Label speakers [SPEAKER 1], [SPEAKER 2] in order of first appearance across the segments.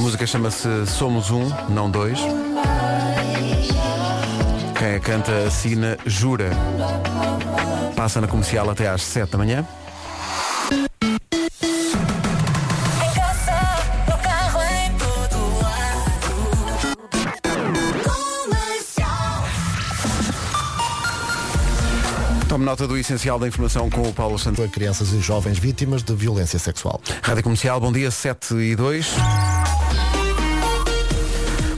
[SPEAKER 1] música chama-se Somos Um, não dois. Quem a canta assina Jura. Passa na comercial até às 7 da manhã.
[SPEAKER 2] Em casa, no carro, em todo lado. Comercial.
[SPEAKER 1] Tome nota do essencial da informação com o Paulo Santos.
[SPEAKER 3] para crianças e jovens vítimas de violência sexual.
[SPEAKER 1] Rádio Comercial, bom dia, 7 e 2.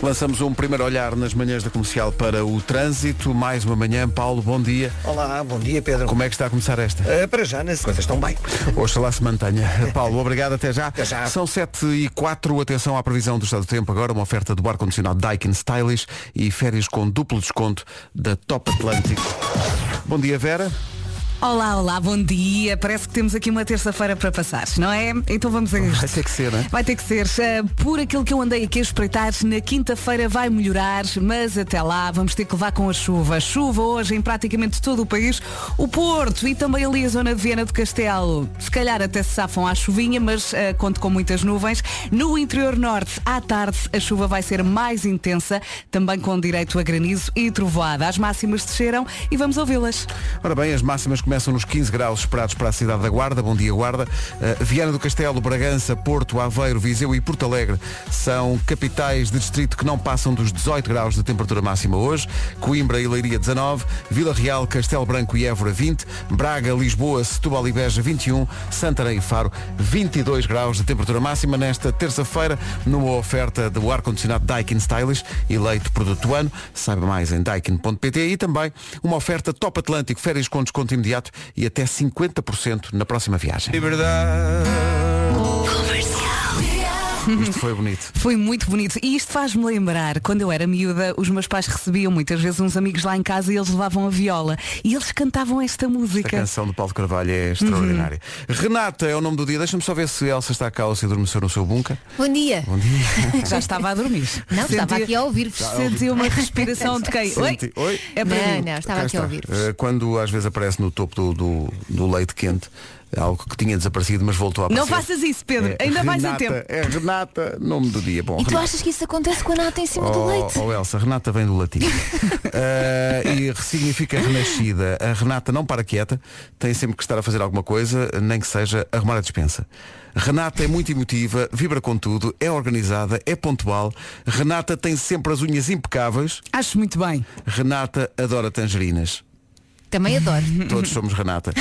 [SPEAKER 1] Lançamos um primeiro olhar nas manhãs da comercial para o trânsito. Mais uma manhã, Paulo, bom dia.
[SPEAKER 4] Olá, bom dia Pedro.
[SPEAKER 1] Como é que está a começar esta?
[SPEAKER 4] Ah, para já, nas coisas estão bem.
[SPEAKER 1] Oxalá se mantenha. Paulo, obrigado, até já.
[SPEAKER 4] Até já.
[SPEAKER 1] São 7 e 4, atenção à previsão do estado do tempo agora, uma oferta do ar-condicionado Daikin Stylish e férias com duplo desconto da Top Atlântico. Bom dia, Vera.
[SPEAKER 5] Olá, olá, bom dia. Parece que temos aqui uma terça-feira para passar, não é? Então vamos a isto.
[SPEAKER 1] Vai ter que ser, né?
[SPEAKER 5] Vai ter que ser. Eh, Por aquilo que eu andei aqui a espreitar, na quinta-feira vai melhorar, mas até lá vamos ter que levar com a chuva. Chuva hoje em praticamente todo o país. O Porto e também ali a zona de Viana do Castelo, se calhar até se safam à chuvinha, mas eh, conto com muitas nuvens. No interior norte, à tarde, a chuva vai ser mais intensa, também com direito a granizo e trovoada. As máximas desceram e vamos ouvi-las.
[SPEAKER 1] Ora bem, as máximas começam nos 15 graus esperados para a cidade da Guarda. Bom dia, Guarda. Eh, Viana do Castelo, Bragança, Porto, Aveiro, Viseu e Porto Alegre são capitais de distrito que não passam dos 18 graus de temperatura máxima hoje. Coimbra e Leiria 19, Vila Real, Castelo Branco e Évora 20, Braga, Lisboa, Setúbal e Beja 21, Santarém e Faro 22 graus de temperatura máxima nesta terça-feira numa oferta do ar-condicionado Daikin Stylish, eleito produto do ano. Saiba mais em daikin.pt e também uma oferta Top Atlântico, férias com desconto imediato e até 50% na próxima viagem. Isto foi bonito.
[SPEAKER 5] Foi muito bonito. E isto faz-me lembrar, quando eu era miúda, os meus pais recebiam muitas vezes uns amigos lá em casa e eles levavam a viola. E eles cantavam esta
[SPEAKER 1] A
[SPEAKER 5] música.
[SPEAKER 1] canção do Paulo Carvalho é extraordinária. Renata é o nome do dia. Deixa-me só ver se Elsa está cá ou se adormeceu no seu bunker.
[SPEAKER 6] Bom dia.
[SPEAKER 1] Bom dia.
[SPEAKER 5] Já estava a dormir.
[SPEAKER 6] Não, estava aqui a ouvir-vos.
[SPEAKER 5] Senti uma respiração de quem? Oi?
[SPEAKER 1] Senti- Oi?
[SPEAKER 5] É para
[SPEAKER 6] Não,
[SPEAKER 5] mim.
[SPEAKER 6] não, estava
[SPEAKER 1] Cá
[SPEAKER 6] aqui a
[SPEAKER 1] está.
[SPEAKER 6] ouvir-vos.
[SPEAKER 1] Eh, Quando às vezes aparece no topo do, do, do leite quente é algo que tinha desaparecido, mas voltou a aparecer.
[SPEAKER 5] Não faças isso, Pedro.
[SPEAKER 1] É
[SPEAKER 5] Ainda mais a
[SPEAKER 1] Renata,
[SPEAKER 5] tempo.
[SPEAKER 1] É Renata, nome do dia. Bom,
[SPEAKER 6] E tu
[SPEAKER 1] Renata.
[SPEAKER 6] achas que isso acontece com a nata em cima do leite?
[SPEAKER 1] Oh, oh, Elsa, Renata vem do latim. Eh, e significa renascida. A Renata não para quieta, tem sempre que estar a fazer alguma coisa, nem que seja arrumar a dispensa. Renata é muito emotiva, vibra com tudo, é organizada, é pontual. Renata tem sempre as unhas impecáveis.
[SPEAKER 5] Acho muito bem.
[SPEAKER 1] Renata adora tangerinas.
[SPEAKER 6] Também adoro.
[SPEAKER 1] Todos somos Renata.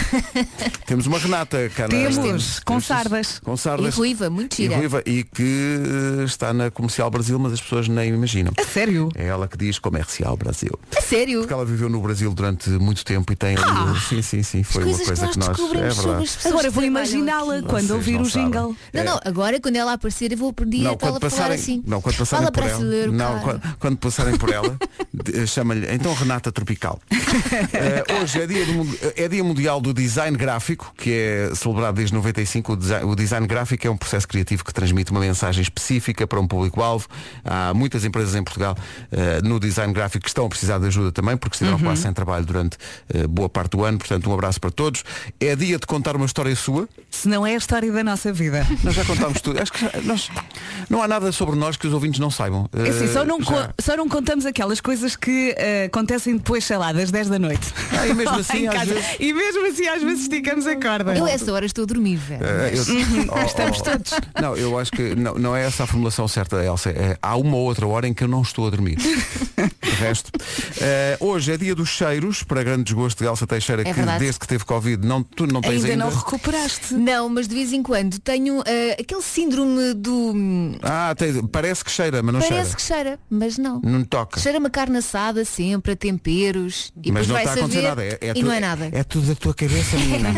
[SPEAKER 1] Temos uma Renata, cara.
[SPEAKER 5] Temos, com sardas.
[SPEAKER 1] Com
[SPEAKER 6] E
[SPEAKER 1] sardas.
[SPEAKER 6] ruiva, muito
[SPEAKER 1] E
[SPEAKER 6] gira.
[SPEAKER 1] ruiva, e que eh, está na Comercial Brasil, mas as pessoas nem imaginam.
[SPEAKER 5] A sério?
[SPEAKER 1] É ela que diz Comercial Brasil.
[SPEAKER 6] A sério.
[SPEAKER 1] Porque ela viveu no Brasil durante muito tempo e tem ali. um- Sim, sim, sim. Foi uma
[SPEAKER 6] Ah, Coisas
[SPEAKER 1] coisa
[SPEAKER 6] que nós
[SPEAKER 1] que nós.
[SPEAKER 6] descobrimos
[SPEAKER 1] é
[SPEAKER 6] sobre
[SPEAKER 1] verdade.
[SPEAKER 6] as pessoas.
[SPEAKER 5] Agora
[SPEAKER 6] que
[SPEAKER 5] vou
[SPEAKER 6] trabalham
[SPEAKER 5] imaginá-la
[SPEAKER 6] aqui.
[SPEAKER 5] quando
[SPEAKER 1] Vocês
[SPEAKER 5] ouvir
[SPEAKER 1] não
[SPEAKER 5] o
[SPEAKER 1] sabem.
[SPEAKER 5] jingle.
[SPEAKER 6] Não, não, agora quando ela aparecer eu vou pedir
[SPEAKER 1] Não,
[SPEAKER 6] para ela
[SPEAKER 1] quando
[SPEAKER 6] falar
[SPEAKER 1] passarem,
[SPEAKER 6] assim.
[SPEAKER 1] não, quando passarem
[SPEAKER 6] Fala
[SPEAKER 1] por ela.
[SPEAKER 6] brasileiro,
[SPEAKER 1] Não,
[SPEAKER 6] cara.
[SPEAKER 1] quando, quando passarem por ela, de- eh, chama-lhe. Então Renata Tropical. Eh, hoje é dia, do mun- é dia mundial do design gráfico, que é celebrado desde 95. O design, o design gráfico é um processo criativo que transmite uma mensagem específica para um público-alvo. Há muitas empresas em Portugal eh, no design gráfico que estão a precisar de ajuda também, porque estiveram
[SPEAKER 6] Uhum.
[SPEAKER 1] quase sem trabalho durante eh, boa parte do ano. Portanto, um abraço para todos. É dia de contar uma história sua.
[SPEAKER 5] Se não é a história da nossa vida.
[SPEAKER 1] Nós já contámos tudo. Acho que já- nós, não há nada sobre nós que os ouvintes não saibam.
[SPEAKER 5] É assim, só, não
[SPEAKER 1] Eh,
[SPEAKER 5] co-
[SPEAKER 1] já.
[SPEAKER 5] só não contamos aquelas coisas que eh, acontecem depois, sei lá, das 10 da noite.
[SPEAKER 1] Ah, e mesmo
[SPEAKER 5] Lá
[SPEAKER 1] assim,
[SPEAKER 5] em
[SPEAKER 1] às
[SPEAKER 5] casa.
[SPEAKER 1] vezes-
[SPEAKER 5] E mesmo assim às vezes esticamos a corda.
[SPEAKER 6] Eu essa hora estou a dormir, velho.
[SPEAKER 1] Eh, eu-
[SPEAKER 6] Uhum.
[SPEAKER 1] Oh,
[SPEAKER 5] Estamos
[SPEAKER 1] oh.
[SPEAKER 5] todos.
[SPEAKER 1] Não, eu acho que não, não é essa a formulação certa, Elsa. É, há uma ou outra hora em que eu não estou a dormir. De resto. eh, hoje é dia dos cheiros, para grande desgosto de Elsa Teixeira, que
[SPEAKER 6] É verdade.
[SPEAKER 1] desde que teve Covid, não, tu não tens
[SPEAKER 5] Ainda,
[SPEAKER 1] ainda.
[SPEAKER 5] não
[SPEAKER 1] É.
[SPEAKER 5] recuperaste.
[SPEAKER 6] Não, mas de vez em quando tenho eh, aquele síndrome do. hum,
[SPEAKER 1] Ah, tens- parece que cheira, mas não
[SPEAKER 6] Parece
[SPEAKER 1] cheira.
[SPEAKER 6] que cheira, mas não.
[SPEAKER 1] Não toca.
[SPEAKER 6] Cheira-me a carne assada sempre, a temperos. E
[SPEAKER 1] mas
[SPEAKER 6] depois
[SPEAKER 1] não
[SPEAKER 6] vai
[SPEAKER 1] está a acontecer
[SPEAKER 6] saber
[SPEAKER 1] nada. É, é
[SPEAKER 6] e não
[SPEAKER 1] tu-
[SPEAKER 6] é nada.
[SPEAKER 1] É tudo da tua cabeça, menina.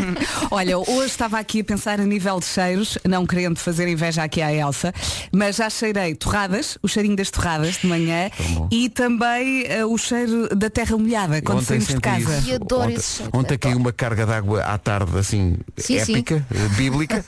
[SPEAKER 5] Olha, hoje estava aqui a pensar a nível de cheiros, não querendo fazer inveja aqui à Elsa, mas já cheirei torradas, o cheirinho das torradas de manhã
[SPEAKER 1] bom.
[SPEAKER 5] e também eh, o cheiro da terra molhada quando
[SPEAKER 1] Ontem
[SPEAKER 5] saímos de
[SPEAKER 1] senti
[SPEAKER 5] casa.
[SPEAKER 1] isso.
[SPEAKER 6] E adoro
[SPEAKER 1] ontem,
[SPEAKER 6] esse cheiro.
[SPEAKER 1] Ontem caiu uma carga d'água à tarde, assim,
[SPEAKER 6] Sim, sim.
[SPEAKER 1] épica, eh, bíblica,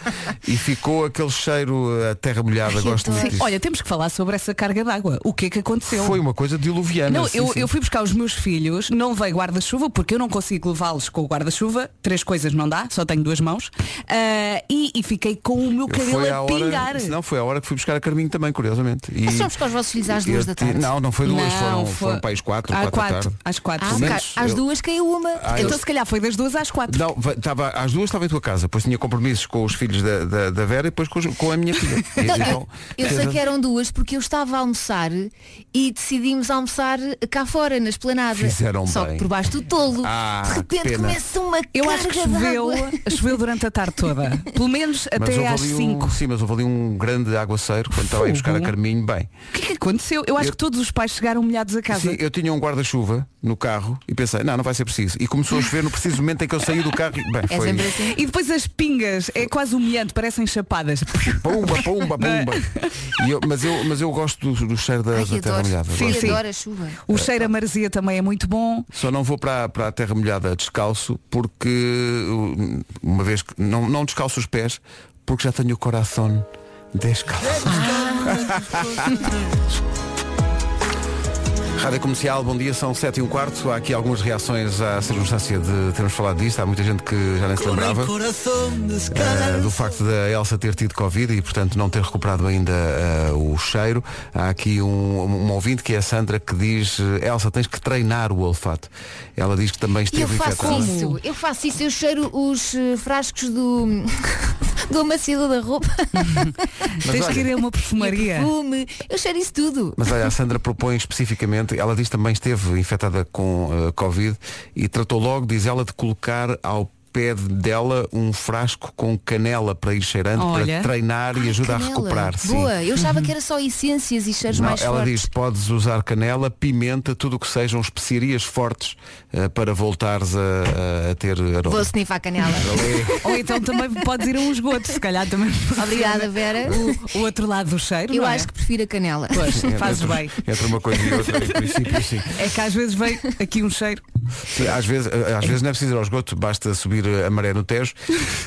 [SPEAKER 1] e ficou aquele cheiro eh, a terra molhada,
[SPEAKER 6] Ai,
[SPEAKER 1] gosto
[SPEAKER 6] adoro.
[SPEAKER 1] muito disso.
[SPEAKER 5] Olha, temos que falar sobre essa carga d'água. O que é que aconteceu?
[SPEAKER 1] Foi uma coisa diluviana.
[SPEAKER 5] Não,
[SPEAKER 1] sim,
[SPEAKER 5] eu,
[SPEAKER 1] sim.
[SPEAKER 5] eu fui buscar os meus filhos, não levei guarda-chuva, porque eu não consigo levá-los com o guarda-chuva, três coisas não dá, só tenho duas mãos. Ah, e e fiquei com o meu cabelo
[SPEAKER 1] Foi
[SPEAKER 5] a
[SPEAKER 1] à hora-
[SPEAKER 5] pingar.
[SPEAKER 1] Não, foi a hora que fui buscar a Carminho também, curiosamente. E
[SPEAKER 6] Ah, só buscar os vossos filhos às
[SPEAKER 1] eu
[SPEAKER 6] duas da
[SPEAKER 1] ti-
[SPEAKER 6] tarde.
[SPEAKER 1] Não, não foi duas, foram,
[SPEAKER 5] foi-
[SPEAKER 1] foram para as quatro,
[SPEAKER 5] Ah,
[SPEAKER 1] quatro, da tarde.
[SPEAKER 5] Às quatro.
[SPEAKER 6] Ah,
[SPEAKER 1] Pelo
[SPEAKER 6] ok.
[SPEAKER 1] menos
[SPEAKER 6] às
[SPEAKER 1] eu-
[SPEAKER 6] duas caiu uma.
[SPEAKER 1] Ah,
[SPEAKER 5] então
[SPEAKER 1] eu-
[SPEAKER 5] se calhar foi das duas às quatro.
[SPEAKER 1] Não, va- tava, às duas estava em tua casa, pois tinha compromissos com os filhos da, da, da Vera e depois com, os- com a minha filha. E, então,
[SPEAKER 6] Eu sei
[SPEAKER 1] fez a-
[SPEAKER 6] que eram duas porque eu estava a almoçar e decidimos almoçar cá fora, na esplanada.
[SPEAKER 1] Fizeram
[SPEAKER 6] Só
[SPEAKER 1] bem.
[SPEAKER 6] que por baixo do tolo.
[SPEAKER 1] Ah,
[SPEAKER 6] de
[SPEAKER 1] que
[SPEAKER 6] repente
[SPEAKER 1] pena.
[SPEAKER 6] começa uma
[SPEAKER 5] Eu
[SPEAKER 6] carga
[SPEAKER 5] acho que
[SPEAKER 6] de
[SPEAKER 5] choveu,
[SPEAKER 6] água.
[SPEAKER 5] choveu durante a tarde toda. Pelo menos
[SPEAKER 1] Mas
[SPEAKER 5] até
[SPEAKER 1] houve
[SPEAKER 5] às
[SPEAKER 1] ali um-
[SPEAKER 5] 5.
[SPEAKER 1] Sim, mas houve ali um grande aguaceiro quando estava a ir buscar a
[SPEAKER 5] Fogo.
[SPEAKER 1] Carminho. Bem,
[SPEAKER 5] O que é que aconteceu? Eu acho
[SPEAKER 1] Eu-
[SPEAKER 5] que todos os pais chegaram molhados a casa.
[SPEAKER 1] Sim, eu tinha um guarda-chuva no carro e pensei, não, não vai ser preciso. E começou a chover no preciso momento em que eu saí do carro. E, bem,
[SPEAKER 6] É
[SPEAKER 1] foi
[SPEAKER 6] sempre assim.
[SPEAKER 5] E depois as pingas, é quase humilhante, parecem chapadas.
[SPEAKER 1] pumba, pumba, pumba. E eu- mas, eu, mas eu gosto do, do cheiro da,
[SPEAKER 6] Ai,
[SPEAKER 1] da
[SPEAKER 6] que
[SPEAKER 1] terra
[SPEAKER 6] adoro.
[SPEAKER 1] molhada.
[SPEAKER 5] Sim,
[SPEAKER 6] Ai,
[SPEAKER 1] Gosto.
[SPEAKER 5] sim.
[SPEAKER 6] adoro a chuva.
[SPEAKER 5] O cheiro a maresia também é muito bom.
[SPEAKER 1] Só não vou para, para a terra molhada descalço porque uh, uma vez que não, não descalço os pés porque já tenho o coração descalço. Rádio Comercial, bom dia, são 7 e um quarto. Há aqui algumas reações à circunstância de termos falado disto. Há muita gente que já nem se lembrava. Uh, do facto da Elsa ter tido Covid e, portanto, não ter recuperado ainda uh, o cheiro. Há aqui um, um ouvinte que é a Sandra que diz, uh, Elsa, tens que treinar o olfato. Ela diz que também
[SPEAKER 6] E eu
[SPEAKER 1] esteve
[SPEAKER 6] faço
[SPEAKER 1] infectada.
[SPEAKER 6] isso, eu faço isso, eu cheiro os eh, frascos do, do amaciador da roupa,
[SPEAKER 5] Tens
[SPEAKER 1] olha-
[SPEAKER 5] que ir a uma perfumaria.
[SPEAKER 6] perfume, eu cheiro isso tudo.
[SPEAKER 1] Mas olha, a Sandra propõe especificamente, ela diz que também esteve infectada com uh, Covid e tratou logo, diz ela, de colocar ao pé dela um frasco com canela para ir cheirando,
[SPEAKER 5] Olha.
[SPEAKER 1] para treinar e ajuda
[SPEAKER 6] Canela.
[SPEAKER 1] a recuperar. sim.
[SPEAKER 6] Boa, eu achava que era só essências e cheiros
[SPEAKER 1] Não,
[SPEAKER 6] mais
[SPEAKER 1] ela
[SPEAKER 6] fortes.
[SPEAKER 1] diz, podes usar canela, pimenta, tudo o que sejam especiarias fortes eh, para voltares a, a- a ter aroma.
[SPEAKER 6] Vou sniffar a canela.
[SPEAKER 5] Ou então também podes ir a um esgoto, se calhar também.
[SPEAKER 6] Obrigada, Vera.
[SPEAKER 5] O, o outro lado do cheiro.
[SPEAKER 6] Eu
[SPEAKER 5] não é?
[SPEAKER 6] acho que prefiro a canela.
[SPEAKER 5] Pois,
[SPEAKER 1] É,
[SPEAKER 5] fazes
[SPEAKER 1] entre,
[SPEAKER 5] bem.
[SPEAKER 1] Entre uma coisa e outra, em princípio, sim.
[SPEAKER 5] É que às vezes vem aqui um cheiro.
[SPEAKER 1] Sim, Às vezes, eh, às vezes não é preciso ir ao esgoto, basta subir eh, a maré no Tejo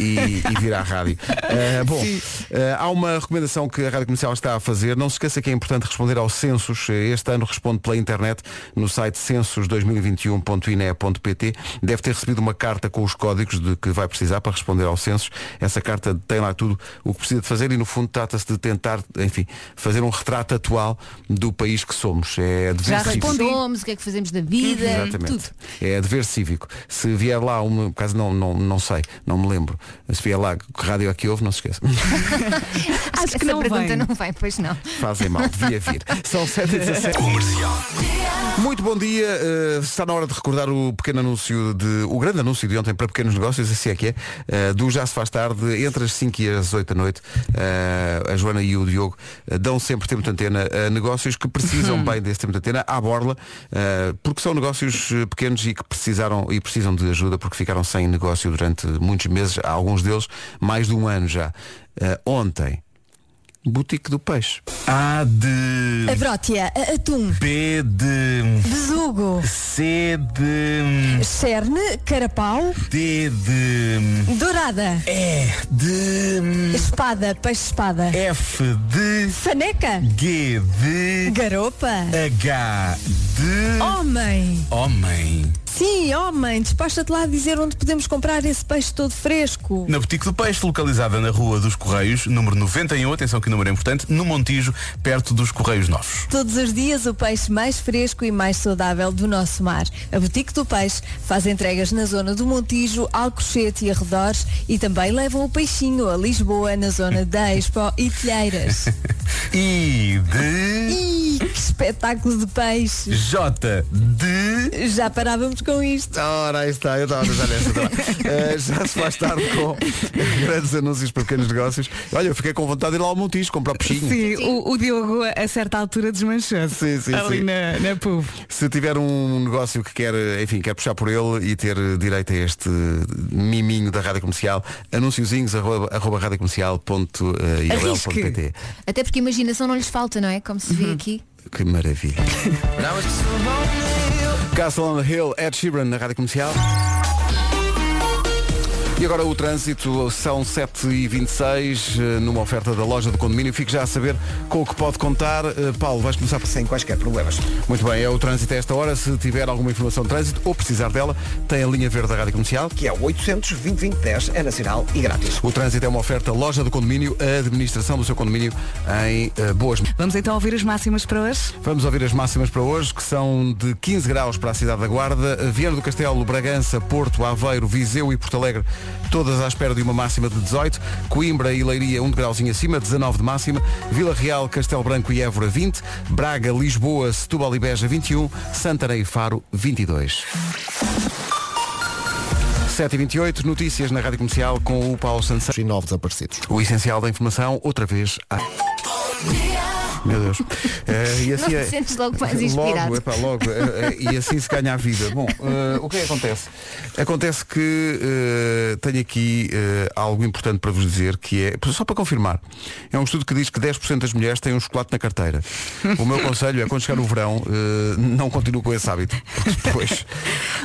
[SPEAKER 1] e, e vir à rádio. Eh, bom, eh, há uma recomendação que a Rádio Comercial está a fazer. Não se esqueça que é importante responder aos censos. Eh, Este ano responde pela internet no site censos2021.ine.pt. Deve ter recebido uma carta com os códigos de que vai precisar para responder aos censos. Essa carta tem lá tudo o que precisa de fazer e no fundo trata-se de tentar, enfim, fazer um retrato atual do país que somos. É de
[SPEAKER 5] Já
[SPEAKER 6] O que é que
[SPEAKER 5] respondi.
[SPEAKER 6] somos, o que é que fazemos da vida,
[SPEAKER 1] Exatamente.
[SPEAKER 6] tudo.
[SPEAKER 1] É dever cívico. Se vier lá, um, por acaso não, não, não sei, não me lembro. Se vier lá, que rádio é que houve, não se esqueça.
[SPEAKER 5] Acho que
[SPEAKER 6] Essa
[SPEAKER 5] não
[SPEAKER 6] pergunta
[SPEAKER 5] vem.
[SPEAKER 6] não vem, pois não.
[SPEAKER 1] Fazem mal, devia vir. São 7 e 17 Muito bom dia. eh, está na hora de recordar o pequeno anúncio de. o grande anúncio de ontem para pequenos negócios, assim é que é, eh, do Já se faz tarde, entre as 5 e as 8 da noite, eh, a Joana e o Diogo eh, dão sempre tempo de antena a negócios que precisam bem desse tempo de antena à borla, eh, porque são negócios eh, pequenos e que precisaram e precisam de ajuda porque ficaram sem negócio durante muitos meses, há alguns deles, mais de um ano já. Eh, ontem, Boutique do Peixe.
[SPEAKER 7] A de
[SPEAKER 8] Abrótia, a- atum,
[SPEAKER 7] B de
[SPEAKER 8] besugo,
[SPEAKER 7] C de
[SPEAKER 8] cerne, carapau,
[SPEAKER 7] D de
[SPEAKER 8] dourada,
[SPEAKER 7] E de
[SPEAKER 8] espada, peixe-espada,
[SPEAKER 7] F de
[SPEAKER 8] saneca,
[SPEAKER 7] G de
[SPEAKER 8] garopa,
[SPEAKER 7] H de
[SPEAKER 8] homem.
[SPEAKER 7] Homem
[SPEAKER 8] Sim, homem, despacha-te lá a dizer onde podemos comprar esse peixe todo fresco.
[SPEAKER 7] Na Boutique do Peixe, localizada na Rua dos Correios, número 91, atenção que o número é importante, no Montijo, perto dos Correios Novos.
[SPEAKER 8] Todos os dias o peixe mais fresco e mais saudável do nosso mar. A Boutique do Peixe faz entregas na zona do Montijo, Alcochete e arredores e também levam o peixinho a Lisboa, na zona da Expo e Telheiras.
[SPEAKER 7] I de
[SPEAKER 8] Ih, que espetáculo de peixe!
[SPEAKER 7] J de
[SPEAKER 8] Já parávamos com isto.
[SPEAKER 1] Ora, aí está, eu estava a pensar nessa também. Eh, já se faz tarde com grandes anúncios para pequenos negócios. Olha, eu fiquei com vontade de ir lá ao Montijo comprar peixinho.
[SPEAKER 5] Sim, o, o Diogo a certa altura desmanchou-se.
[SPEAKER 1] Sim, sim,
[SPEAKER 5] ali
[SPEAKER 1] sim.
[SPEAKER 5] na, na pub.
[SPEAKER 1] Se tiver um negócio que quer, enfim, quer puxar por ele e ter direito a este miminho da Rádio Comercial, anunciozinhos arroba, arroba eh, radiocomercial.iol.pt.
[SPEAKER 5] Arrisque.
[SPEAKER 6] Até porque imaginação não lhes falta, não é? Como se
[SPEAKER 5] Uhum.
[SPEAKER 6] vê aqui.
[SPEAKER 1] Que maravilha. Castle on the Hill, Ed Sheeran na Rádio Comercial. E agora o trânsito são 7h26 eh, numa oferta da loja do condomínio. Fique já a saber com o que pode contar. Eh, Paulo, vais começar por
[SPEAKER 4] sem quaisquer problemas.
[SPEAKER 1] Muito bem, é o trânsito a esta hora. Se tiver alguma informação de trânsito ou precisar dela, tem a linha verde da Rádio Comercial.
[SPEAKER 4] Que é o 800 2010 é nacional e grátis.
[SPEAKER 1] O trânsito é uma oferta loja do condomínio, a administração do seu condomínio em eh, boas.
[SPEAKER 5] Vamos então ouvir as máximas para hoje?
[SPEAKER 1] Vamos ouvir as máximas para hoje, que são de 15 graus para a cidade da Guarda, Vieira do Castelo, Bragança, Porto, Aveiro, Viseu e Porto Alegre, todas à espera de uma máxima de 18, Coimbra e Leiria 1 grauzinho acima, 19 de máxima, Vila Real, Castelo Branco e Évora 20, Braga, Lisboa, Setúbal e Beja 21, Santarém e Faro 22. 7h28, notícias na Rádio Comercial com o Paulo Santos.
[SPEAKER 3] E nove desaparecidos.
[SPEAKER 1] O essencial da informação, outra vez. à- Meu Deus. Eh, e
[SPEAKER 6] Não te sentes logo mais inspirado.
[SPEAKER 1] Logo, epá, logo. eh, eh, e assim se ganha a vida. Bom, eh, o que é que acontece? Acontece que eh, tenho aqui eh, algo importante para vos dizer, que é, só para confirmar, é um estudo que diz que 10% das mulheres têm um chocolate na carteira. O meu conselho é, quando chegar o verão, eh, não continuo com esse hábito, porque depois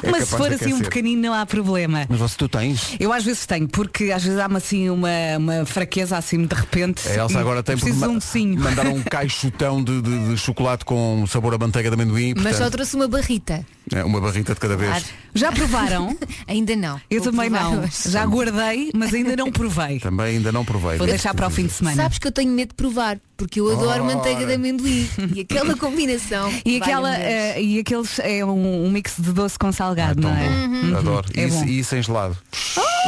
[SPEAKER 1] é capaz
[SPEAKER 5] Mas se for
[SPEAKER 1] de
[SPEAKER 5] assim um
[SPEAKER 1] aquecer.
[SPEAKER 5] pequenino não há problema.
[SPEAKER 1] Mas você, tu tens?
[SPEAKER 5] Eu às vezes tenho, porque às vezes dá-me assim uma, uma fraqueza assim de repente.
[SPEAKER 1] A É, Elsa agora tem
[SPEAKER 5] Preciso de
[SPEAKER 1] ma-
[SPEAKER 5] um mocinho.
[SPEAKER 1] mandar um caixotão de, de- de chocolate com um sabor a manteiga de amendoim,
[SPEAKER 6] Mas só
[SPEAKER 1] portanto,
[SPEAKER 6] trouxe uma barrita.
[SPEAKER 1] é uma barrita de cada vez.
[SPEAKER 6] Claro.
[SPEAKER 5] Já provaram?
[SPEAKER 6] Ainda não.
[SPEAKER 5] Eu
[SPEAKER 6] Vou
[SPEAKER 5] também
[SPEAKER 6] provar
[SPEAKER 5] não.
[SPEAKER 6] hoje.
[SPEAKER 5] Já guardei, mas ainda não provei.
[SPEAKER 1] Também ainda não provei.
[SPEAKER 5] Vou deixar para o fim de semana.
[SPEAKER 6] Sabes que eu tenho medo de provar, porque eu
[SPEAKER 1] Ora.
[SPEAKER 6] adoro manteiga de amendoim. E aquela combinação.
[SPEAKER 5] E, aquela,
[SPEAKER 6] valha-me Deus.
[SPEAKER 5] eh, e aqueles é um, um mix de doce com
[SPEAKER 1] Ah,
[SPEAKER 5] salgado,
[SPEAKER 1] tão
[SPEAKER 5] não é?
[SPEAKER 1] bom. Uhum. Adoro.
[SPEAKER 5] É
[SPEAKER 1] e,
[SPEAKER 5] bom.
[SPEAKER 1] e sem gelado.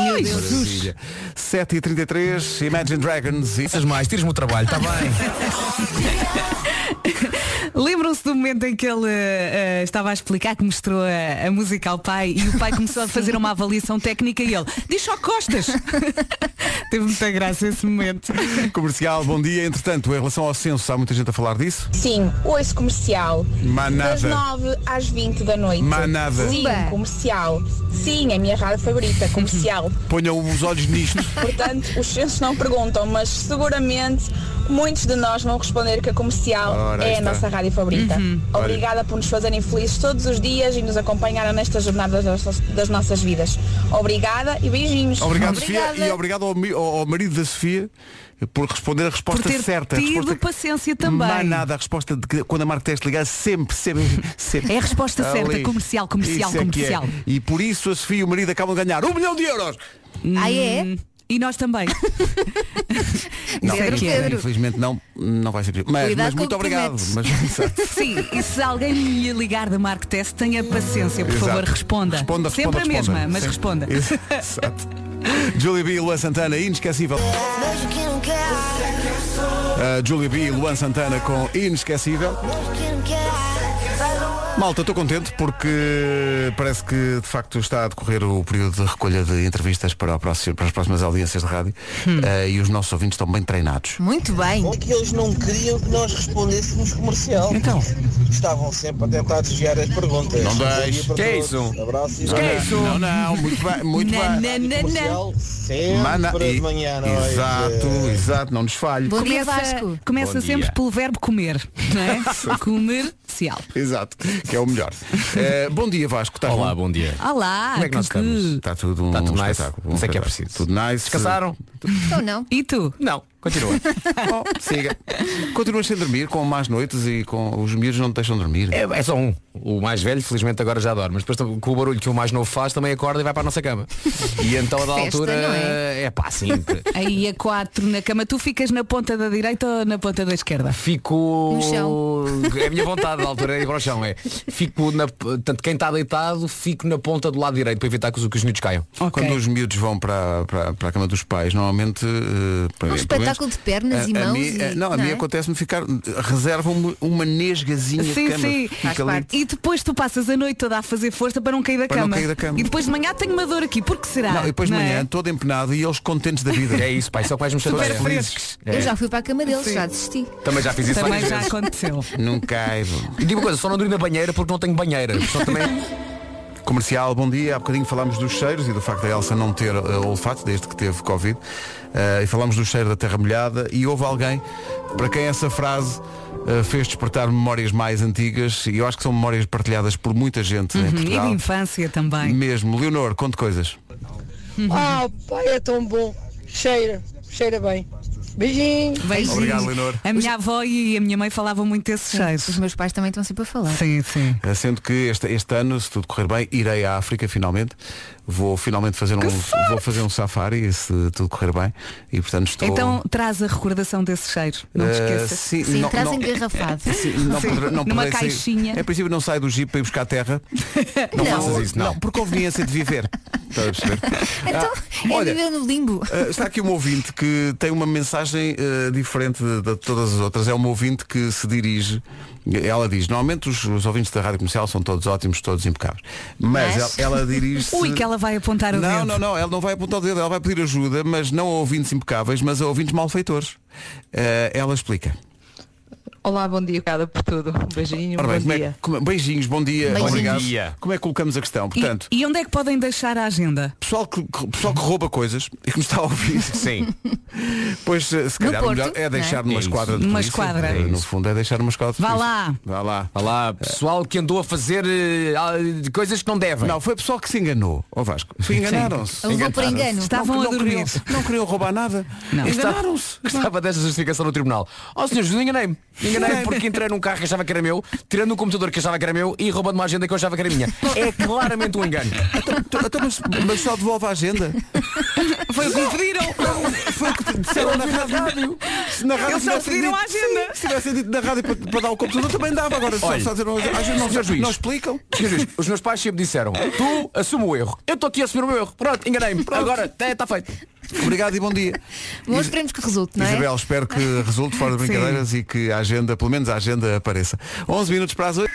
[SPEAKER 6] Meu Deus.
[SPEAKER 1] Maravilha. 7h33, Imagine Dragons e...
[SPEAKER 9] Essas mais, tires-me o trabalho, está bem.
[SPEAKER 5] Lembram-se do momento em que ele eh, eh, estava a explicar que mostrou a, a música ao pai e o pai começou a fazer uma avaliação técnica e ele diz só costas. Teve muita graça esse momento.
[SPEAKER 1] Comercial, bom dia. Entretanto, em relação ao censo, há muita gente a falar disso?
[SPEAKER 10] Sim, ouço comercial. Das
[SPEAKER 1] Manada.
[SPEAKER 10] 9 às 20 da noite.
[SPEAKER 1] Manada.
[SPEAKER 10] Sim,
[SPEAKER 6] Pumba.
[SPEAKER 10] comercial. Sim, a minha rádio favorita, comercial.
[SPEAKER 1] Ponham os olhos nisto.
[SPEAKER 10] Portanto, os censos não perguntam, mas seguramente muitos de nós vão responder que a comercial
[SPEAKER 1] Ora, aí
[SPEAKER 10] é a
[SPEAKER 1] está.
[SPEAKER 10] nossa rádio favorita. Obrigada por nos fazerem felizes todos os dias e nos acompanharem nestas jornadas das, das nossas vidas. Obrigada e beijinhos.
[SPEAKER 1] Obrigado,
[SPEAKER 6] Obrigada.
[SPEAKER 1] Sofia. E obrigado ao, mi- ao- ao marido da Sofia por responder a
[SPEAKER 5] Por
[SPEAKER 1] resposta
[SPEAKER 5] ter
[SPEAKER 1] certa. a
[SPEAKER 5] tido
[SPEAKER 1] resposta...
[SPEAKER 5] paciência também.
[SPEAKER 1] Manada, a resposta de que quando a marca teste ligar, sempre, sempre, sempre.
[SPEAKER 5] É a resposta certa, comercial, comercial,
[SPEAKER 1] Isso é que é.
[SPEAKER 5] comercial.
[SPEAKER 1] E por isso a Sofia e o marido acabam de ganhar um milhão de euros.
[SPEAKER 6] Ah, é?
[SPEAKER 5] Hum, E nós também.
[SPEAKER 1] Não,
[SPEAKER 5] Pedro,
[SPEAKER 1] infelizmente-
[SPEAKER 6] Pedro.
[SPEAKER 1] infelizmente não, não vai ser possível. Mas,
[SPEAKER 6] Cuidado
[SPEAKER 1] mas
[SPEAKER 6] com
[SPEAKER 1] muito
[SPEAKER 6] o que
[SPEAKER 1] obrigado.
[SPEAKER 6] prometes.
[SPEAKER 1] Mas, exato.
[SPEAKER 5] Sim, e se alguém lhe ligar da Mark Test, tenha paciência, por
[SPEAKER 1] Exato.
[SPEAKER 5] favor, responda.
[SPEAKER 1] Responda,
[SPEAKER 5] Sempre
[SPEAKER 1] responda,
[SPEAKER 5] a mesma,
[SPEAKER 1] responda.
[SPEAKER 5] mas
[SPEAKER 1] Sim.
[SPEAKER 5] responda.
[SPEAKER 1] Exato. Julie B e Luan Santana, inesquecível. Uh, Julie B e Luan Santana com Inesquecível. Malta, estou contente porque parece que de facto está a decorrer o período de recolha de entrevistas para, o próximo- para as próximas audiências de rádio
[SPEAKER 5] Hum.
[SPEAKER 1] Uh, e os nossos ouvintes estão bem treinados.
[SPEAKER 6] Muito bem.
[SPEAKER 11] É que eles não queriam que nós respondêssemos comercial.
[SPEAKER 1] Então,
[SPEAKER 11] Estavam sempre a tentar desviar as perguntas.
[SPEAKER 1] Não deixe.
[SPEAKER 11] Bom dia para
[SPEAKER 9] Que é
[SPEAKER 11] todos.
[SPEAKER 9] isso?
[SPEAKER 11] Abraço e
[SPEAKER 1] não, Eh, não, não, muito bem, muito
[SPEAKER 5] É Na,
[SPEAKER 1] bem.
[SPEAKER 5] na, na, na.
[SPEAKER 11] comercial sempre
[SPEAKER 1] Mana-
[SPEAKER 11] de manhã, à noite. É.
[SPEAKER 1] exato, exato, não nos falhe.
[SPEAKER 6] Bom dia,
[SPEAKER 5] Começa,
[SPEAKER 6] Vasco.
[SPEAKER 5] começa
[SPEAKER 7] Bom
[SPEAKER 5] sempre
[SPEAKER 7] dia.
[SPEAKER 5] pelo verbo comer, não é? Comercial.
[SPEAKER 1] Exato, que é o melhor. Eh, bom dia Vasco, estás
[SPEAKER 9] Olá,
[SPEAKER 1] bom?
[SPEAKER 9] bom dia.
[SPEAKER 5] Olá,
[SPEAKER 9] Como é que nós estamos?
[SPEAKER 1] Está tudo um
[SPEAKER 9] Está tudo nice.
[SPEAKER 1] espetáculo. um
[SPEAKER 9] Sei que é
[SPEAKER 1] espetáculo.
[SPEAKER 9] preciso.
[SPEAKER 1] Tudo nice.
[SPEAKER 9] Descansaram?
[SPEAKER 6] Então não.
[SPEAKER 5] E tu?
[SPEAKER 9] Não, continua.
[SPEAKER 1] Bom, Oh, siga. Continuas sem dormir, com más noites e com os miúdos não te deixam dormir.
[SPEAKER 9] É, é só um. O mais velho, felizmente, agora já dorme. Mas depois tam- com o barulho que o mais novo faz, também acorda e vai para a nossa cama. E então a da
[SPEAKER 6] festa,
[SPEAKER 9] altura
[SPEAKER 6] não é?
[SPEAKER 9] é pá, sempre.
[SPEAKER 5] Aí a quatro na cama, tu ficas na ponta da direita ou na ponta da esquerda?
[SPEAKER 9] Fico.
[SPEAKER 6] No chão.
[SPEAKER 9] É a minha vontade da altura, é ir para o chão, é. Fico na. Tanto quem está deitado, fico na ponta do lado direito para evitar que os, que os miúdos caiam.
[SPEAKER 5] Ok.
[SPEAKER 1] Quando os miúdos vão para, para, para a cama dos pais, normalmente. eh, para
[SPEAKER 6] Um
[SPEAKER 1] mim, pelo
[SPEAKER 6] espetáculo de pernas
[SPEAKER 1] a-
[SPEAKER 6] e
[SPEAKER 1] a
[SPEAKER 6] mãos
[SPEAKER 1] mim-
[SPEAKER 6] e-
[SPEAKER 1] eh, não, a
[SPEAKER 6] não
[SPEAKER 1] mim
[SPEAKER 6] é?
[SPEAKER 1] acontece-me ficar. Reservam-me uma nesgazinha de
[SPEAKER 5] Sim,
[SPEAKER 1] cama.
[SPEAKER 5] sim.
[SPEAKER 1] Fica
[SPEAKER 6] Faz
[SPEAKER 1] ali.
[SPEAKER 6] parte.
[SPEAKER 5] E depois tu passas a noite toda a fazer força para não cair da,
[SPEAKER 1] Para não
[SPEAKER 5] cama.
[SPEAKER 1] cair da cama.
[SPEAKER 5] E depois de manhã tenho uma dor aqui, porque será?
[SPEAKER 1] Não, e depois de
[SPEAKER 5] Não é?
[SPEAKER 1] manhã, todo empenado e eles contentes da vida.
[SPEAKER 9] É isso, pai, só que mais me
[SPEAKER 5] Super
[SPEAKER 9] chateia.
[SPEAKER 5] frescos.
[SPEAKER 9] É.
[SPEAKER 6] Eu já fui para a cama deles, já desisti.
[SPEAKER 9] Também já fiz isso
[SPEAKER 5] Também
[SPEAKER 9] várias
[SPEAKER 5] já
[SPEAKER 9] vezes.
[SPEAKER 5] aconteceu.
[SPEAKER 1] Não caibo.
[SPEAKER 9] E digo uma coisa, só não dormi na banheira porque não tenho banheira. Só também...
[SPEAKER 1] Comercial, bom dia. Há bocadinho falámos dos cheiros e do facto da Elsa não ter eh, olfato desde que teve Covid. Eh, e falámos do cheiro da terra molhada e houve alguém para quem essa frase eh, fez despertar memórias mais antigas e eu acho que são
[SPEAKER 6] Uhum.
[SPEAKER 1] memórias partilhadas por muita gente em
[SPEAKER 5] E de
[SPEAKER 1] Portugal.
[SPEAKER 5] infância também.
[SPEAKER 1] Mesmo. Leonor, conte coisas.
[SPEAKER 12] Ah, pai, é tão bom. Cheira, cheira bem. Beijinho.
[SPEAKER 1] Uhum.
[SPEAKER 5] Beijinhos. A minha avó e a minha mãe falavam muito desse cheiro. Os
[SPEAKER 6] meus pais também estão sempre a falar.
[SPEAKER 5] Sim, sim.
[SPEAKER 1] Eh, Sendo que este, este ano, se tudo correr bem, irei à África finalmente. Vou finalmente fazer um vou fazer um safari, se tudo correr bem. E portanto estou.
[SPEAKER 5] Então traz a recordação desse cheiro. Não te
[SPEAKER 1] Eh,
[SPEAKER 5] esqueças.
[SPEAKER 1] sim, Sim, não- traz não- engarrafado. Sim, não poderá- não
[SPEAKER 5] Numa
[SPEAKER 1] poderei sair-
[SPEAKER 5] caixinha.
[SPEAKER 1] Em princípio não saio do Jeep para ir buscar terra. Não, faças isso, não. Por conveniência de viver. Estás a perceber?
[SPEAKER 5] Ah,
[SPEAKER 1] Ah,
[SPEAKER 6] Então, é
[SPEAKER 1] olha,
[SPEAKER 6] viver no limbo.
[SPEAKER 1] Uh, está aqui um ouvinte que tem uma mensagem uh, diferente de, de todas as outras. É uma ouvinte que se dirige. Ela diz, normalmente os, os ouvintes da Rádio Comercial são todos ótimos, todos impecáveis. Mas, ela, ela dirige-se.
[SPEAKER 5] Ui, que ela vai apontar o
[SPEAKER 1] não,
[SPEAKER 5] dedo.
[SPEAKER 1] não, não, ela não vai apontar o dedo, ela vai pedir ajuda, mas não a ouvintes impecáveis, mas a ouvintes malfeitores. Uh, ela explica.
[SPEAKER 13] Olá, bom dia, obrigada por tudo. Um beijinho, bom
[SPEAKER 1] Ora bem, como é-
[SPEAKER 13] dia.
[SPEAKER 1] como- beijinhos, bom dia,
[SPEAKER 13] Beijinhos.
[SPEAKER 1] obrigado.
[SPEAKER 13] Bom dia.
[SPEAKER 1] Como é que colocamos a questão?
[SPEAKER 5] E-
[SPEAKER 1] Portanto,
[SPEAKER 5] e, onde é que podem deixar a agenda?
[SPEAKER 1] Pessoal que, que- pessoal que rouba coisas e que me está a ouvir. Sim. Pois eh, se
[SPEAKER 5] No
[SPEAKER 1] calhar o
[SPEAKER 5] Porto,
[SPEAKER 1] melhor é deixar
[SPEAKER 5] não é?
[SPEAKER 1] numa
[SPEAKER 5] É isso.
[SPEAKER 1] esquadra de
[SPEAKER 5] Numa
[SPEAKER 1] polícia.
[SPEAKER 5] esquadra.
[SPEAKER 1] Eh,
[SPEAKER 5] É
[SPEAKER 1] No
[SPEAKER 5] isso.
[SPEAKER 1] fundo é deixar uma esquadra de
[SPEAKER 5] Vá
[SPEAKER 1] polícia.
[SPEAKER 5] lá.
[SPEAKER 1] Vá lá.
[SPEAKER 9] Vá lá, pessoal que andou a fazer eh, ah, de coisas que não devem.
[SPEAKER 1] Não, foi pessoal que se enganou, ó Vasco. Se enganaram-se.
[SPEAKER 5] Estavam
[SPEAKER 1] não,
[SPEAKER 5] a dormir.
[SPEAKER 1] Não queriam, não queriam roubar nada.
[SPEAKER 9] Não.
[SPEAKER 1] Enganaram-se.
[SPEAKER 9] Estava desta justificação no tribunal. Ó senhor José, enganei-me. Enganei-me porque entrei num carro que achava que era meu, tirando um computador que achava que era meu e roubando uma agenda que eu achava que era minha. É claramente um engano.
[SPEAKER 1] Então, mas, mas só devolve a agenda.
[SPEAKER 5] Foi o que me pediram.
[SPEAKER 1] Foi o que disseram na rádio. Se na rádio
[SPEAKER 5] Eles só
[SPEAKER 1] tivessem
[SPEAKER 5] pediram
[SPEAKER 1] dito-
[SPEAKER 5] a agenda.
[SPEAKER 1] Sim, Se tivessem dito na rádio para, para dar o computador, também dava agora. Só,
[SPEAKER 9] Olha, eh,
[SPEAKER 1] só dizer, a agenda não,
[SPEAKER 9] Senhor juiz.
[SPEAKER 1] não explicam.
[SPEAKER 9] Senhor juiz, os meus pais sempre disseram, tu assume o erro. Eu estou-te a assumir o meu erro. Pronto, enganei-me. Agora está feito.
[SPEAKER 1] Obrigado e bom dia.
[SPEAKER 6] Bom, esperemos que resulte, não é?
[SPEAKER 1] Isabel, espero que resulte fora de
[SPEAKER 6] Sim.
[SPEAKER 1] brincadeiras e que a agenda, pelo menos a agenda, apareça. 11 minutos para as 8.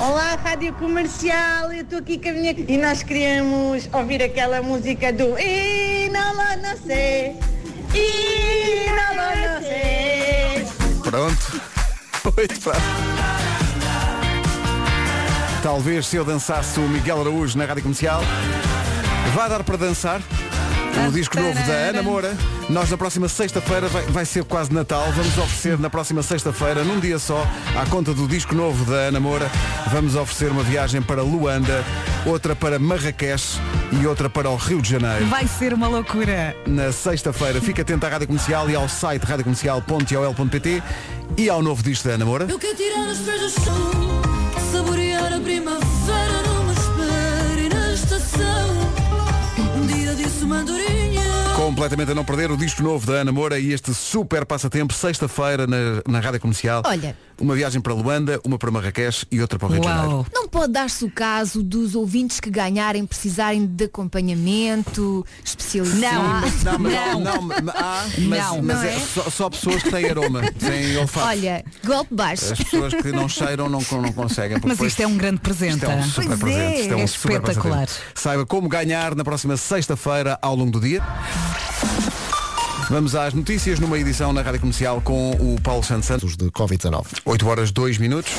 [SPEAKER 14] Olá, Rádio Comercial, eu estou aqui com a minha... E nós queríamos ouvir aquela música do E não lá não sei, E não lá não sei.
[SPEAKER 1] Pronto. 8 para. Talvez se eu dançasse o Miguel Araújo na rádio comercial. Vai dar para dançar. O disco novo da Ana Moura. Nós na próxima sexta-feira, vai, vai ser quase Natal, vamos oferecer na próxima sexta-feira, num dia só, à conta do disco novo da Ana Moura, vamos oferecer uma viagem para Luanda, outra para Marrakech e outra para o Rio de Janeiro
[SPEAKER 5] Vai ser uma loucura.
[SPEAKER 1] na sexta-feira. Fica atento à Rádio Comercial e ao site radiocomercial.ol.pt e ao novo disco da Ana Moura.
[SPEAKER 2] Eu quero tirar os pés do chão, saborear a primavera numa espera e na estação. Um dia disse uma andorinha.
[SPEAKER 1] Completamente a não perder o disco novo da Ana Moura e este super passatempo, sexta-feira na, na Rádio Comercial.
[SPEAKER 6] Olha.
[SPEAKER 1] Uma viagem para Luanda, uma para Marrakech e outra para o Rio de Janeiro.
[SPEAKER 6] Não pode dar-se o caso dos ouvintes que ganharem precisarem de acompanhamento especializado.
[SPEAKER 1] Sim, mas- não, não, mas- ah, mas,
[SPEAKER 6] Não,
[SPEAKER 1] mas
[SPEAKER 6] não
[SPEAKER 1] é,
[SPEAKER 6] é?
[SPEAKER 1] Só, só pessoas que têm aroma, têm olfato.
[SPEAKER 6] Olha, golpe baixo.
[SPEAKER 1] As pessoas que não cheiram não, não conseguem. porque
[SPEAKER 5] Mas
[SPEAKER 1] depois-
[SPEAKER 5] isto é um grande presente.
[SPEAKER 1] Isto é um super
[SPEAKER 5] Pois
[SPEAKER 1] presente.
[SPEAKER 5] é,
[SPEAKER 1] Isto é um
[SPEAKER 5] é
[SPEAKER 1] super
[SPEAKER 5] espetacular.
[SPEAKER 1] presente. Saiba como ganhar na próxima sexta-feira ao longo do dia. Vamos às notícias numa edição na Rádio Comercial com o Paulo Santos Santos de Covid-19. 8 horas 2 minutos.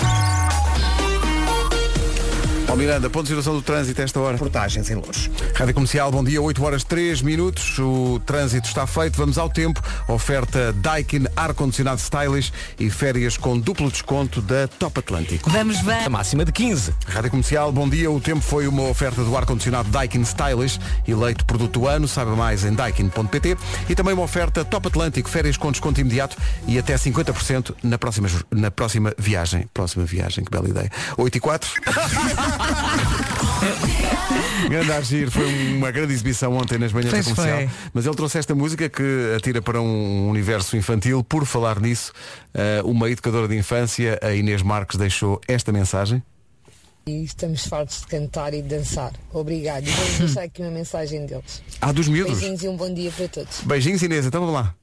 [SPEAKER 1] Ó Miranda, ponto de situação do trânsito a esta hora.
[SPEAKER 4] Portagens em Louros.
[SPEAKER 1] Rádio Comercial, bom dia, 8 horas 3 minutos. O trânsito está feito, vamos ao tempo. Oferta Daikin Ar-Condicionado Stylish e férias com duplo desconto da Top Atlântico.
[SPEAKER 5] Vamos ver. A
[SPEAKER 1] máxima de 15. Rádio Comercial, bom dia. O tempo foi uma oferta do ar-condicionado Daikin Stylish, eleito produto do ano, saiba mais em daikin.pt e também uma oferta Top Atlântico, férias com desconto imediato e até 50% na próxima, jor- na próxima viagem. Próxima viagem, que bela ideia. 8 e 4. Grande Argir, foi uma grande exibição ontem nas manhãs
[SPEAKER 5] Pois
[SPEAKER 1] da comercial.
[SPEAKER 5] foi.
[SPEAKER 1] Mas ele trouxe esta música que atira para um universo infantil. Por falar nisso, eh, uma educadora de infância, a Inês Marques, deixou esta mensagem.
[SPEAKER 15] E estamos fartos de cantar e de dançar. Obrigado. E vamos deixar aqui uma mensagem deles.
[SPEAKER 1] Ah, dos miúdos.
[SPEAKER 15] Beijinhos e um bom dia para todos.
[SPEAKER 1] Beijinhos, Inês, então vamos lá.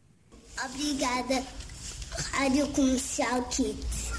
[SPEAKER 16] Obrigada, Rádio Comercial Kids.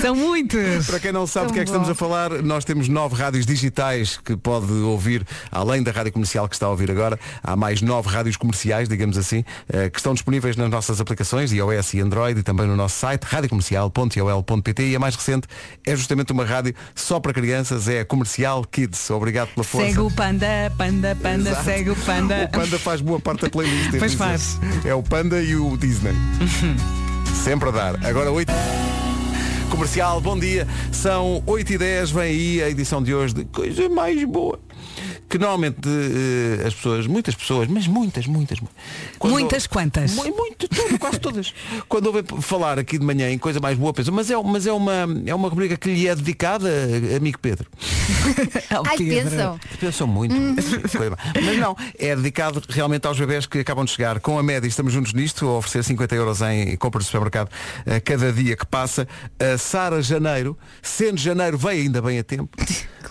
[SPEAKER 5] São muitos.
[SPEAKER 1] Para quem não sabe
[SPEAKER 5] Tão
[SPEAKER 1] do que é que estamos
[SPEAKER 5] bom.
[SPEAKER 1] a falar, nós temos nove rádios digitais que pode ouvir, além da rádio comercial que está a ouvir agora. Há mais nove rádios comerciais, digamos assim, eh, que estão disponíveis nas nossas aplicações, iOS e Android, e também no nosso site, radiocomercial.iol.pt. E a mais recente é justamente uma rádio só para crianças, é a Comercial Kids. Obrigado pela força.
[SPEAKER 5] Segue o panda, panda, panda,
[SPEAKER 1] Exato.
[SPEAKER 5] segue o panda.
[SPEAKER 1] O Panda faz boa parte da playlist. devo
[SPEAKER 5] Pois
[SPEAKER 1] dizer.
[SPEAKER 5] faz. Uhum.
[SPEAKER 1] É o Panda e o Disney. Sempre a dar. Agora 8. Comercial, bom dia. São 8 e 10 vem aí a edição de hoje de Coisa Mais Boa. Que normalmente eh, as pessoas, muitas pessoas, mas muitas, muitas, mu- quando-
[SPEAKER 5] Muitas quantas?
[SPEAKER 1] Mu- muito, tudo, quase todas. Quando ouvem p- falar aqui de manhã em coisa mais boa, pensam, mas é, mas é, uma, é uma rubrica que lhe é dedicada, amigo Pedro.
[SPEAKER 6] Ai, pensam.
[SPEAKER 1] Pensam muito.
[SPEAKER 5] Uhum.
[SPEAKER 1] Coisa má. Mas não, é dedicado realmente aos bebés que acabam de chegar. Com a média, estamos juntos nisto, a oferecer 50 euros em compras de supermercado a cada dia que passa. A Sara Janeiro, sendo janeiro, veio ainda bem a tempo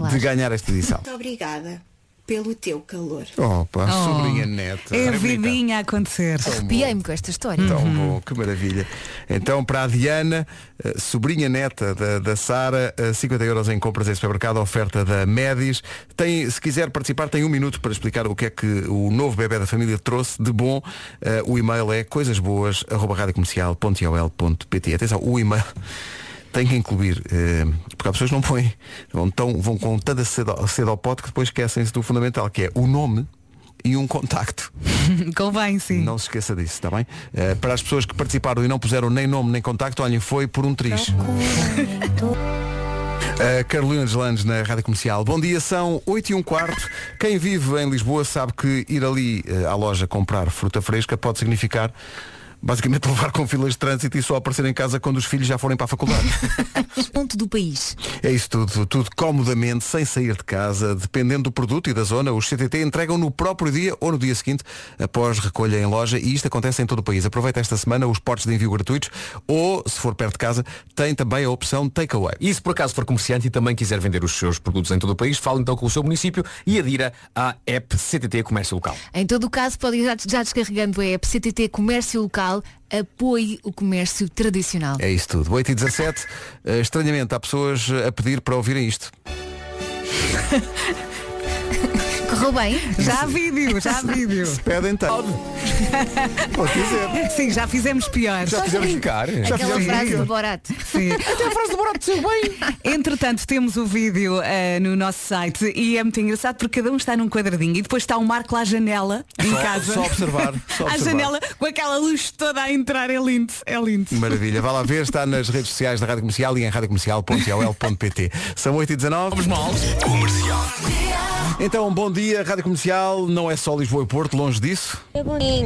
[SPEAKER 1] de ganhar esta edição.
[SPEAKER 17] Muito obrigada pelo teu calor.
[SPEAKER 1] Opa,
[SPEAKER 17] Oh,
[SPEAKER 1] sobrinha neta.
[SPEAKER 5] É
[SPEAKER 1] Olha, bonita.
[SPEAKER 5] vidinha a acontecer.
[SPEAKER 6] Arrepiei-me com esta história.
[SPEAKER 1] Tão Então, bom, que maravilha. Então, para a Diana, eh, sobrinha neta da, da Sara, eh, 50 euros em compras em supermercado, oferta da Médis. Tem, se quiser participar, tem um minuto para explicar o que é que o novo bebê da família trouxe de bom. Eh, O e-mail é coisasboas.radiocomercial.ol.pt Atenção, o e-mail tem que incluir, eh, porque há pessoas que não põem, vão, tão, vão com tanta sede ao, sede ao pote que depois esquecem-se do fundamental, que é o nome e um contacto.
[SPEAKER 5] Convém, sim.
[SPEAKER 1] Então, Não se esqueça disso, está bem? Eh, para as pessoas que participaram e não puseram nem nome nem contacto, olhem, foi por um triz. A Carolina Deslandes na Rádio Comercial. Bom dia, são 8 e um quarto. Quem vive em Lisboa sabe que ir ali eh, à loja comprar fruta fresca pode significar basicamente levar com filas de trânsito e só aparecer em casa quando os filhos já forem para a faculdade.
[SPEAKER 6] Um Ponto do país.
[SPEAKER 1] É isso tudo, tudo comodamente, sem sair de casa, dependendo do produto e da zona, os CTT entregam no próprio dia ou no dia seguinte, após recolha em loja, e isto acontece em todo o país. Aproveita esta semana os portes de envio gratuitos, ou, se for perto de casa, tem também a opção takeaway.
[SPEAKER 9] E se por acaso for comerciante e também quiser vender os seus produtos em todo o país, fale então com o seu município e adira à app CTT Comércio Local.
[SPEAKER 6] Em todo o caso, podem ir já, já descarregando a app CTT Comércio Local, apoie o comércio tradicional.
[SPEAKER 1] É isso tudo. 8 e 17, eh, estranhamente, há pessoas eh, a pedir para ouvirem isto. É.
[SPEAKER 6] Correu bem?
[SPEAKER 5] Já há vídeo, já há vídeo.
[SPEAKER 1] Se pedem, então. Pode dizer.
[SPEAKER 5] Sim, já fizemos pior.
[SPEAKER 1] Já fizemos ficar. Já
[SPEAKER 6] Aquela
[SPEAKER 1] fizemos
[SPEAKER 6] frase
[SPEAKER 1] ficar.
[SPEAKER 6] do Borat.
[SPEAKER 5] Sim.
[SPEAKER 6] Até Tá, a frase do Borat saiu bem.
[SPEAKER 5] Entretanto, temos o vídeo eh, no nosso site e é muito engraçado porque cada um está num quadradinho e depois está o Marco à janela em
[SPEAKER 1] Só-
[SPEAKER 5] casa.
[SPEAKER 1] só observar, só
[SPEAKER 5] à
[SPEAKER 1] observar.
[SPEAKER 5] janela com aquela luz toda a entrar. É lindo, é lindo.
[SPEAKER 1] Maravilha, vá lá ver, está nas redes sociais da Rádio Comercial e em radiocomercial.ol.pt São 8 e 19 Comercial Então, bom dia, Rádio Comercial, não é só Lisboa e Porto, longe disso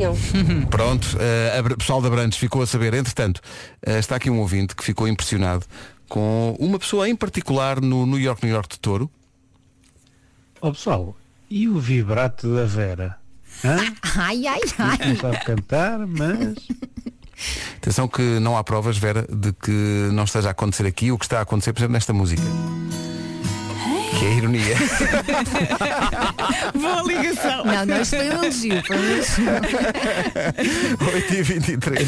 [SPEAKER 1] Pronto, eh, a- o pessoal da Brandes ficou a saber, entretanto eh, Está aqui um ouvinte que ficou impressionado com uma pessoa em particular no New York, New York de Touro
[SPEAKER 18] Ó pessoal, e o vibrato da Vera? Hã?
[SPEAKER 6] Ai, ai,
[SPEAKER 18] Não
[SPEAKER 6] ai.
[SPEAKER 18] sabe cantar, mas
[SPEAKER 1] Atenção que não há provas, Vera, de que não esteja a acontecer aqui o que está a acontecer, por exemplo, nesta música Que é a ironia Hum.
[SPEAKER 5] Boa ligação.
[SPEAKER 6] Não, não, isto foi um elogio, foi um elogio.
[SPEAKER 1] 8 e 23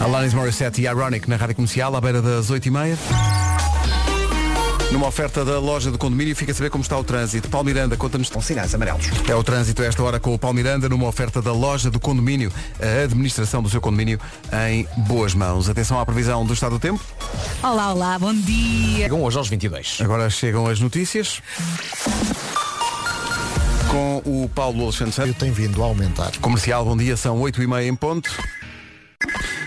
[SPEAKER 1] Alanis Morissette e Ironic na Rádio Comercial, à beira das 8h30. Numa oferta da loja do condomínio, fica a saber como está o trânsito. Paulo Miranda, conta-nos. Com sinais amarelos. É o trânsito a esta hora com o Paulo Miranda, numa oferta da loja do condomínio. A administração do seu condomínio em boas mãos. Atenção à previsão do estado do tempo.
[SPEAKER 5] Olá, olá, bom dia.
[SPEAKER 1] Chegam hoje aos 22. Agora chegam as notícias. Com o Paulo Alexandre Santos.
[SPEAKER 3] Tem vindo a aumentar.
[SPEAKER 1] Comercial, bom dia, são 8h30 em ponto.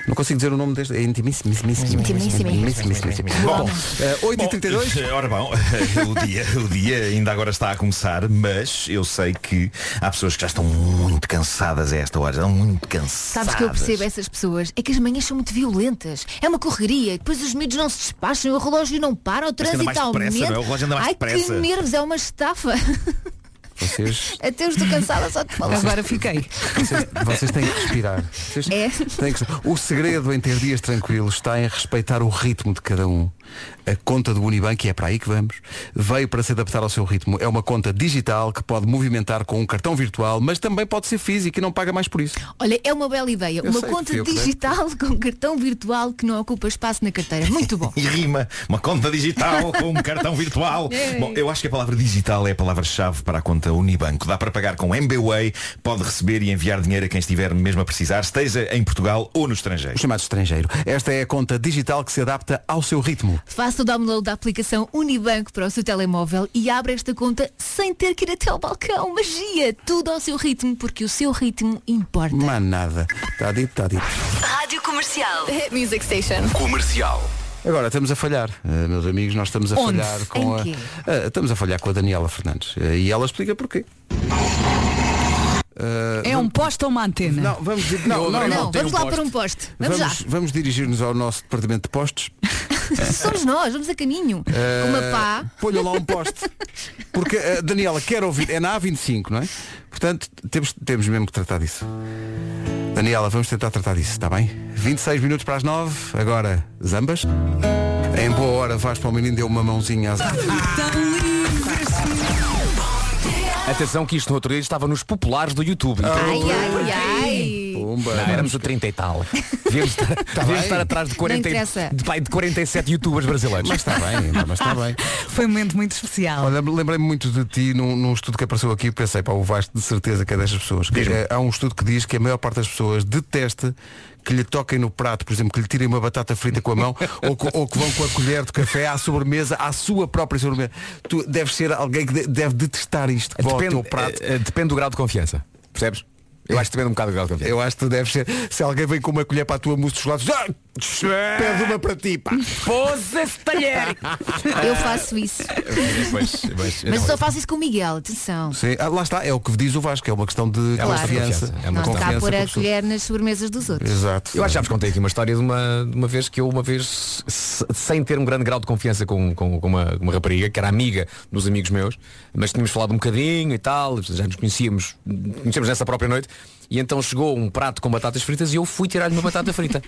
[SPEAKER 1] Não consigo dizer o nome deste. É intimíssimo. intimíssimo,
[SPEAKER 3] Intimíssimo.
[SPEAKER 1] intimíssimo, intimíssimo. Bom, eh, 8h32.
[SPEAKER 19] Bom, eh, Ora bom, o dia, o dia ainda agora está a começar, mas eu sei que há pessoas que já estão muito cansadas a esta hora, estão muito cansadas.
[SPEAKER 6] Sabes que eu percebo essas pessoas? É que as manhãs são muito violentas. É uma correria. e Depois os miúdos não se despacham, o relógio não para, o
[SPEAKER 19] Parece que
[SPEAKER 6] trânsito
[SPEAKER 19] anda mais
[SPEAKER 6] aumenta.
[SPEAKER 19] depressa, não é? O relógio anda mais
[SPEAKER 6] Ai, que
[SPEAKER 19] depressa.
[SPEAKER 6] nervos, é uma estafa.
[SPEAKER 1] Vocês,
[SPEAKER 6] Até eu estou cansada só de falar.
[SPEAKER 1] Agora
[SPEAKER 5] fiquei.
[SPEAKER 1] vocês, vocês têm que respirar. Vocês
[SPEAKER 6] É.
[SPEAKER 1] têm que- O segredo em ter dias tranquilos está em respeitar o ritmo de cada um. A conta do Unibanco, e é para aí que vamos, veio para se adaptar ao seu ritmo. É uma conta digital que pode movimentar com um cartão virtual, mas também pode ser física e não paga mais por isso.
[SPEAKER 6] Olha, é uma bela ideia.
[SPEAKER 1] Eu
[SPEAKER 6] uma
[SPEAKER 1] sei,
[SPEAKER 6] conta
[SPEAKER 1] fui eu que né? dei.
[SPEAKER 6] digital com cartão virtual que não ocupa espaço na carteira. Muito bom.
[SPEAKER 19] E rima, uma conta digital com um cartão virtual.
[SPEAKER 6] Ei.
[SPEAKER 19] Bom, eu acho que a palavra digital é a palavra-chave para a conta Unibanco. Dá para pagar com MBWay, pode receber e enviar dinheiro a quem estiver mesmo a precisar, esteja em Portugal ou no estrangeiro.
[SPEAKER 1] Chamado estrangeiro. Esta é a conta digital que se adapta ao seu ritmo.
[SPEAKER 6] Faça o download da aplicação Unibanco para o seu telemóvel e abra esta conta sem ter que ir até ao balcão. Magia! Tudo ao seu ritmo, porque o seu ritmo importa.
[SPEAKER 1] Mas nada. Está dito, está dito.
[SPEAKER 6] Rádio Comercial. Hit Music Station.
[SPEAKER 1] Comercial. Agora estamos a falhar, eh, meus amigos, nós estamos a
[SPEAKER 6] Onde?
[SPEAKER 1] falhar com
[SPEAKER 6] Em
[SPEAKER 1] a.
[SPEAKER 6] quê?
[SPEAKER 1] Ah, estamos a falhar com a Daniela Fernandes. Eh, e ela explica porquê. Ah,
[SPEAKER 5] É um poste ou uma antena?
[SPEAKER 1] Não, vamos dizer- não, Eu não, adorei não. uma antena,
[SPEAKER 6] Vamos lá
[SPEAKER 1] um poste.
[SPEAKER 6] para um poste. Vamos,
[SPEAKER 1] vamos, vamos dirigir-nos ao nosso departamento de postes.
[SPEAKER 6] já. Somos nós, vamos a caminho.
[SPEAKER 1] Eh,
[SPEAKER 6] Com uma pá.
[SPEAKER 1] Ponha lá um poste. Porque a Daniela quer ouvir. É na A25, não é? Portanto, temos, temos mesmo que tratar disso. Daniela, vamos tentar tratar disso, está bem? 26 minutos para as 9, agora zambas. Em boa hora vais para o menino deu uma mãozinha às...
[SPEAKER 9] Atenção que isto no outro dia estava nos populares do YouTube.
[SPEAKER 7] Ah.
[SPEAKER 6] Ai, ai, ai.
[SPEAKER 9] Pumba. Não, éramos o 30 e tal. Devíamos
[SPEAKER 7] Tá
[SPEAKER 9] estar, devíamos estar atrás de, 40, e-
[SPEAKER 5] Não interessa.
[SPEAKER 9] de, pai, de 47 youtubers brasileiros.
[SPEAKER 1] Mas está bem, mas está bem.
[SPEAKER 5] Foi um momento muito especial.
[SPEAKER 1] Ah, Olha, lembrei-me muito de ti num, num estudo que apareceu aqui, pensei, pá, o Vasco de certeza que é destas pessoas. Que, eh, há um estudo que diz que a maior parte das pessoas detesta que lhe toquem no prato, por exemplo, que lhe tirem uma batata frita com a mão ou, co- ou que vão com a colher de café à sobremesa, à sua própria sobremesa. Tu deves ser alguém que de- deve detestar isto, que vão ao
[SPEAKER 9] Depende,
[SPEAKER 1] teu prato.
[SPEAKER 9] eh, eh, depende do grau de confiança. Percebes? Eu acho que depende um bocado do grau de confiança.
[SPEAKER 1] Eu acho que tu deves ser. Se alguém vem com uma colher para a tua mousse de chocolate, ah, pede uma para ti, pá.
[SPEAKER 9] Pose esse talher!
[SPEAKER 6] Eu faço isso. Mas eu só faço isso com o Miguel, atenção.
[SPEAKER 1] Sim, ah, lá está, é o que diz o Vasco, é uma questão de
[SPEAKER 9] É uma questão de
[SPEAKER 1] confiança.
[SPEAKER 9] confiança,
[SPEAKER 1] É uma
[SPEAKER 6] não está a
[SPEAKER 1] confiança
[SPEAKER 6] pôr
[SPEAKER 1] com a
[SPEAKER 6] a
[SPEAKER 1] pessoa.
[SPEAKER 6] colher nas sobremesas dos outros.
[SPEAKER 1] Exato.
[SPEAKER 9] Eu acho que já vos contei aqui uma história de uma, de uma vez que eu, uma vez, se- sem ter um grande grau de confiança com, com, com uma, uma rapariga, que era amiga dos amigos meus, mas tínhamos falado um bocadinho e tal, já nos conhecíamos, conhecemos nessa própria noite, e então chegou um prato com batatas fritas e eu fui tirar-lhe uma batata frita.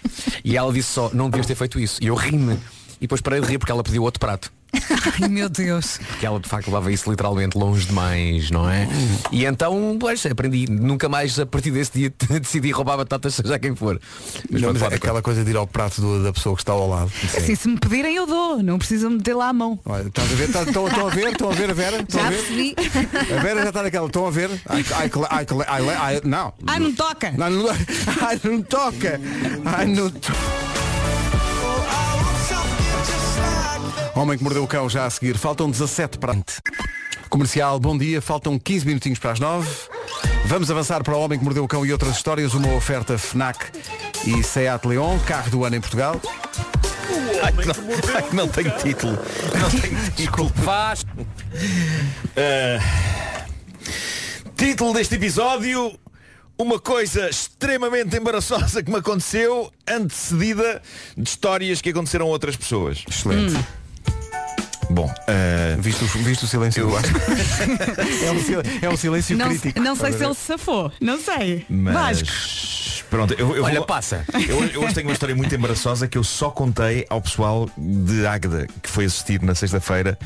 [SPEAKER 9] E ela disse só, não devias ter feito isso. E eu ri-me. E depois parei de rir porque ela pediu outro prato.
[SPEAKER 5] Ai, meu Deus.
[SPEAKER 9] Porque ela de facto levava isso literalmente longe demais, não é? E então, pois, aprendi. Nunca mais a partir desse dia decidi roubar batatas, seja quem for. Mas
[SPEAKER 1] Não,
[SPEAKER 9] pronto,
[SPEAKER 1] mas
[SPEAKER 9] lá
[SPEAKER 1] é aquela coisa de ir ao prato do- da pessoa que está ao lado.
[SPEAKER 5] Assim, se me pedirem, eu dou. Não precisam meter lá a mão.
[SPEAKER 1] Olha, estás a ver? Estás- Estão estão a ver? Estão a ver a Vera? Estão a
[SPEAKER 5] Já
[SPEAKER 1] ver?
[SPEAKER 5] percebi.
[SPEAKER 1] A Vera já está naquela. Estão a ver? Ai, ai, cla- ai, cla- ai, le- ai, não.
[SPEAKER 5] Ai, não toca.
[SPEAKER 1] Não, não- ai, não toca. Ai, não to- Homem que mordeu o cão já a seguir. Faltam 17 para... Comercial, bom dia. Faltam 15 minutinhos para as 9. Vamos avançar para o Homem que Mordeu o Cão e outras histórias. Uma oferta FNAC e Seat Leon, carro do ano em Portugal.
[SPEAKER 19] Ai, que não, ai, que não tenho título. Não tenho título.
[SPEAKER 9] Faz.
[SPEAKER 19] Ah, título deste episódio. Uma coisa extremamente embaraçosa que me aconteceu, antecedida de histórias que aconteceram a outras pessoas. Hum.
[SPEAKER 1] Excelente.
[SPEAKER 19] Bom, ah,
[SPEAKER 1] visto, visto o silêncio do Vasco. é, um sil- é um silêncio
[SPEAKER 5] Não,
[SPEAKER 1] crítico.
[SPEAKER 5] não sei se ele
[SPEAKER 1] Estás
[SPEAKER 5] se safou. Não sei.
[SPEAKER 19] Mas-
[SPEAKER 5] Vasco.
[SPEAKER 19] Pronto, eu, eu
[SPEAKER 9] Olha,
[SPEAKER 19] vou-
[SPEAKER 9] passa.
[SPEAKER 19] Eu, eu hoje tenho uma história muito embaraçosa que eu só contei ao pessoal de Águeda que foi assistir na sexta-feira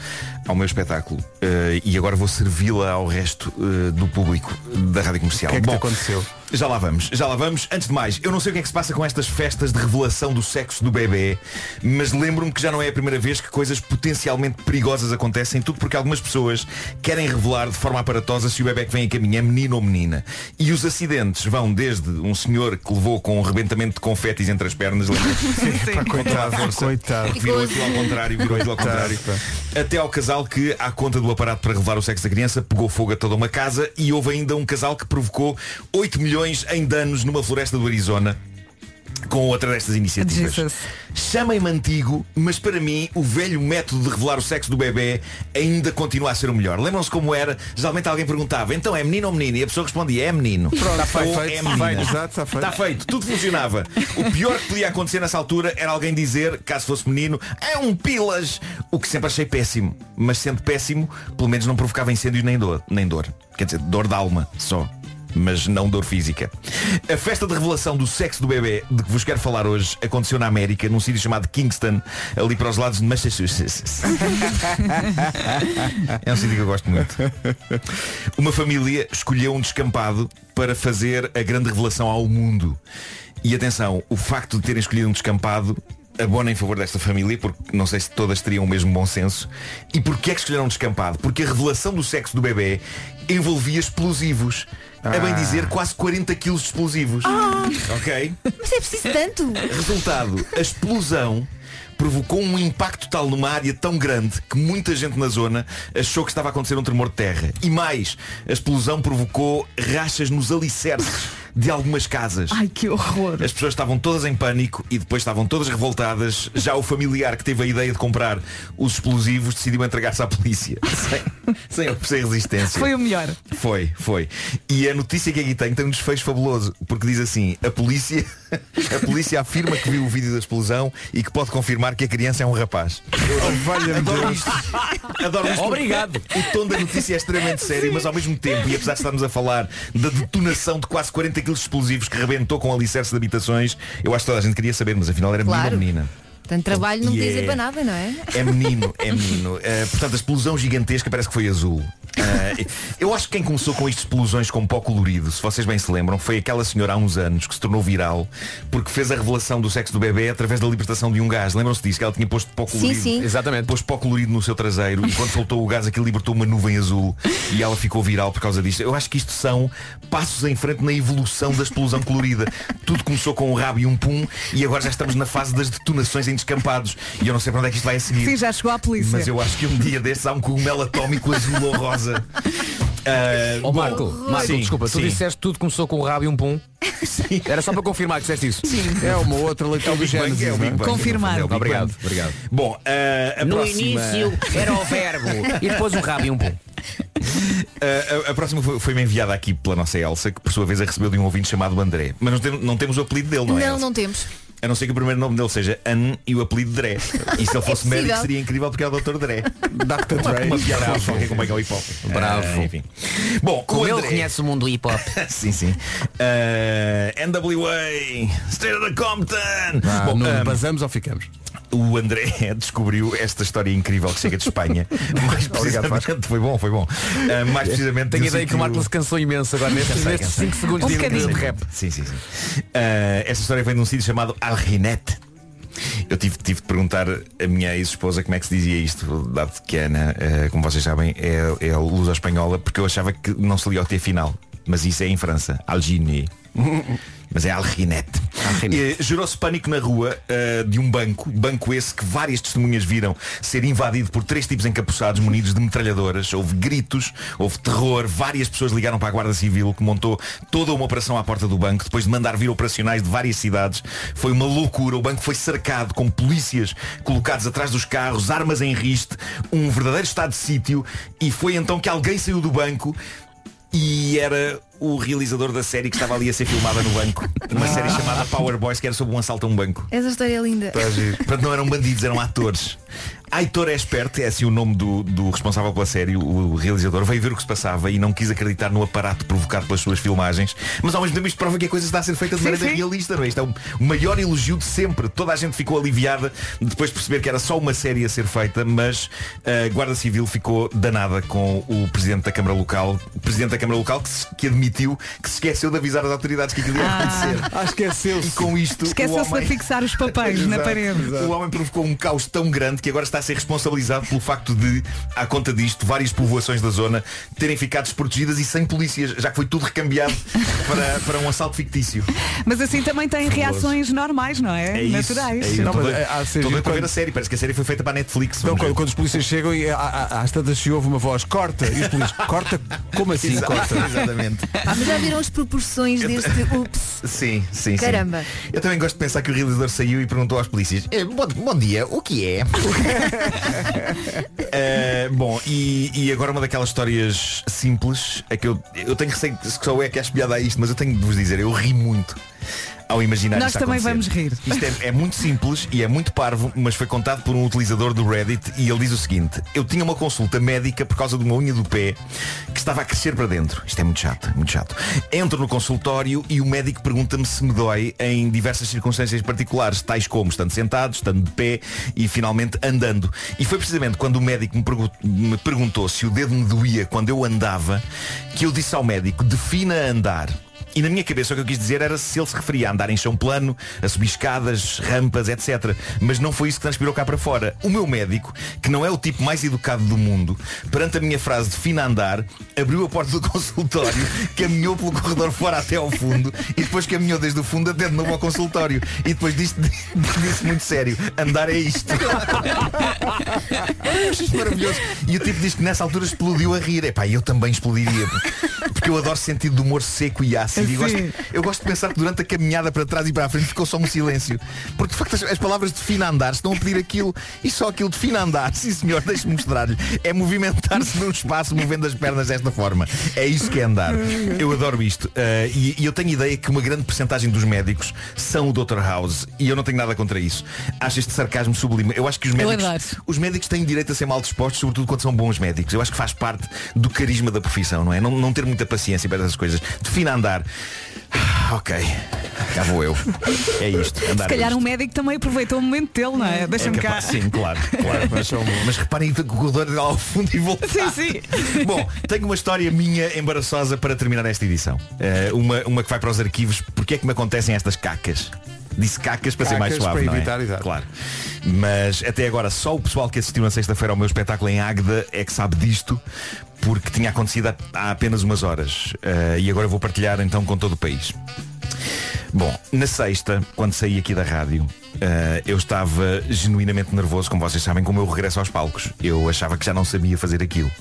[SPEAKER 19] ao meu espetáculo. Eh, e agora vou servi-la ao resto eh, do público da Rádio Comercial.
[SPEAKER 1] O que é que te
[SPEAKER 19] Bom,
[SPEAKER 1] aconteceu?
[SPEAKER 19] Já lá vamos, já lá vamos. Antes de mais, eu não sei o que é que se passa com estas festas de revelação do sexo do bebê, mas lembro-me que já não é a primeira vez que coisas potencialmente perigosas acontecem, tudo porque algumas pessoas querem revelar de forma aparatosa se o bebê que vem a caminho é menino ou menina. E os acidentes vão desde um senhor que levou com um rebentamento de confetes entre as pernas, lembra-se?
[SPEAKER 1] Pá, coitado, coitado.
[SPEAKER 19] Virou aquilo ao contrário, virou aquilo ao contrário. Até ao casal que, à conta do aparato para revelar o sexo da criança, pegou fogo a toda uma casa e houve ainda um casal que provocou 8 milhões em danos numa floresta do Arizona com outra destas iniciativas. Chamem-me antigo, mas para mim o velho método de revelar o sexo do bebê ainda continua a ser o melhor. Lembram-se como era? Geralmente alguém perguntava, então é menino ou menina? E a pessoa respondia, é menino.
[SPEAKER 1] Pronto, está
[SPEAKER 19] Ou
[SPEAKER 1] feito,
[SPEAKER 19] é
[SPEAKER 1] está
[SPEAKER 19] menina.
[SPEAKER 1] feito, exato, está feito.
[SPEAKER 19] Está feito, tudo funcionava. O pior que podia acontecer nessa altura era alguém dizer, caso fosse menino, é um pilas, o que sempre achei péssimo. Mas sendo péssimo, pelo menos não provocava incêndio nem dor, nem dor. Quer dizer, dor da alma só. mas não dor física. A festa de revelação do sexo do bebê de que vos quero falar hoje aconteceu na América, num sítio chamado Kingston, ali para os lados de Massachusetts. É um sítio que eu gosto muito. Uma família escolheu um descampado para fazer a grande revelação ao mundo. E atenção, o facto de terem escolhido um descampado abona em favor desta família, porque não sei se todas teriam o mesmo bom senso. E porquê é que escolheram um descampado? Porque a revelação do sexo do bebê envolvia explosivos. A bem
[SPEAKER 2] Ah.
[SPEAKER 19] dizer, quase 40 quilos de explosivos.
[SPEAKER 2] Ah.
[SPEAKER 19] Ok?
[SPEAKER 6] Mas é preciso tanto.
[SPEAKER 19] Resultado, a explosão provocou um impacto tal numa área tão grande que muita gente na zona achou que estava a acontecer um tremor de terra. E mais, a explosão provocou rachas nos alicerces de algumas casas.
[SPEAKER 5] Ai, que horror.
[SPEAKER 19] As pessoas estavam todas em pânico e depois estavam todas revoltadas. Já o familiar que teve a ideia de comprar os explosivos decidiu entregar-se à polícia. Sem, sem, sem resistência.
[SPEAKER 5] Foi o melhor.
[SPEAKER 19] Foi, foi. E a notícia que aqui tem tem um desfecho fabuloso, porque diz assim, a polícia, a polícia afirma que viu o vídeo da explosão e que pode confirmar que a criança é um rapaz. Adoro isto. Adoro isto.
[SPEAKER 2] Obrigado.
[SPEAKER 19] O tom da notícia é extremamente sério, mas ao mesmo tempo, e apesar de estarmos a falar da detonação de quase 40 quilos de explosivos que rebentou com alicerce de habitações, eu acho que toda a gente queria saber, mas afinal era
[SPEAKER 6] Claro.
[SPEAKER 19] menino ou menina.
[SPEAKER 6] Tanto trabalho não
[SPEAKER 19] E
[SPEAKER 6] podia
[SPEAKER 19] é-
[SPEAKER 6] dizer para nada, não é?
[SPEAKER 19] É menino, é menino. Eh, portanto, a explosão gigantesca parece que foi azul. Eh, eu acho que quem começou com isto de explosões com pó colorido, se vocês bem se lembram, foi aquela senhora há uns anos que se tornou viral porque fez a revelação do sexo do bebê através da libertação de um gás. Lembram-se disso? Que ela tinha posto pó
[SPEAKER 6] Sim,
[SPEAKER 19] colorido.
[SPEAKER 6] sim.
[SPEAKER 19] Exatamente. Pôs pó colorido no seu traseiro e quando soltou o gás aquilo libertou uma nuvem azul e ela ficou viral por causa disto. Eu acho que isto são passos em frente na evolução da explosão colorida. Tudo começou com um rabo e um pum e agora já estamos na fase das detonações em descampados. E eu não sei para onde é que isto vai a seguir.
[SPEAKER 5] Sim, já chegou à polícia.
[SPEAKER 19] Mas eu acho que um dia desses há um cogumelo atómico azul ou rosa.
[SPEAKER 9] Ó Marco, Marco, desculpa, tu disseste tudo começou com o rabo e um pum. Era só para confirmar que disseste isso.
[SPEAKER 1] É uma outra leitura
[SPEAKER 9] É o
[SPEAKER 1] do
[SPEAKER 9] Big Bang,
[SPEAKER 1] Gênesis.
[SPEAKER 9] é o Big
[SPEAKER 1] não
[SPEAKER 9] Bang. Confirmado. É o Big
[SPEAKER 1] Obrigado,
[SPEAKER 9] Bang. obrigado.
[SPEAKER 19] Bom, uh, a, a
[SPEAKER 9] No
[SPEAKER 19] próxima...
[SPEAKER 9] início era o verbo e depois o rabo e um pum.
[SPEAKER 19] Uh, a, a próxima foi- foi-me enviada aqui pela nossa Elsa, que por sua vez a recebeu de um ouvinte chamado André. Mas não, tem- não temos o apelido dele, não, é?
[SPEAKER 6] Não,
[SPEAKER 19] Elsa?
[SPEAKER 6] não temos.
[SPEAKER 19] A não ser que o primeiro nome dele seja An e o apelido Dré. E se ele fosse
[SPEAKER 6] É
[SPEAKER 19] médico
[SPEAKER 6] possível.
[SPEAKER 19] seria incrível porque é o Dr. Dré.
[SPEAKER 1] Dr.
[SPEAKER 19] Uma,
[SPEAKER 1] Dre.
[SPEAKER 19] uma piada
[SPEAKER 1] Bravo.
[SPEAKER 19] qualquer é com bem ao hip hop.
[SPEAKER 1] Bravo.
[SPEAKER 19] Ah, enfim. Bom,
[SPEAKER 1] Como ele
[SPEAKER 19] conhece
[SPEAKER 9] o mundo hip hop.
[SPEAKER 19] sim, sim. Uh, NWA, Straight da Compton.
[SPEAKER 1] Ah, não
[SPEAKER 19] um,
[SPEAKER 1] basamos ou ficamos?
[SPEAKER 19] o André descobriu esta história incrível que chega de Espanha. Mais
[SPEAKER 1] Obrigado,
[SPEAKER 19] precisamente, foi bom, foi bom. Ah, mais precisamente
[SPEAKER 9] Tenho
[SPEAKER 19] do
[SPEAKER 9] ideia que o
[SPEAKER 19] sítio-
[SPEAKER 9] Marco se cansou imenso agora nestes
[SPEAKER 19] Cansei,
[SPEAKER 9] nestes
[SPEAKER 19] cansei.
[SPEAKER 9] cinco segundos de- de rap.
[SPEAKER 19] Sim, sim, sim. Ah, esta história vem de um sítio chamado Alrinete. Eu tive, tive de perguntar à minha ex-esposa como é que se dizia isto, dado que a Ana, ah, como vocês sabem, é, é a luz espanhola, porque eu achava que não se lia o T final. Mas isso é em França. Algine. Mas é Alrinete. Eh, Gerou-se pânico na rua eh, de um banco, banco esse que várias testemunhas viram ser invadido por três tipos encapuçados munidos de metralhadoras. Houve gritos, houve terror, várias pessoas ligaram para a Guarda Civil que montou toda uma operação à porta do banco, depois de mandar vir operacionais de várias cidades. Foi uma loucura, o banco foi cercado com polícias colocados atrás dos carros, armas em riste, um verdadeiro estado de sítio e foi então que alguém saiu do banco e era o realizador da série que estava ali a ser filmada no banco. Uma série chamada Power Boys, que era sobre um assalto a um banco.
[SPEAKER 6] Ah.
[SPEAKER 19] Tá,
[SPEAKER 6] Essa história é linda.
[SPEAKER 19] Portanto, não eram bandidos, eram atores. Aitor Esperte, é assim o nome do, do responsável pela série, o, o realizador, veio ver o que se passava e não quis acreditar no aparato provocado pelas suas filmagens, mas ao mesmo tempo isto prova que a coisa está a ser feita de
[SPEAKER 1] Sim,
[SPEAKER 19] maneira
[SPEAKER 1] sim.
[SPEAKER 19] realista, não é? Isto é o maior elogio de sempre. Toda a gente ficou aliviada depois de perceber que era só uma série a ser feita, mas a Guarda Civil ficou danada com o Presidente da Câmara Local, o Presidente da Câmara Local que, se- que admitiu que se esqueceu de avisar as autoridades que aquilo ia acontecer.
[SPEAKER 1] Ah, esqueceu-se.
[SPEAKER 19] E com isto. o
[SPEAKER 5] Esqueceu-se de
[SPEAKER 19] homem-
[SPEAKER 5] fixar os papéis na
[SPEAKER 19] Exato,
[SPEAKER 5] parede.
[SPEAKER 19] exato. O homem provocou um caos tão grande que agora está a ser responsabilizado pelo facto de, à conta disto, várias povoações da zona terem ficado desprotegidas e sem polícias, já que foi tudo recambiado para, para um assalto fictício.
[SPEAKER 5] Mas assim também tem reações normais, não é?
[SPEAKER 19] É isso. É
[SPEAKER 5] Naturais.
[SPEAKER 19] isso.
[SPEAKER 1] Não,
[SPEAKER 19] Estou
[SPEAKER 1] mas,
[SPEAKER 19] doido-
[SPEAKER 1] é, há de ser
[SPEAKER 19] estou
[SPEAKER 1] giro
[SPEAKER 19] doido para ver
[SPEAKER 1] quando-
[SPEAKER 19] a série, parece que a série foi feita para a Netflix.
[SPEAKER 1] Não,
[SPEAKER 19] vamos
[SPEAKER 1] Então, quando,
[SPEAKER 19] ver.
[SPEAKER 1] quando os polícias chegam e há- há- às tantas se ouve uma voz, corta, e os polícias, corta, como assim
[SPEAKER 19] Exato,
[SPEAKER 1] corta?
[SPEAKER 19] Exatamente.
[SPEAKER 6] Ah, mas já viram as proporções deste ups.
[SPEAKER 19] Sim, sim, sim.
[SPEAKER 6] Caramba.
[SPEAKER 19] Eu também gosto de pensar que o realizador saiu e perguntou aos polícias "Eh, bom, bom dia, o que é? Eh, bom, e, e agora uma daquelas histórias simples é que eu, eu tenho receio que só é que é espelhada a isto, mas eu tenho de vos dizer, eu ri muito ao imaginar
[SPEAKER 5] Nós
[SPEAKER 19] isto a
[SPEAKER 5] também
[SPEAKER 19] acontecer.
[SPEAKER 5] vamos rir.
[SPEAKER 19] Isto é, é muito simples e é muito parvo, mas foi contado por um utilizador do Reddit e ele diz o seguinte: Eu tinha uma consulta médica por causa de uma unha do pé que estava a crescer para dentro. Isto é muito chato, muito chato. Entro no consultório e o médico pergunta-me se me dói em diversas circunstâncias particulares, tais como estando sentado, estando de pé e finalmente andando. E foi precisamente quando o médico me, pergu- me perguntou se o dedo me doía quando eu andava que eu disse ao médico: Defina andar. E na minha cabeça o que eu quis dizer era se ele se referia a andar em chão plano, a subir escadas, rampas, etc. Mas não foi isso que transpirou cá para fora. O meu médico, que não é o tipo mais educado do mundo, perante a minha frase de fina andar, abriu a porta do consultório, caminhou pelo corredor fora até ao fundo e depois caminhou desde o fundo até de novo ao consultório. E depois disse, disse muito sério, andar é isto. Eu achei isto maravilhoso. E o tipo diz que nessa altura explodiu a rir. Epá, eu também explodiria. Porque eu adoro sentido de humor seco e ácido. E gosto- eu gosto de pensar que durante a caminhada para trás e para a frente ficou só um silêncio. Porque de facto as, as palavras de fina andar estão a pedir aquilo e só aquilo de fina andar. Sim senhor, deixe-me mostrar-lhe. É movimentar-se num espaço movendo as pernas desta forma. É isso que é andar. Eu adoro isto. Eh, e, e eu tenho ideia que uma grande porcentagem dos médicos são o Dr. House. E eu não tenho nada contra isso. Acho este sarcasmo sublime. Eu acho que os
[SPEAKER 5] Eu
[SPEAKER 19] médicos
[SPEAKER 5] adoro.
[SPEAKER 19] os médicos têm direito a ser mal dispostos, sobretudo quando são bons médicos. Eu acho que faz parte do carisma da profissão, não é? Não, não ter muita paciência para essas coisas. Defina andar. Ah, ok, cá vou eu. É isto. Andar
[SPEAKER 5] Se
[SPEAKER 19] é
[SPEAKER 5] calhar um médico também aproveitou o momento dele, não é? Deixa-me
[SPEAKER 19] é
[SPEAKER 5] cá.
[SPEAKER 19] capaz- Sim, claro, claro. Mas, mas reparem que o corredor lá ao fundo e voltar.
[SPEAKER 5] Sim, sim.
[SPEAKER 19] Bom, tenho uma história minha embaraçosa para terminar esta edição. Eh, uma, uma que vai para os arquivos. Porquê é que me acontecem estas cacas? Disse cacas para ser mais
[SPEAKER 1] Cacas
[SPEAKER 19] suave,
[SPEAKER 1] para
[SPEAKER 19] não é?
[SPEAKER 1] evitar,
[SPEAKER 19] Claro. Mas até agora só o pessoal que assistiu na sexta-feira ao meu espetáculo em Águeda é que sabe disto. Porque tinha acontecido há apenas umas horas. Eh, e agora eu vou partilhar então com todo o país. Bom, na sexta, quando saí aqui da rádio, eh, eu estava genuinamente nervoso, como vocês sabem, com o meu regresso aos palcos. Eu achava que já não sabia fazer aquilo.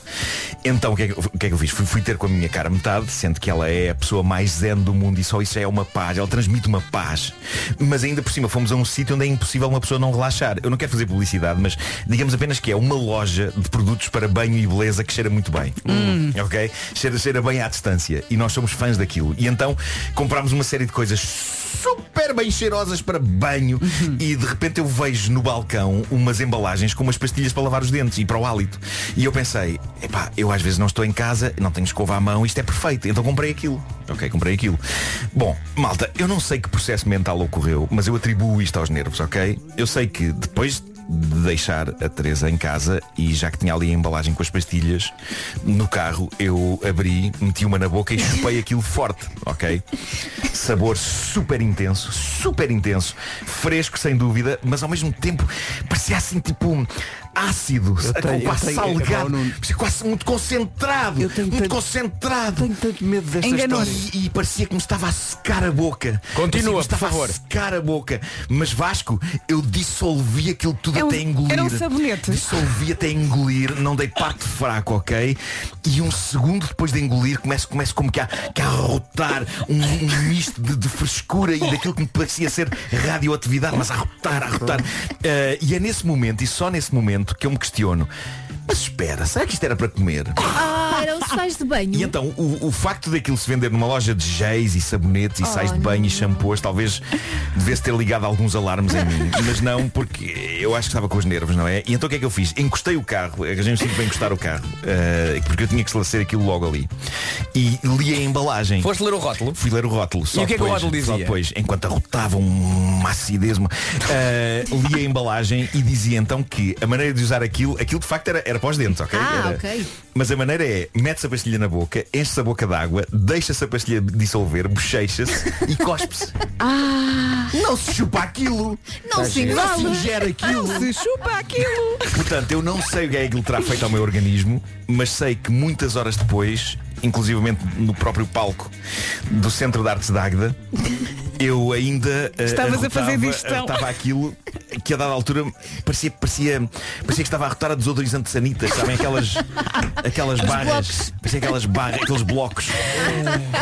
[SPEAKER 19] Então, o que é que, o que, é que eu fiz? Fui, fui ter com a minha cara metade, sendo que ela é a pessoa mais zen do mundo e só isso já é uma paz. Ela transmite uma paz. Mas ainda por cima, fomos a um sítio onde é impossível uma pessoa não relaxar. Eu não quero fazer publicidade, mas digamos apenas que é uma loja de produtos para banho e beleza que cheira muito bem.
[SPEAKER 20] Hum.
[SPEAKER 19] Ok? Cheira, cheira bem à distância. E nós somos fãs daquilo. E então comprámos uma série de coisas super bem cheirosas para banho e de repente eu vejo no balcão umas embalagens com umas pastilhas para lavar os dentes e para o hálito. E eu pensei, epá, eu às vezes não estou em casa, não tenho escova à mão, isto é perfeito. Então comprei aquilo. Ok, comprei aquilo. Bom, malta, eu não sei que processo mental ocorreu, mas eu atribuo isto aos nervos, ok? Eu sei que depois de deixar a Teresa em casa e já que tinha ali a embalagem com as pastilhas no carro eu abri, meti uma na boca e chupei aquilo forte, ok? Sabor super intenso, super intenso, fresco sem dúvida, mas ao mesmo tempo parecia assim tipo ácido,
[SPEAKER 1] Eu tenho- eu
[SPEAKER 19] quase
[SPEAKER 1] tenho-
[SPEAKER 19] salgado,
[SPEAKER 1] Epá, Nuno.
[SPEAKER 19] parecia quase muito concentrado, muito concentrado. Tenho
[SPEAKER 1] tanto medo desta história.
[SPEAKER 19] E, e parecia que me estava a secar a boca.
[SPEAKER 1] Continua,
[SPEAKER 19] Parecia que me Assim, estava
[SPEAKER 1] por favor.
[SPEAKER 19] A secar a boca. Mas Vasco, eu dissolvi aquilo tudo
[SPEAKER 5] É um-
[SPEAKER 19] até engolir.
[SPEAKER 5] era um sabonete.
[SPEAKER 19] Dissolvi até engolir, não dei parte fraco, ok? E um segundo depois de engolir, começo, começo como que a, que a rotar um, um misto de, de frescura e daquilo que me parecia ser radioatividade, mas a rotar, a rotar. Eh, e é nesse momento, e só nesse momento, que eu me questiono. Mas espera, será que isto era para comer?
[SPEAKER 6] Ah, eram sais de banho.
[SPEAKER 19] E então, o, o facto daquilo se vender numa loja de géis e sabonetes e
[SPEAKER 6] Oh,
[SPEAKER 19] sais de banho e shampoos, talvez devesse ter ligado alguns alarmes em mim. Mas não, porque eu acho que estava com os nervos, não é? E então o que é que eu fiz? Encostei o carro, arranjei um sítio para encostar o carro, eh, porque eu tinha que estabelecer aquilo logo ali. E li a embalagem. Foste ler o rótulo? Fui ler o rótulo. Só
[SPEAKER 9] E o que é que o
[SPEAKER 19] depois,
[SPEAKER 9] rótulo
[SPEAKER 19] Só
[SPEAKER 9] dizia?
[SPEAKER 19] depois, enquanto arrotava uma acidez, uma, eh, li a embalagem e dizia então que a maneira de usar aquilo, aquilo de facto era, era para os dentes, ok?
[SPEAKER 6] Ah,
[SPEAKER 19] Era-
[SPEAKER 6] ok.
[SPEAKER 19] mas a maneira é, metes a pastilha na boca, enches a boca d'água, deixa-se a pastilha dissolver, bochecha-se e cospe-se.
[SPEAKER 6] Ah.
[SPEAKER 19] Não se chupa aquilo.
[SPEAKER 5] Tá
[SPEAKER 6] Não se engole.
[SPEAKER 19] Não se ingere aquilo.
[SPEAKER 6] Não se
[SPEAKER 5] chupa aquilo.
[SPEAKER 19] Portanto, eu não sei o que é que ele terá feito ao meu organismo, mas sei que muitas horas depois, inclusivamente no próprio palco do Centro de Artes de Águeda, eu ainda eh,
[SPEAKER 5] Estavas a fazer
[SPEAKER 19] arrotava-
[SPEAKER 5] digestão.
[SPEAKER 19] arrotava aquilo que a dada altura parecia, parecia, parecia que estava a rotar a desodorizante de sanitas, sabem? Aquelas, aquelas
[SPEAKER 5] Os
[SPEAKER 19] barras,
[SPEAKER 5] blocos.
[SPEAKER 19] parecia aquelas barras, aqueles blocos.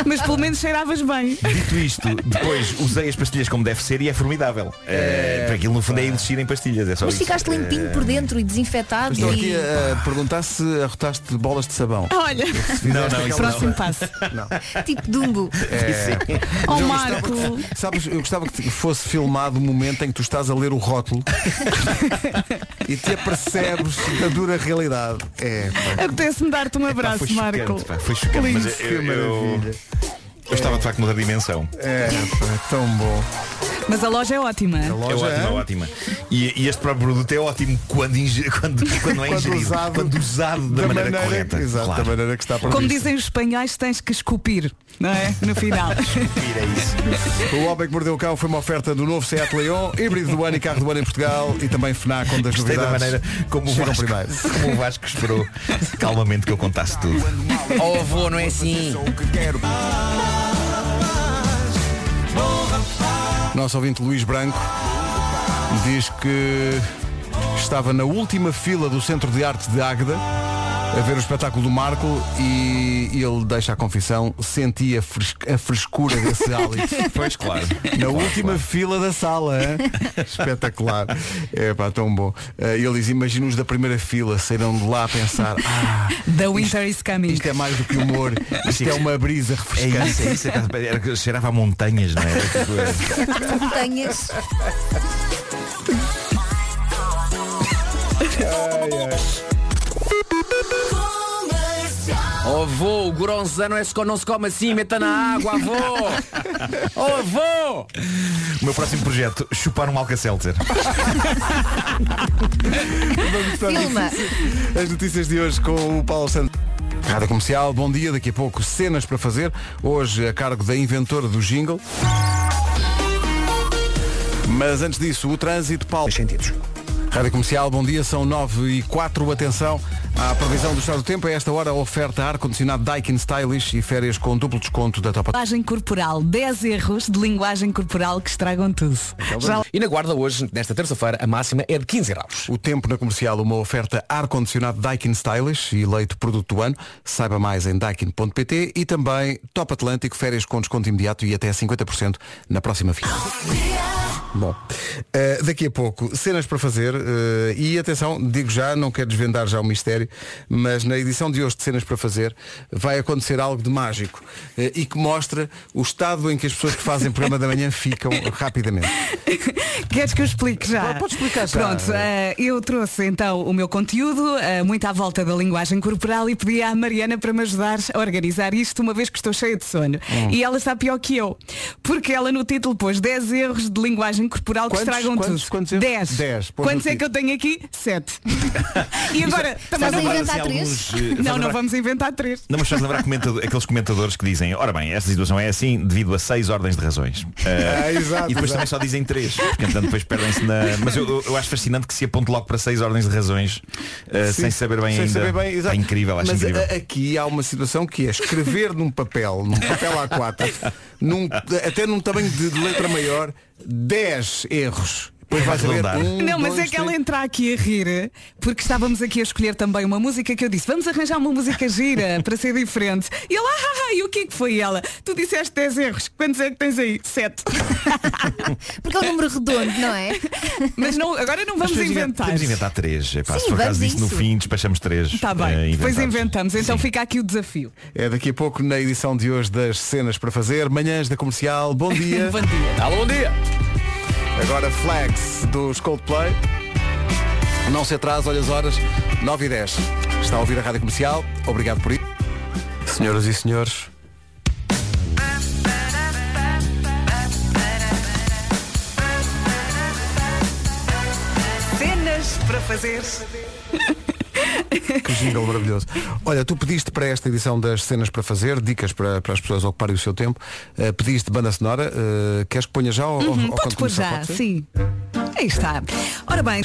[SPEAKER 5] Mas pelo menos cheiravas bem.
[SPEAKER 19] Dito isto, depois usei as pastilhas como deve ser e é formidável. Eh, para aquilo no fundo é elixir em pastilhas, é só
[SPEAKER 6] Mas
[SPEAKER 19] isso.
[SPEAKER 6] ficaste limpinho
[SPEAKER 19] Eh,
[SPEAKER 6] por dentro e desinfetado
[SPEAKER 1] Estou
[SPEAKER 6] e...
[SPEAKER 1] aqui a perguntar se arrotaste bolas de sabão.
[SPEAKER 6] Olha,
[SPEAKER 1] Fizeste
[SPEAKER 19] não,
[SPEAKER 1] aquela-
[SPEAKER 6] Próximo
[SPEAKER 5] passo.
[SPEAKER 1] Não.
[SPEAKER 6] tipo Dumbo.
[SPEAKER 1] É.
[SPEAKER 6] Oh,
[SPEAKER 1] Mas eu
[SPEAKER 6] Marco.
[SPEAKER 1] gostava que- sabes, eu gostava que te- fosse filmado o momento em que tu estás a ler o rótulo e te apercebes da dura realidade. É, pá.
[SPEAKER 5] Apetece-me dar-te um
[SPEAKER 1] pá,
[SPEAKER 5] abraço,
[SPEAKER 1] foi chocante,
[SPEAKER 5] Marco.
[SPEAKER 19] pá, foi chocante,
[SPEAKER 5] Lindo.
[SPEAKER 19] mas eu, eu,
[SPEAKER 1] maravilha.
[SPEAKER 19] eu estava de facto noutra dimensão.
[SPEAKER 1] É, pá, tão bom.
[SPEAKER 5] Mas a loja é ótima.
[SPEAKER 19] É ótima, é ótima. E, e este próprio produto é ótimo quando, inge- quando, quando não é
[SPEAKER 1] Quando
[SPEAKER 19] ingerido,
[SPEAKER 1] usado
[SPEAKER 19] quando usado da,
[SPEAKER 1] da
[SPEAKER 19] maneira,
[SPEAKER 1] maneira-
[SPEAKER 19] correta.
[SPEAKER 1] exato,
[SPEAKER 19] claro.
[SPEAKER 1] da maneira que está
[SPEAKER 5] Como dizem os espanhóis, tens que escupir, não é? No final.
[SPEAKER 19] é
[SPEAKER 1] O Homem que Mordeu o Cão foi uma oferta do novo Seat Leon, híbrido do ano e carro do ano em Portugal e também FNAC, onde as
[SPEAKER 19] Gostei da
[SPEAKER 1] novidades
[SPEAKER 19] maneira como o,
[SPEAKER 1] chegam
[SPEAKER 19] Vasco,
[SPEAKER 1] primeiro.
[SPEAKER 19] como o Vasco esperou calmamente que eu contasse tudo.
[SPEAKER 9] Oh avô, não é assim.
[SPEAKER 1] Nosso ouvinte Luís Branco diz que estava na última fila do Centro de Arte de Águeda a ver o espetáculo do Marco e ele deixa a confissão, sentia a frescura desse hálito.
[SPEAKER 19] Pois claro.
[SPEAKER 1] Na
[SPEAKER 19] Claro,
[SPEAKER 1] última fila da sala, hein? espetacular. É pá, tão bom. Eh, ele diz, imagina os da primeira fila saíram de lá a pensar, ah,
[SPEAKER 5] The winter is coming.
[SPEAKER 1] isto é mais do que humor, isto é uma brisa
[SPEAKER 19] É
[SPEAKER 1] refrescante.
[SPEAKER 19] isso, é isso. é- Era, que cheirava a montanhas, não é? Era tipo, é?
[SPEAKER 6] um Montanhas.
[SPEAKER 9] Oh avô, o goronzano é não se come assim, meta na água, avô. Oh avô.
[SPEAKER 19] O meu próximo projeto, chupar um Alka-Seltzer.
[SPEAKER 1] Vamos para as
[SPEAKER 6] Filma.
[SPEAKER 1] notícias- As notícias de hoje com o Paulo Santos. Rádio Comercial, bom dia, daqui a pouco cenas para fazer. Hoje a cargo da inventora do jingle. Mas antes disso, o trânsito, Paulo. sentidos. Rádio Comercial, bom dia, são 9 e 4, atenção à previsão do estado do tempo. A esta hora, a oferta ar-condicionado Daikin Stylish e férias com duplo desconto da Top
[SPEAKER 5] Linguagem corporal. 10 erros de linguagem corporal que estragam tudo.
[SPEAKER 19] Então
[SPEAKER 5] Já...
[SPEAKER 9] E na guarda hoje, nesta terça-feira, a máxima é de 15 graus.
[SPEAKER 1] O tempo na comercial, uma oferta ar-condicionado Daikin Stylish e eleito produto do ano. Saiba mais em daikin.pt e também Top Atlântico, férias com desconto imediato e até 50% na próxima viagem. Bom, eh, daqui a pouco, cenas para fazer eh, e atenção, digo já, não quero desvendar já o mistério, mas na edição de hoje de Cenas para Fazer vai acontecer algo de mágico eh, e que mostra o estado em que as pessoas que fazem programa da manhã ficam rapidamente.
[SPEAKER 5] Queres que eu explique já? Pode explicar
[SPEAKER 1] já.
[SPEAKER 5] Pronto, eh, eu trouxe então o meu conteúdo, eh, muito à volta da linguagem corporal e pedi à Mariana para me ajudar a organizar isto, uma vez que estou cheia de sono.
[SPEAKER 1] Hum.
[SPEAKER 5] E ela está pior que eu, porque ela no título pôs 10 erros de linguagem corporal
[SPEAKER 1] Quantos-
[SPEAKER 5] que estragam
[SPEAKER 1] quantos-
[SPEAKER 5] tudo.
[SPEAKER 1] quantos erros?
[SPEAKER 5] 10.
[SPEAKER 1] Dez, pôs
[SPEAKER 5] Quantos
[SPEAKER 1] no é
[SPEAKER 5] é que eu tenho aqui? 7. e agora,
[SPEAKER 19] Faz-
[SPEAKER 5] também
[SPEAKER 19] faz lembrar,
[SPEAKER 5] não vamos
[SPEAKER 19] assim,
[SPEAKER 5] inventar
[SPEAKER 19] alguns,
[SPEAKER 5] três.
[SPEAKER 19] eh, faz
[SPEAKER 5] Não, não
[SPEAKER 19] lembrar-
[SPEAKER 5] vamos inventar três.
[SPEAKER 19] Não, mas faz lembrar comentado- aqueles comentadores que dizem, ora bem, esta situação é assim devido a seis ordens de razões. Ah,
[SPEAKER 1] Ah, exato,
[SPEAKER 19] e depois
[SPEAKER 1] exato.
[SPEAKER 19] também só dizem três. Porque, Portanto, depois perdem-se na. Mas eu, eu- eu acho fascinante que se aponte logo para seis ordens de razões
[SPEAKER 1] Sim,
[SPEAKER 19] ah, sem saber bem
[SPEAKER 1] sem
[SPEAKER 19] ainda.
[SPEAKER 1] saber bem, exato.
[SPEAKER 19] É incrível, acho
[SPEAKER 1] Mas eh,
[SPEAKER 19] incrível.
[SPEAKER 1] a- aqui há uma situação que é escrever num papel, num papel A4, num- até num tamanho de de letra maior, 10 erros.
[SPEAKER 19] É
[SPEAKER 1] Depois vai saber
[SPEAKER 19] Arredondar.
[SPEAKER 1] um,
[SPEAKER 5] Não, mas
[SPEAKER 1] dois,
[SPEAKER 5] é que ela
[SPEAKER 1] três.
[SPEAKER 5] entra aqui a rir, porque estávamos aqui a escolher também uma música que eu disse, vamos arranjar uma música gira para ser diferente. E ela, ah, ah, ah, e o que é que foi ela? Tu disseste 10 erros, quantos é que tens aí? 7.
[SPEAKER 6] Porque é um número redondo, não é?
[SPEAKER 5] Mas não, agora não
[SPEAKER 19] Mas
[SPEAKER 5] vamos
[SPEAKER 19] podemos inventar-
[SPEAKER 5] inventar.
[SPEAKER 19] Podemos inventar três. Epá,
[SPEAKER 5] Sim,
[SPEAKER 19] se por acaso
[SPEAKER 5] vamos
[SPEAKER 19] disso no
[SPEAKER 5] isso.
[SPEAKER 19] fim, despachamos três.
[SPEAKER 5] Está Tá bem,
[SPEAKER 19] eh,
[SPEAKER 5] depois
[SPEAKER 19] inventados.
[SPEAKER 5] inventamos, então fica aqui o desafio.
[SPEAKER 1] É daqui a pouco na edição de hoje das cenas para fazer, manhãs da comercial. Bom dia.
[SPEAKER 5] Bom dia.
[SPEAKER 9] Alô, bom dia.
[SPEAKER 1] Agora Flex dos Coldplay. Não se atrasa, olha as horas, 9 e 10. Está a ouvir a rádio comercial. Obrigado por isso. Senhoras e senhores,
[SPEAKER 5] Cenas para fazer.
[SPEAKER 1] Que jingle maravilhoso. Olha, tu pediste para esta edição das cenas para fazer, dicas para, para as pessoas ocuparem o seu tempo, eh, pediste banda sonora, eh, queres que ponha já ou, ou-
[SPEAKER 5] Uhum,
[SPEAKER 1] ou
[SPEAKER 5] podes
[SPEAKER 1] quando
[SPEAKER 5] pôr
[SPEAKER 1] começar,
[SPEAKER 5] já,
[SPEAKER 1] pode ser?
[SPEAKER 5] sim. Aí está. Ora bem,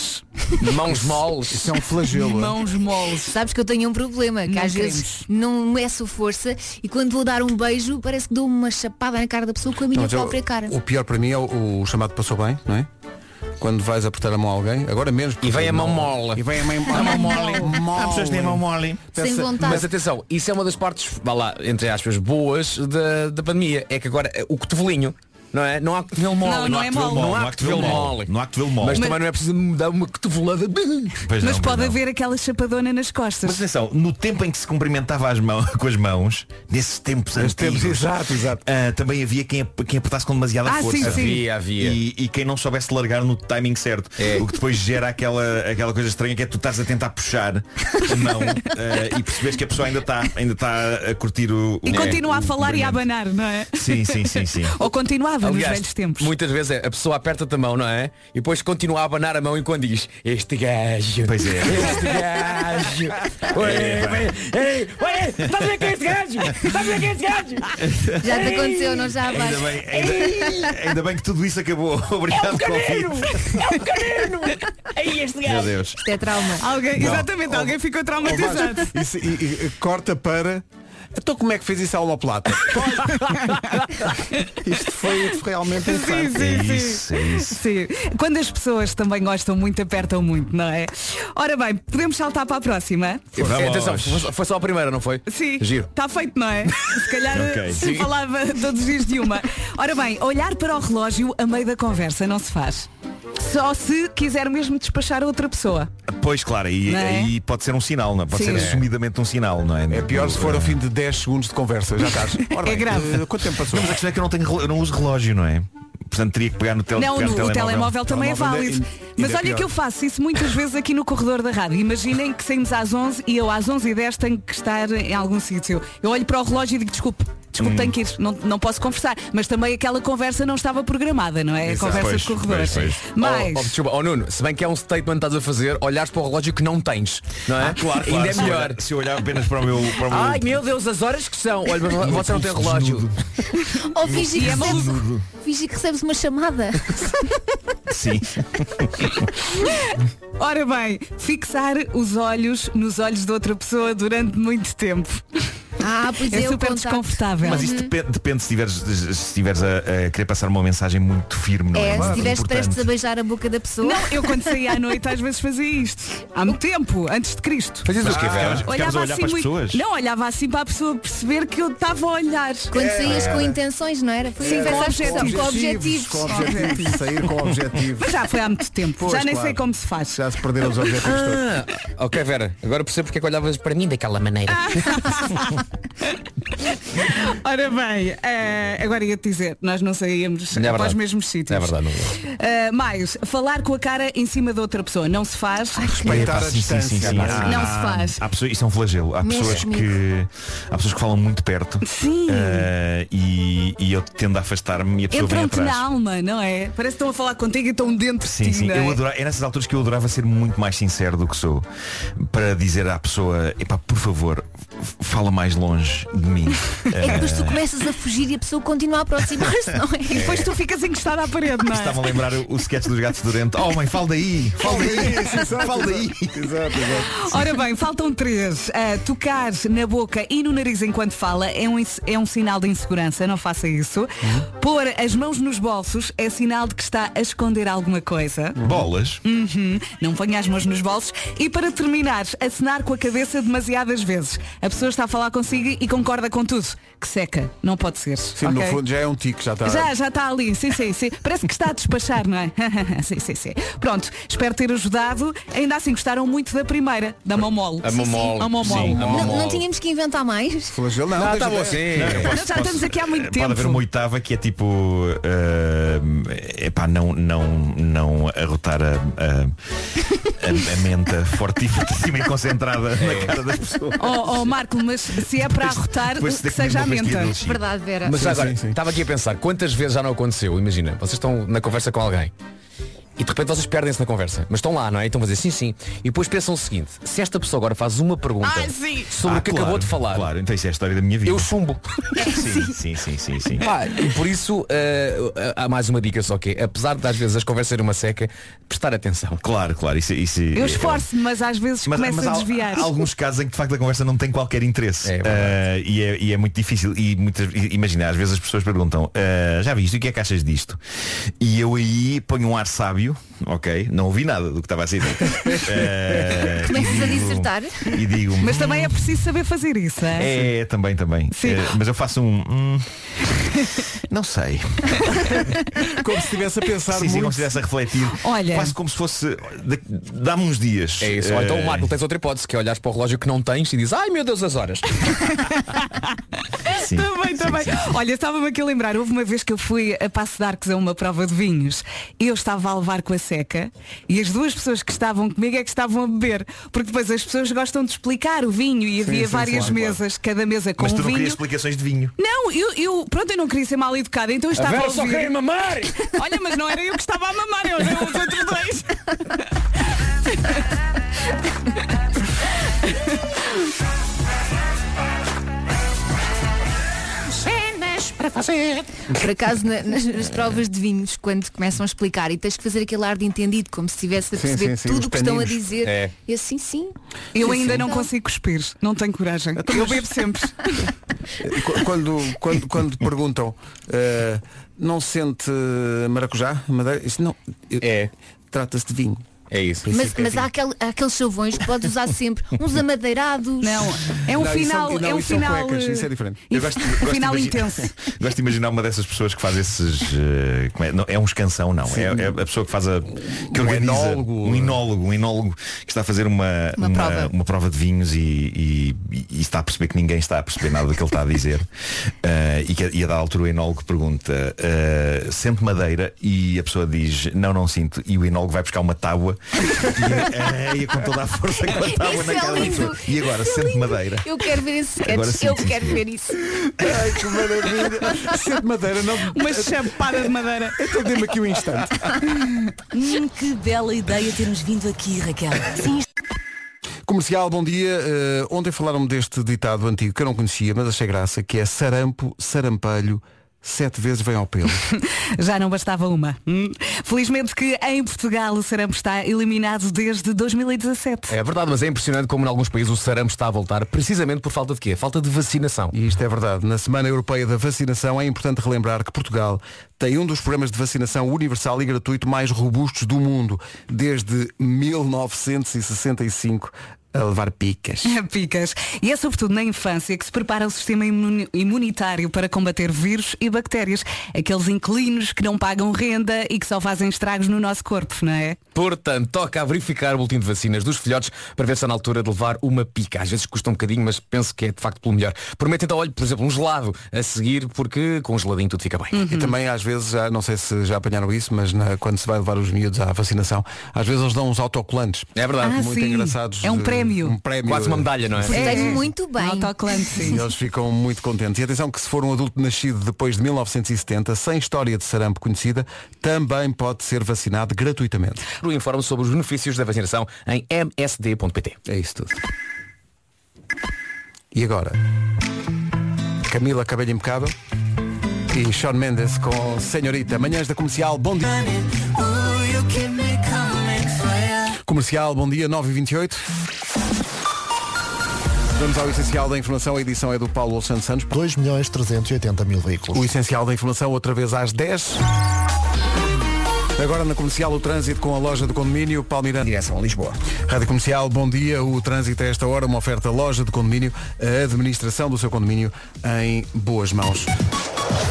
[SPEAKER 9] Mãos moles.
[SPEAKER 1] Isso é um flagelo. hein?
[SPEAKER 5] moles.
[SPEAKER 6] Sabes que eu tenho um problema, que
[SPEAKER 5] Não
[SPEAKER 6] às
[SPEAKER 5] queremos.
[SPEAKER 6] vezes não meço força e quando vou dar um beijo parece que dou uma chapada na cara da pessoa com a minha
[SPEAKER 1] Não, Então, mas eu-
[SPEAKER 6] própria cara.
[SPEAKER 1] O pior para mim é o, o chamado passou bem, não é? quando vais apertar a mão a alguém, agora menos.
[SPEAKER 9] E vem a mão
[SPEAKER 1] mola. E vem a mão mole.
[SPEAKER 9] A mão mole.
[SPEAKER 1] Há pessoas que têm mão mole. Sem
[SPEAKER 9] Pensa-
[SPEAKER 1] vontade.
[SPEAKER 9] Mas atenção, isso é uma das partes, vá lá, entre aspas, boas da, da pandemia. É que agora eh, o cotovelinho. Não é? Não há cotovelo mole.
[SPEAKER 5] Não, não é mole.
[SPEAKER 9] Não há cotovelo mole.
[SPEAKER 19] Não há cotovelo mole.
[SPEAKER 9] Mas
[SPEAKER 5] Mas-
[SPEAKER 9] também não é preciso dar uma cotovelada.
[SPEAKER 19] Pois
[SPEAKER 5] Mas
[SPEAKER 19] não, pois
[SPEAKER 5] pode
[SPEAKER 19] não.
[SPEAKER 5] haver aquela chapadona nas costas.
[SPEAKER 19] Mas atenção, no tempo em que se cumprimentava as mãos, com as mãos, desses tempos
[SPEAKER 1] Desses
[SPEAKER 19] antigos,
[SPEAKER 1] tempos, exato, exato.
[SPEAKER 19] ah, também havia quem, ap- quem apertasse com demasiada
[SPEAKER 1] Ah,
[SPEAKER 19] força.
[SPEAKER 1] sim, sim. Havia,
[SPEAKER 9] havia.
[SPEAKER 19] E, e quem não soubesse largar no timing certo. O que depois gera aquela, aquela coisa estranha que é tu estás a tentar puxar a mão ah, e percebes que a pessoa ainda está ainda tá a curtir o.
[SPEAKER 5] E
[SPEAKER 19] o-
[SPEAKER 5] continua
[SPEAKER 19] o-
[SPEAKER 5] a
[SPEAKER 19] o
[SPEAKER 5] falar e a abanar, não é?
[SPEAKER 19] Sim, sim, sim, sim.
[SPEAKER 5] Ou continuava nos
[SPEAKER 9] Aliás,
[SPEAKER 5] velhos tempos.
[SPEAKER 9] muitas vezes é, a pessoa aperta-te a mão, não é? E depois continua a abanar a mão enquanto diz Este gajo
[SPEAKER 19] Pois é.
[SPEAKER 9] Este gajo Ué,
[SPEAKER 2] É,
[SPEAKER 9] ué, ei, ué, Estás a ver quem é este gajo? Estás a ver quem é este gajo?
[SPEAKER 6] Já te aconteceu, não já
[SPEAKER 19] Ainda
[SPEAKER 6] vais.
[SPEAKER 19] bem, ainda, ainda bem que tudo isso acabou. Obrigado, Covid.
[SPEAKER 2] É o canino! Aí este
[SPEAKER 19] Meu Deus.
[SPEAKER 6] Isto é trauma.
[SPEAKER 5] Alguém,
[SPEAKER 1] Não.
[SPEAKER 5] exatamente, alguém ficou
[SPEAKER 1] Ó,
[SPEAKER 5] traumatizado.
[SPEAKER 1] Vasco, isso- e, e- corta para. Então como é que fez isso a homoplata? Isto foi realmente um
[SPEAKER 5] Sim,
[SPEAKER 1] farto.
[SPEAKER 19] É
[SPEAKER 5] sim, sim. Sim. Quando as pessoas também gostam muito, apertam muito, não é? Ora bem, podemos saltar para a próxima?
[SPEAKER 9] É, Atenção, foi- foi só a primeira, não foi?
[SPEAKER 5] Sim.
[SPEAKER 9] Giro
[SPEAKER 5] Está feito, não é? Se calhar
[SPEAKER 9] Ok.
[SPEAKER 5] se
[SPEAKER 9] Sim.
[SPEAKER 5] falava todos os dias de uma. Ora bem, olhar para o relógio a meio da conversa não se faz. Só se quiser mesmo despachar a outra pessoa.
[SPEAKER 19] Pois claro, aí,
[SPEAKER 5] Não é?
[SPEAKER 19] aí pode ser um sinal, não é? Pode
[SPEAKER 5] Sim.
[SPEAKER 19] ser assumidamente um sinal, não é?
[SPEAKER 1] É pior se for ao fim de 10 segundos de conversa, já estás. Ora
[SPEAKER 5] É
[SPEAKER 1] bem, eh, Quanto tempo passou?
[SPEAKER 19] Não, mas a questão é que eu não, tenho, relo- eu não uso relógio, não é? Portanto, teria que pegar no, tel
[SPEAKER 5] não,
[SPEAKER 19] pegar
[SPEAKER 5] no,
[SPEAKER 19] no
[SPEAKER 5] o telemóvel também é
[SPEAKER 19] um Telemóvel
[SPEAKER 5] válido.
[SPEAKER 19] ainda- ainda
[SPEAKER 5] Mas
[SPEAKER 19] é
[SPEAKER 5] olha
[SPEAKER 19] pior.
[SPEAKER 5] que eu faço isso muitas vezes aqui no corredor da rádio. Imaginem que saímos às 11 e eu às 11 e 10 tenho que estar em algum sítio. Eu olho para o relógio e digo desculpe. Desculpe,
[SPEAKER 19] Hum.
[SPEAKER 5] tenho que ir, não, não posso conversar. Mas também aquela conversa não estava programada, não é? A
[SPEAKER 9] Exato.
[SPEAKER 5] Conversa
[SPEAKER 9] Pois,
[SPEAKER 5] de corredor.
[SPEAKER 9] pois, pois.
[SPEAKER 5] Mas.
[SPEAKER 9] Oh, oh, desculpa, oh, Nuno, se bem que é um statement que estás a fazer, olhares para o relógio que não tens, não é?
[SPEAKER 19] Ah, claro, claro.
[SPEAKER 9] Ainda é
[SPEAKER 19] se eu
[SPEAKER 9] melhor.
[SPEAKER 19] olhar- se eu olhar apenas para o meu. Para o meu...
[SPEAKER 9] Ai meu Deus, as horas que são. Olha, mas você não tem relógio.
[SPEAKER 6] Ou fingi que,
[SPEAKER 5] E é
[SPEAKER 6] recebes,
[SPEAKER 19] maluco.
[SPEAKER 6] fingi que recebes uma chamada.
[SPEAKER 19] Sim.
[SPEAKER 5] Ora bem, fixar os olhos nos olhos de outra pessoa durante muito tempo.
[SPEAKER 6] Ah, pois
[SPEAKER 5] é
[SPEAKER 6] é, o
[SPEAKER 5] super
[SPEAKER 6] contacto.
[SPEAKER 5] desconfortável.
[SPEAKER 19] Mas isso depende, depende se estiveres se estiveres a, a querer passar uma mensagem muito firme, não é?
[SPEAKER 6] É, se
[SPEAKER 19] Muito
[SPEAKER 6] estiveres
[SPEAKER 19] importante.
[SPEAKER 6] prestes a beijar a boca da pessoa.
[SPEAKER 5] Não, eu quando saía à noite às vezes fazia isto. Há muito tempo, antes de Cristo.
[SPEAKER 19] Fazias o quê, Vera? Ficavas- ficavas a olhar para as
[SPEAKER 5] assim muito-
[SPEAKER 19] pessoas?
[SPEAKER 5] Não, olhava assim para a pessoa perceber que eu estava a olhar.
[SPEAKER 6] Quando saías com intenções, não era? Foi um
[SPEAKER 5] Sim,
[SPEAKER 6] essa
[SPEAKER 5] com
[SPEAKER 6] a expressão,
[SPEAKER 5] objetivos.
[SPEAKER 6] com objetivos.
[SPEAKER 1] Com objetivos, sair com objetivos.
[SPEAKER 5] Mas já foi há muito tempo.
[SPEAKER 1] Pois,
[SPEAKER 5] já nem
[SPEAKER 1] claro.
[SPEAKER 5] sei como se faz.
[SPEAKER 1] Já se perderam os objetivos todos.
[SPEAKER 9] Ah, ok, Vera, agora percebo porque é que olhavas para mim daquela maneira.
[SPEAKER 5] Ora bem, eh, agora ia-te dizer, nós não saíamos
[SPEAKER 9] Não é
[SPEAKER 5] para os
[SPEAKER 9] verdade.
[SPEAKER 5] mesmos sítios.
[SPEAKER 9] Não é verdade, não é verdade.
[SPEAKER 5] Eh, mais, falar com a cara em cima de outra pessoa não se faz.
[SPEAKER 19] Epá, sim, sim, sim, sim. Há-
[SPEAKER 5] Não é? se faz.
[SPEAKER 19] há pessoas, isso é um flagelo. Há
[SPEAKER 5] Mexe
[SPEAKER 19] pessoas,
[SPEAKER 5] comigo.
[SPEAKER 19] que, há pessoas que falam muito perto
[SPEAKER 5] Sim.
[SPEAKER 19] eh, e, e eu tendo a afastar-me e a pessoa vem
[SPEAKER 5] Entram-te
[SPEAKER 19] atrás.
[SPEAKER 5] na alma, não é? Parece que estão a falar contigo e estão dentro
[SPEAKER 19] Sim,
[SPEAKER 5] de ti,
[SPEAKER 19] sim.
[SPEAKER 5] não é?
[SPEAKER 19] Eu adorava, é nessas alturas que eu adorava ser muito mais sincero do que sou. Para dizer à pessoa, epá, por favor, f- fala mais longe de mim. Eh,
[SPEAKER 6] É que depois tu começas a fugir e a pessoa continua a aproximar-se, não é?
[SPEAKER 5] E depois tu ficas encostada à parede, não é?
[SPEAKER 19] Estavam a lembrar o, o sketch dos gatos Durante. Oh mãe, fala daí! Fala daí! fala daí!
[SPEAKER 1] Exato, exato.
[SPEAKER 5] Ora bem, faltam três. Ah, tocar na boca e no nariz enquanto fala é um, ins- é um sinal de insegurança, não faça isso. Pôr as mãos nos bolsos é sinal de que está a esconder alguma coisa.
[SPEAKER 19] Bolas.
[SPEAKER 5] Uhum, Não ponha as mãos nos bolsos. E para terminar, acenar com a cabeça demasiadas vezes. A pessoa está a falar consigo e concorda com tudo. Que seca, não pode ser.
[SPEAKER 1] Sim, no
[SPEAKER 5] ok?
[SPEAKER 1] fundo já é um tique, já está.
[SPEAKER 5] Já, já está ali, sim, sim, sim. Parece que está a despachar, não é? sim, sim, sim. Pronto, espero ter ajudado. Ainda assim gostaram muito da primeira, da mão mole.
[SPEAKER 9] A mão mole.
[SPEAKER 5] A mão mole.
[SPEAKER 9] Sim, a mão
[SPEAKER 6] Não,
[SPEAKER 9] mole.
[SPEAKER 6] não tínhamos que inventar mais.
[SPEAKER 1] Flagelo
[SPEAKER 9] Não,
[SPEAKER 1] deixa
[SPEAKER 9] tá bom
[SPEAKER 1] de-
[SPEAKER 9] assim.
[SPEAKER 19] Não, eu posso-
[SPEAKER 5] Não, já
[SPEAKER 19] posso-
[SPEAKER 5] estamos aqui há muito
[SPEAKER 19] Eh, Pode
[SPEAKER 5] tempo.
[SPEAKER 19] haver uma oitava que é tipo eh, epá, não, não, não arrotar a, a, a- a menta forte e fortíssima e concentrada
[SPEAKER 9] É.
[SPEAKER 19] na cara das pessoas.
[SPEAKER 5] Oh, oh, Marco, mas se é para arrotar,
[SPEAKER 19] depois
[SPEAKER 5] que
[SPEAKER 19] de comer
[SPEAKER 5] seja a
[SPEAKER 19] uma pastilha
[SPEAKER 5] menta.
[SPEAKER 19] de elixir.
[SPEAKER 6] Verdade, Vera.
[SPEAKER 9] Mas já agora, estava aqui a pensar, quantas vezes já não aconteceu? Imagina, vocês estão na conversa com alguém e de repente vocês perdem-se na conversa, mas estão lá, não é? E Estão a dizer sim, sim. E depois pensam o seguinte, se esta pessoa agora faz uma pergunta
[SPEAKER 19] Ah,
[SPEAKER 2] sim.
[SPEAKER 9] sobre
[SPEAKER 19] Ah,
[SPEAKER 9] o que
[SPEAKER 19] claro,
[SPEAKER 9] acabou de falar,
[SPEAKER 19] Claro, então isso é a história da minha vida.
[SPEAKER 9] eu chumbo.
[SPEAKER 19] Sim, sim, sim, sim, sim.
[SPEAKER 9] Pá, e por isso eh, há mais uma dica só que é, apesar de às vezes as conversas serem uma seca, prestar atenção.
[SPEAKER 19] Claro, claro, isso, é- isso
[SPEAKER 5] Eu esforço-me, mas às vezes
[SPEAKER 19] Mas,
[SPEAKER 5] começo
[SPEAKER 19] mas
[SPEAKER 5] a
[SPEAKER 19] há,
[SPEAKER 5] desviar.
[SPEAKER 19] há alguns casos em que de facto a conversa não tem qualquer interesse Ah, e, é, e é muito difícil e muitas e- imagina às vezes as pessoas perguntam ah, já viste o que é que achas disto e eu aí ponho um ar sábio ok, não ouvi nada do que estava a ser dito. Eh,
[SPEAKER 6] Começas a
[SPEAKER 19] e digo-
[SPEAKER 6] dissertar.
[SPEAKER 19] E digo,
[SPEAKER 5] Mas também é preciso saber fazer isso, é?
[SPEAKER 19] é, também, também.
[SPEAKER 5] Sim.
[SPEAKER 19] Eh, mas eu faço um. hum, não sei.
[SPEAKER 1] como se estivesse a pensar
[SPEAKER 19] Sim, sim,
[SPEAKER 1] muito.
[SPEAKER 19] como se estivesse a refletir.
[SPEAKER 5] Olha.
[SPEAKER 19] Quase como se fosse. de- Dá-me uns dias.
[SPEAKER 9] É isso. Ou então
[SPEAKER 19] Eh,
[SPEAKER 9] o Marco tens outra hipótese, que é olhares para o relógio que não tens e dizes, ai meu Deus, as horas.
[SPEAKER 19] Ah,
[SPEAKER 5] Sim, também, também. Olha, estava-me aqui a lembrar, houve uma vez que eu fui a Passo de Arcos a uma prova de vinhos. Eu estava a levar com a seca e as duas pessoas que estavam comigo é que estavam a beber. Porque depois as pessoas gostam de explicar o vinho e
[SPEAKER 19] Sim,
[SPEAKER 5] havia
[SPEAKER 19] sim,
[SPEAKER 5] várias
[SPEAKER 19] claro,
[SPEAKER 5] mesas, cada mesa com
[SPEAKER 19] Mas tu
[SPEAKER 5] um
[SPEAKER 19] não querias
[SPEAKER 5] vinho.
[SPEAKER 19] explicações de vinho.
[SPEAKER 5] Não, eu, eu- pronto, eu não queria ser mal educada, então eu
[SPEAKER 2] A
[SPEAKER 5] estava
[SPEAKER 2] Vera
[SPEAKER 5] a
[SPEAKER 2] só
[SPEAKER 5] ouvir.
[SPEAKER 2] queria mamar!
[SPEAKER 5] Olha, mas não era eu que estava a mamar, eu eram os outros dois.
[SPEAKER 6] Cenas para fazer. Por acaso, na- nas, nas provas de vinhos, quando começam a explicar e tens que fazer aquele ar de entendido, como se estivesse a
[SPEAKER 5] Sim,
[SPEAKER 6] perceber
[SPEAKER 5] sim, sim, os
[SPEAKER 6] tudo o que estão a
[SPEAKER 5] taninos.
[SPEAKER 6] dizer.
[SPEAKER 5] É.
[SPEAKER 6] E assim, sim.
[SPEAKER 5] Eu
[SPEAKER 6] Sim,
[SPEAKER 5] ainda
[SPEAKER 6] sim.
[SPEAKER 5] não
[SPEAKER 6] Então,
[SPEAKER 5] consigo cuspir, não tenho coragem. Eu bebo sempre.
[SPEAKER 1] Qu- Quando, quando, quando perguntam, eh, não sente eh, maracujá, madeira? Isso não. É. Trata-se de vinho.
[SPEAKER 9] É isso.
[SPEAKER 6] Mas, mas há, aquele- há aqueles chavões que podes usar sempre. Uns amadeirados.
[SPEAKER 5] Não, é
[SPEAKER 19] Não,
[SPEAKER 5] um
[SPEAKER 19] isso
[SPEAKER 5] final.
[SPEAKER 19] são- não,
[SPEAKER 5] é um
[SPEAKER 19] isso são
[SPEAKER 5] final.
[SPEAKER 19] cuecas, isso é diferente. Eu gosto-
[SPEAKER 5] um
[SPEAKER 19] gosto de
[SPEAKER 5] final
[SPEAKER 19] imaginar-
[SPEAKER 5] intenso.
[SPEAKER 19] Gosto de imaginar uma dessas pessoas que faz esses. eh, como é? Não, é um escansão, não. É, é a pessoa que faz a. que
[SPEAKER 1] Um
[SPEAKER 19] organiza.
[SPEAKER 1] enólogo.
[SPEAKER 19] um enólogo. Um enólogo que está a fazer uma,
[SPEAKER 1] Uma prova.
[SPEAKER 19] uma prova de vinhos e, e- e está a perceber que ninguém está a perceber nada do que ele está a dizer. Eh, e, que, e a dada altura o enólogo pergunta: eh, sente madeira? E a pessoa diz: não, não sinto. E o enólogo vai buscar uma tábua e arreia com toda a força com a tábua
[SPEAKER 6] Isso
[SPEAKER 19] na
[SPEAKER 6] é
[SPEAKER 19] cara da
[SPEAKER 6] lindo.
[SPEAKER 19] pessoa. E agora, sente madeira.
[SPEAKER 6] Eu quero ver esse
[SPEAKER 19] Agora
[SPEAKER 6] sketch.
[SPEAKER 19] sim,
[SPEAKER 6] Eu
[SPEAKER 19] sim,
[SPEAKER 6] quero
[SPEAKER 19] sim.
[SPEAKER 6] ver isso.
[SPEAKER 1] Ai, que maravilha. Sente madeira, não.
[SPEAKER 5] Uma chapada de madeira.
[SPEAKER 1] Atendemos aqui um instante.
[SPEAKER 20] Hum, que bela ideia termos vindo aqui, Raquel. Sim,
[SPEAKER 1] Comercial, bom dia. Eh, ontem falaram-me deste ditado antigo que eu não conhecia, mas achei graça, que é sarampo, sarampalho, sete vezes vem ao pelo.
[SPEAKER 5] Já não bastava uma. Hum. Felizmente que em Portugal o sarampo está eliminado desde 2017.
[SPEAKER 9] É verdade, mas é impressionante como em alguns países o sarampo está a voltar, precisamente por falta de quê? Falta de vacinação.
[SPEAKER 1] E isto é verdade. Na Semana Europeia da Vacinação é importante relembrar que Portugal tem um dos programas de vacinação universal e gratuito mais robustos do mundo, desde 1965, a levar picas.
[SPEAKER 5] Picas. E é sobretudo na infância que se prepara o sistema imun- imunitário para combater vírus e bactérias. Aqueles inquilinos que não pagam renda e que só fazem estragos no nosso corpo, não é?
[SPEAKER 9] Portanto, toca a verificar o boletim de vacinas dos filhotes para ver se está na altura de levar uma pica. Às vezes custa um bocadinho, mas penso que é de facto pelo melhor. Prometo então, olha, por exemplo, um gelado a seguir, porque com um geladinho tudo fica bem.
[SPEAKER 5] Uhum.
[SPEAKER 1] E também às vezes, já, não sei se já apanharam isso, mas na- quando se vai levar os miúdos à vacinação, às vezes eles dão uns autocolantes.
[SPEAKER 9] É verdade.
[SPEAKER 1] Muito engraçados.
[SPEAKER 5] É um
[SPEAKER 1] de-
[SPEAKER 5] prémio.
[SPEAKER 1] Um prémio.
[SPEAKER 9] Quase uma medalha, não é?
[SPEAKER 6] Portei-me
[SPEAKER 5] um
[SPEAKER 6] muito bem.
[SPEAKER 5] Autoclante,
[SPEAKER 1] E eles ficam muito contentes. E atenção que se for um adulto nascido depois de 1970, sem história de sarampo conhecida, também pode ser vacinado gratuitamente.
[SPEAKER 9] O informe sobre os benefícios da vacinação em msd.pt.
[SPEAKER 1] É isso tudo. E agora? Camila Cabelho Impecável e Sean Mendes com Senhorita. Manhãs da Comercial, bom dia. Comercial, bom dia, 9h28. Vamos ao essencial da informação, a edição é do Paulo Santos Santos.
[SPEAKER 3] 2 milhões 380 mil veículos.
[SPEAKER 1] O essencial da informação outra vez às 10. Agora na comercial o trânsito com a loja do condomínio Palmeirante.
[SPEAKER 4] Direção a Lisboa.
[SPEAKER 1] Rádio Comercial, bom dia. O trânsito a esta hora, uma oferta loja de condomínio, a administração do seu condomínio em boas mãos.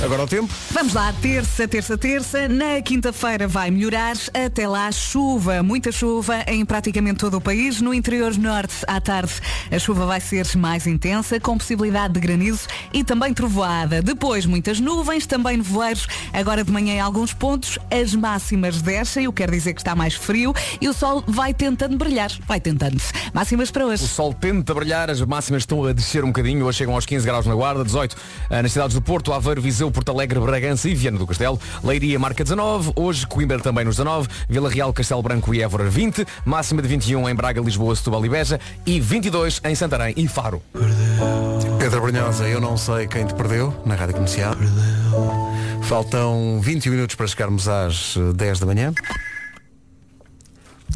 [SPEAKER 1] Agora o tempo.
[SPEAKER 5] Vamos lá, terça, terça, terça. Na quinta-feira vai melhorar. Até lá, chuva, muita chuva em praticamente todo o país. No interior norte, à tarde, a chuva vai ser mais intensa, com possibilidade de granizo e também trovoada. Depois, muitas nuvens, também nevoeiros. Agora de manhã, em alguns pontos, as máximas descem, o que quer dizer que está mais frio e o sol vai tentando brilhar. Vai tentando. Máximas para hoje.
[SPEAKER 9] O sol tenta brilhar, as máximas estão a descer um bocadinho, hoje chegam aos 15 graus na Guarda, 18 ah, nas cidades do Porto, Aveiro, Viseu, Porto Alegre, Bragança e Viana do Castelo. Leiria marca 19, hoje Coimbra também nos 19, Vila Real, Castelo Branco e Évora 20, máxima de 21 em Braga, Lisboa, Setúbal e Beja e 22 em Santarém e Faro.
[SPEAKER 1] Pedro Brunhosa, eu não sei quem te perdeu na Rádio Comercial. Faltam 20 minutos para chegarmos às eh, 10 da manhã.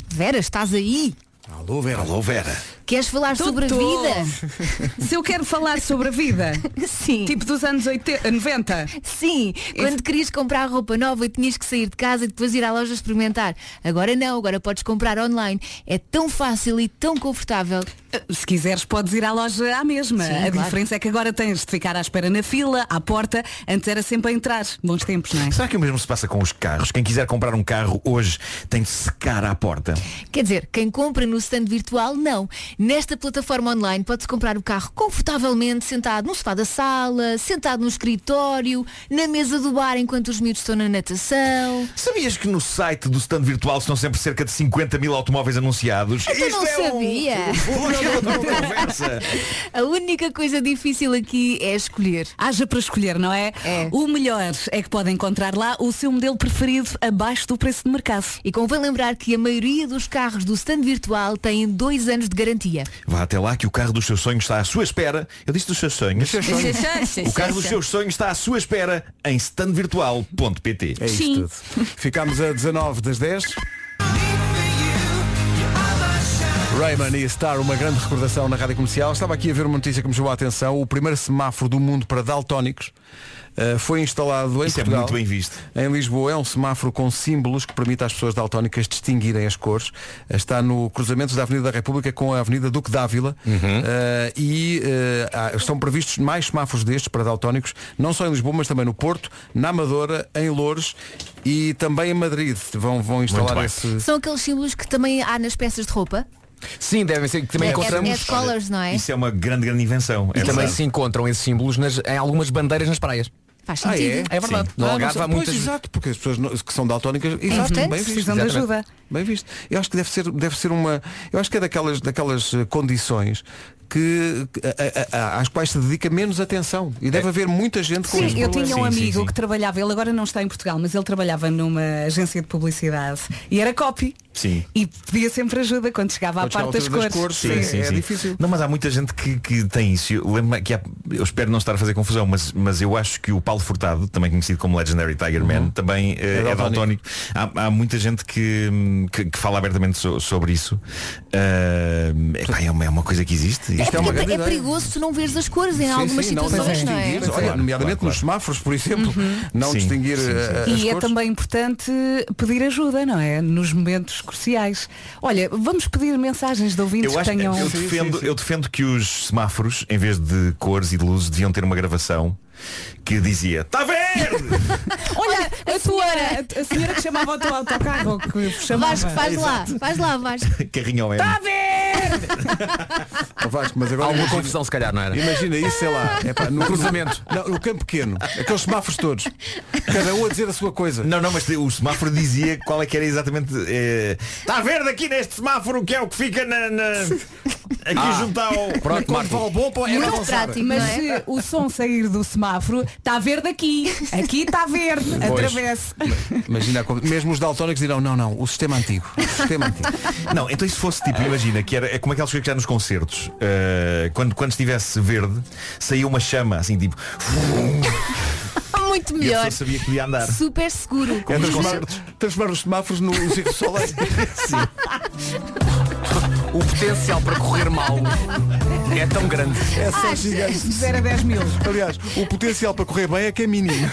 [SPEAKER 6] Vera, estás aí?
[SPEAKER 1] Alô, Vera.
[SPEAKER 19] Alô, Vera.
[SPEAKER 6] Queres falar sobre a
[SPEAKER 5] Doutor,
[SPEAKER 6] vida?
[SPEAKER 5] Se eu quero falar sobre a vida.
[SPEAKER 6] Sim.
[SPEAKER 5] Tipo dos anos 80, 90.
[SPEAKER 6] Sim, quando querias comprar roupa nova e tinhas que sair de casa e depois ir à loja experimentar. Agora não, agora podes comprar online. É tão fácil e tão confortável.
[SPEAKER 5] Se quiseres, podes ir à loja à mesma.
[SPEAKER 6] Sim,
[SPEAKER 5] a
[SPEAKER 6] claro.
[SPEAKER 5] diferença é que agora tens de ficar à espera na fila, à porta. Antes era sempre a entrar. Bons tempos, não é?
[SPEAKER 19] Será que o mesmo se passa com os carros? Quem quiser comprar um carro hoje tem de secar à porta.
[SPEAKER 6] Quer dizer, quem compra no stand virtual, não. Nesta plataforma online pode-se comprar o carro confortavelmente, sentado no sofá da sala, sentado no escritório, na mesa do bar enquanto os miúdos estão na natação.
[SPEAKER 19] Sabias que no site do stand virtual estão sempre cerca de 50 mil automóveis anunciados? é um
[SPEAKER 6] Então não sabia.
[SPEAKER 19] Conversa.
[SPEAKER 6] A única coisa difícil aqui é escolher.
[SPEAKER 5] Haja para escolher, não é? O melhor é que pode encontrar lá o seu modelo preferido abaixo do preço de mercado.
[SPEAKER 6] E convém lembrar que a maioria dos carros do stand virtual têm dois anos de garantia.
[SPEAKER 19] Vá até lá que o carro dos seus sonhos está à sua espera. Eu disse dos seus sonhos.
[SPEAKER 6] seus sonhos. Dos seus sonhos.
[SPEAKER 19] O carro dos seus sonhos está à sua espera em standvirtual.pt.
[SPEAKER 1] É isto tudo. Ficámos a 19 das 10. Rayman e Star, uma grande recordação na Rádio Comercial. Estava aqui a ver uma notícia que me chamou a atenção. O primeiro semáforo do mundo para daltónicos eh, foi instalado em
[SPEAKER 19] Isso é
[SPEAKER 1] Portugal.
[SPEAKER 19] muito bem visto.
[SPEAKER 1] Em Lisboa é um semáforo com símbolos que permite às pessoas daltónicas distinguirem as cores. Eh, Está no cruzamento da Avenida da República com a Avenida Duque Dávila.
[SPEAKER 19] Uhum.
[SPEAKER 1] Eh, e eh, há- estão previstos mais semáforos destes para daltónicos, não só em Lisboa, mas também no Porto, na Amadora, em Loures e também em Madrid. Vão, vão instalar
[SPEAKER 9] bem.
[SPEAKER 1] esse...
[SPEAKER 6] São aqueles símbolos que também há nas peças de roupa?
[SPEAKER 9] Sim, devem ser que também
[SPEAKER 6] É- é-
[SPEAKER 9] encontramos.
[SPEAKER 6] é de colors, não é?
[SPEAKER 19] Isso é uma grande, grande invenção.
[SPEAKER 9] E
[SPEAKER 19] É
[SPEAKER 9] também
[SPEAKER 19] verdade.
[SPEAKER 9] se encontram esses símbolos nas- em algumas bandeiras nas praias.
[SPEAKER 6] Faz
[SPEAKER 1] Ah,
[SPEAKER 6] sentido.
[SPEAKER 9] É verdade.
[SPEAKER 1] Sim.
[SPEAKER 9] No
[SPEAKER 1] Ah,
[SPEAKER 9] Algarve
[SPEAKER 1] não sei-
[SPEAKER 9] há muitas-
[SPEAKER 6] é.
[SPEAKER 1] Pois, exato, porque as pessoas não- que são daltónicas exato,
[SPEAKER 6] importante,
[SPEAKER 1] bem visto,
[SPEAKER 6] precisam de
[SPEAKER 1] exatamente.
[SPEAKER 6] ajuda.
[SPEAKER 1] Bem visto. Eu acho que deve ser, deve ser uma. Eu acho que é daquelas, daquelas eh, condições que, que- a- a- a- às quais se dedica menos atenção. E deve haver muita gente com
[SPEAKER 5] Sim,
[SPEAKER 1] esse
[SPEAKER 5] eu
[SPEAKER 1] problema.
[SPEAKER 5] tinha um amigo que trabalhava, ele agora não está em Portugal, mas ele trabalhava numa agência de publicidade e era copy
[SPEAKER 19] Sim.
[SPEAKER 5] e pedia sempre ajuda quando chegava à parte das cores. é
[SPEAKER 19] Sim, é sim, sim. Não, mas há muita gente que, que tem isso. Eu, lembro-me que há- eu espero não estar a fazer confusão, mas, mas eu acho que o Paulo Furtado, também conhecido como Legendary Tiger Man, também eh, é daltónico. Há, há muita gente que, hum, que, que fala abertamente so- sobre isso. Ah, epá, é, uma, é uma coisa que existe.
[SPEAKER 6] É, porque é, é perigoso tu não veres as cores em algumas situações, não, é?
[SPEAKER 1] Olha, nomeadamente nos semáforos, por exemplo, não
[SPEAKER 19] Sim,
[SPEAKER 1] distinguir
[SPEAKER 19] sim, sim.
[SPEAKER 1] eh, as
[SPEAKER 5] E é
[SPEAKER 1] cores.
[SPEAKER 5] também importante pedir ajuda, não é? Nos momentos cruciais. Olha, vamos pedir mensagens de ouvintes
[SPEAKER 19] Eu, acho,
[SPEAKER 5] que tenham.
[SPEAKER 19] eu, defendo, eu defendo que os semáforos, em vez de cores e de luzes, deviam ter uma gravação que dizia Está verde!
[SPEAKER 5] Olha, a, tua, a, a senhora que chamava o teu autocarro, que chamava.
[SPEAKER 6] Vasco, faz lá, faz lá, Vasco.
[SPEAKER 19] Carrinho ao
[SPEAKER 6] Está a ver!
[SPEAKER 1] Oh, Vasco, mas agora
[SPEAKER 9] Alguma confusão, se calhar, não era?
[SPEAKER 1] Imagina isso, sei lá, é pá, no
[SPEAKER 9] cruzamento.
[SPEAKER 1] Não, no campo pequeno, aqueles semáforos todos. Cada um a dizer a sua coisa.
[SPEAKER 19] Não, é não, mas o semáforo dizia qual é que era exatamente. eh, Está verde aqui neste semáforo que é o que fica na. na- Aqui
[SPEAKER 9] Ah,
[SPEAKER 19] junto ao.
[SPEAKER 9] pronto, Marco.
[SPEAKER 19] Quando vale bom, pô, é
[SPEAKER 5] Muito
[SPEAKER 19] avançado.
[SPEAKER 5] prático, mas
[SPEAKER 19] não é?
[SPEAKER 5] se o som sair do semáforo, está verde aqui. Aqui está verde.
[SPEAKER 1] Pois.
[SPEAKER 5] Atravesse.
[SPEAKER 1] Imagina, a co- mesmo os daltónicos dirão, não, não, o sistema antigo. O sistema antigo.
[SPEAKER 19] Não, então isso fosse tipo, imagina, que era é como aquelas coisas que já nos concertos. eh, quando, quando estivesse verde, saía uma chama, assim, tipo.
[SPEAKER 6] Muito
[SPEAKER 19] E a
[SPEAKER 6] melhor.
[SPEAKER 19] pessoa sabia que podia andar.
[SPEAKER 6] Super seguro.
[SPEAKER 1] É transformar, transformar os semáforos no circo solar.
[SPEAKER 9] O potencial para correr mal é tão grande.
[SPEAKER 1] É só gigante.
[SPEAKER 5] 0 a 10 mil.
[SPEAKER 1] Aliás, o potencial para correr bem é que é mínimo.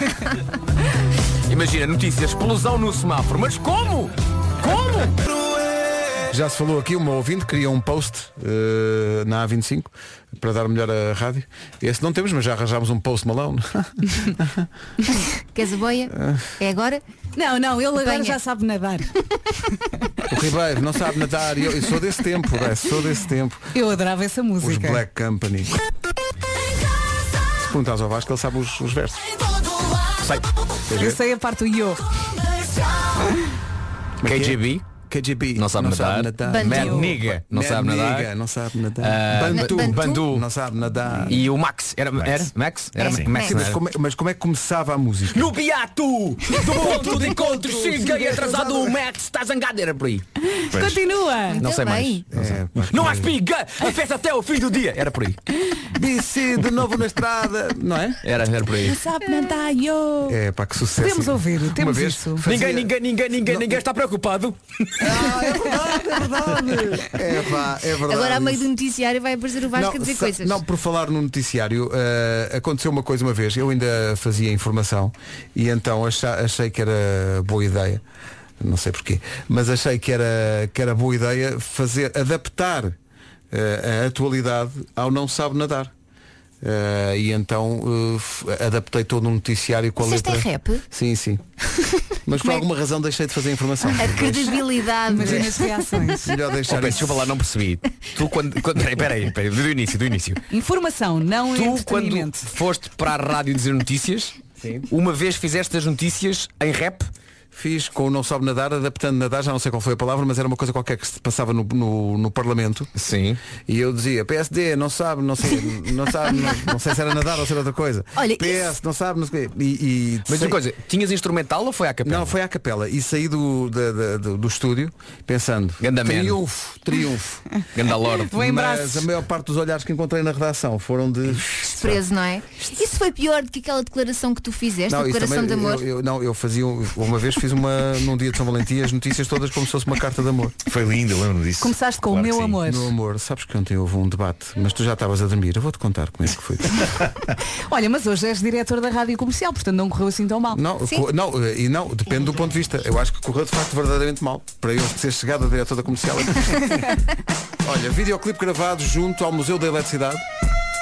[SPEAKER 9] Imagina, notícia, explosão no semáforo. Mas como? Como?
[SPEAKER 1] Já se falou aqui, uma ouvinte criou um post eh, na A25 para dar melhor a rádio. Esse não temos, mas já arranjámos um post malão.
[SPEAKER 6] Queres a boia? É agora?
[SPEAKER 5] Não, não, ele agora
[SPEAKER 6] Apanha.
[SPEAKER 5] já sabe nadar.
[SPEAKER 1] O Ribeiro não sabe nadar. e Eu, eu sou desse tempo, né? sou desse tempo.
[SPEAKER 5] Eu adorava essa
[SPEAKER 1] Os
[SPEAKER 5] música.
[SPEAKER 1] Black Company. Se perguntas ao Vasco, ele sabe os, os versos. Sai. Queres ver?
[SPEAKER 5] Eu sei a parte do yo.
[SPEAKER 1] Como é que é?
[SPEAKER 9] KGB?
[SPEAKER 1] KGB.
[SPEAKER 9] Não sabe
[SPEAKER 1] Não
[SPEAKER 9] nadar.
[SPEAKER 1] sabe nadar.
[SPEAKER 9] Mad
[SPEAKER 1] Bandido.
[SPEAKER 9] Nigga. Não
[SPEAKER 1] Mad
[SPEAKER 9] sabe nadar.
[SPEAKER 1] Nigga, Não sabe nadar.
[SPEAKER 9] Ah,
[SPEAKER 1] Bantu.
[SPEAKER 9] Bantu.
[SPEAKER 1] Não sabe nadar.
[SPEAKER 9] E o Max. Era Max? Era? Max? Era
[SPEAKER 1] Sim,
[SPEAKER 9] Max, não
[SPEAKER 1] mas,
[SPEAKER 9] era?
[SPEAKER 1] como é, mas como é que começava a música?
[SPEAKER 9] No biato do ponto de encontro cheguei atrasado o Max está zangado era por aí
[SPEAKER 19] Pois.
[SPEAKER 5] Continua.
[SPEAKER 9] Não sei mais.
[SPEAKER 1] É,
[SPEAKER 9] não há espiga a festa até o fim do dia era por aí
[SPEAKER 1] Bici de novo na estrada, não é?
[SPEAKER 9] era era por aí
[SPEAKER 5] Não sabe nadar, yo.
[SPEAKER 1] É pá, que sucesso.
[SPEAKER 5] Podemos ouvir,
[SPEAKER 1] Uma
[SPEAKER 5] temos
[SPEAKER 1] vez
[SPEAKER 5] isso.
[SPEAKER 1] fazia-
[SPEAKER 9] ninguém ninguém ninguém ninguém ninguém está preocupado
[SPEAKER 1] Ah, é verdade, É verdade. É vá, é verdade.
[SPEAKER 6] Agora, a meio
[SPEAKER 1] isso.
[SPEAKER 6] do noticiário, vai aparecer o Vasco a dizer
[SPEAKER 1] sa-
[SPEAKER 6] coisas.
[SPEAKER 1] não, por falar no noticiário, eh, aconteceu uma coisa uma vez, eu ainda fazia informação e então acha- achei que era boa ideia, não sei porquê, mas achei que era, que era boa ideia fazer, adaptar eh, a atualidade ao não sabe nadar. Eh, e então eh, f- adaptei todo um noticiário com a
[SPEAKER 6] Vocês têm
[SPEAKER 1] letra.
[SPEAKER 6] rap? é
[SPEAKER 1] Sim, sim. Mas por alguma razão deixei de fazer informação.
[SPEAKER 6] A credibilidade.
[SPEAKER 5] Imagina as reações.
[SPEAKER 1] Melhor deixar
[SPEAKER 9] Oh, peço, desculpa lá, não percebi. Tu quando. quando peraí, peraí, peraí, do início, do início.
[SPEAKER 5] Informação, não
[SPEAKER 9] Tu
[SPEAKER 5] entretenimento.
[SPEAKER 9] quando foste para a rádio dizer notícias, uma vez fizeste as notícias em rap.
[SPEAKER 1] Fiz com o Não Sabe Nadar, adaptando nadar, já não sei qual foi a palavra, mas era uma coisa qualquer que se passava no, no, no Parlamento.
[SPEAKER 9] Sim.
[SPEAKER 1] E eu dizia, PSD, não sabe, não sei, não sabe, não, não sei se era nadar ou se era outra coisa.
[SPEAKER 9] Olha,
[SPEAKER 1] PS, não sabe, não sei o quê. E, e
[SPEAKER 9] Mas
[SPEAKER 1] sei-
[SPEAKER 9] uma coisa, tinhas instrumental ou foi à capela?
[SPEAKER 1] Não, foi à capela. E saí do, da- da- do, do estúdio pensando,
[SPEAKER 9] Gandamento.
[SPEAKER 1] triunfo, triunfo.
[SPEAKER 9] Gandalord.
[SPEAKER 6] Vou em
[SPEAKER 1] Mas
[SPEAKER 6] braços.
[SPEAKER 1] a maior parte dos olhares que encontrei na redação foram de.
[SPEAKER 6] Preso, não é? Isso foi pior do que aquela declaração que tu fizeste, a
[SPEAKER 1] isso
[SPEAKER 6] declaração de
[SPEAKER 1] também-
[SPEAKER 6] amor.
[SPEAKER 1] Eu, eu- não, eu fazia um- uma vez fiz uma num dia de São Valentim as notícias todas como se fosse uma carta de amor.
[SPEAKER 19] Foi lindo, lembro disso.
[SPEAKER 5] Começaste com o meu amor.
[SPEAKER 1] Meu amor, sabes que ontem houve um debate, mas tu já estavas a dormir. Eu vou-te contar como é que foi.
[SPEAKER 5] Olha, mas hoje és diretor da rádio comercial, portanto não correu assim tão mal.
[SPEAKER 1] Não,
[SPEAKER 5] Sim.
[SPEAKER 1] co- não, eh, e não, depende do ponto de vista. Eu acho que correu de facto verdadeiramente mal. Para eu ser chegado a diretora comercial. é triste. Olha, videoclipe gravado junto ao Museu da Eletricidade,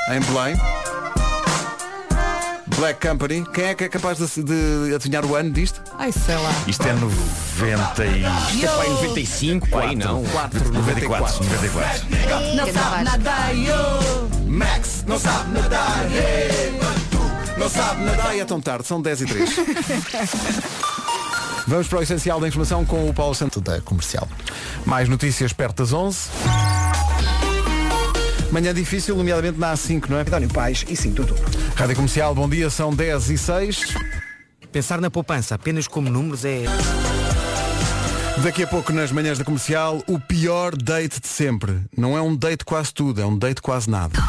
[SPEAKER 1] em Belém. Black Company. Quem é que é capaz de, de adivinhar o ano disto?
[SPEAKER 5] Ai, sei lá.
[SPEAKER 19] Isto é 90 e...
[SPEAKER 9] Isto é para aí 95, para aí não.
[SPEAKER 19] 4, 94, 94.
[SPEAKER 5] Não sabe nadar, eu.
[SPEAKER 1] Max não sabe nadar. eh, mas tu Não sabe nadar e é tão tarde, são 10 e 3. Vamos para o essencial da informação com o Paulo Santo da Comercial. Mais notícias perto das 11. Manhã difícil, nomeadamente na A5, não é? António Paz e 5 de outubro. Rádio Comercial, bom dia, são 10 e 6.
[SPEAKER 21] Pensar na poupança apenas como números é.
[SPEAKER 1] Daqui a pouco nas manhãs da comercial, o pior date de sempre. Não é um date quase tudo, é um date quase nada.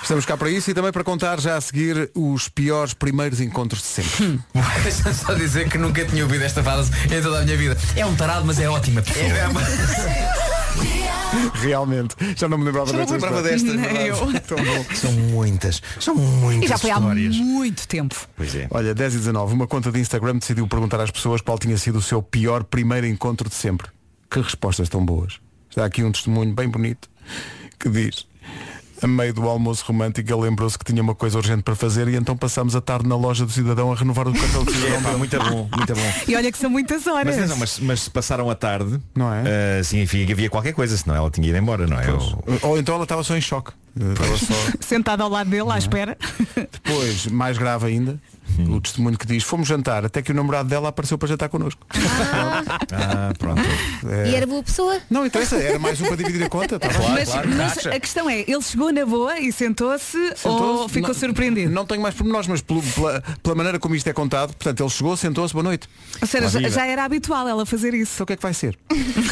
[SPEAKER 1] Estamos cá para isso e também para contar já a seguir os piores primeiros encontros de sempre.
[SPEAKER 9] Deixa-me só dizer que nunca tinha ouvido esta frase em toda a minha vida. É um tarado, mas é ótima pessoa.
[SPEAKER 1] Realmente, já não me lembrava
[SPEAKER 19] Já não me
[SPEAKER 1] desta
[SPEAKER 19] lembrava
[SPEAKER 1] história.
[SPEAKER 19] desta, Nem
[SPEAKER 1] é verdade.
[SPEAKER 19] eu.
[SPEAKER 1] Tão bom.
[SPEAKER 19] São muitas. São muitas
[SPEAKER 5] E já foi há
[SPEAKER 1] histórias.
[SPEAKER 5] muito tempo.
[SPEAKER 19] Pois é.
[SPEAKER 1] Olha, 10 e 19, uma conta de Instagram decidiu perguntar às pessoas qual tinha sido o seu pior primeiro encontro de sempre. Que respostas tão boas. Está aqui um testemunho bem bonito que diz a meio do almoço romântico ele lembrou-se que tinha uma coisa urgente para fazer e então passámos a tarde na loja do cidadão a renovar o cartão do cidadão.
[SPEAKER 19] É, pá, muito bom,
[SPEAKER 1] Ah,
[SPEAKER 19] muito bom.
[SPEAKER 5] E olha que são muitas horas.
[SPEAKER 19] Mas, atenção, mas, mas se passaram a tarde,
[SPEAKER 1] não
[SPEAKER 19] é? significa que havia qualquer coisa, senão ela tinha ido embora, não é? Eu-
[SPEAKER 1] Ou então ela estava só em choque. Eh, Estava só...
[SPEAKER 5] Sentado ao lado dele,
[SPEAKER 1] é?
[SPEAKER 5] à espera.
[SPEAKER 1] Depois, mais grave ainda, o testemunho que diz, fomos jantar, até que o namorado dela apareceu para jantar connosco.
[SPEAKER 19] Ah, pronto.
[SPEAKER 6] E era boa pessoa.
[SPEAKER 1] Não interessa, era mais um para dividir a conta. tá bem.
[SPEAKER 5] mas mas a questão é, ele chegou na boa e sentou-se
[SPEAKER 1] Sentou-se,
[SPEAKER 5] ou Oh, ficou
[SPEAKER 1] não-
[SPEAKER 5] surpreendido?
[SPEAKER 1] Não tenho mais pormenores, mas pelo- pela, pela maneira como isto é contado, portanto, ele chegou, sentou-se, boa noite.
[SPEAKER 5] Ou seja, já, já era habitual ela fazer isso. Então
[SPEAKER 1] o que é que vai ser?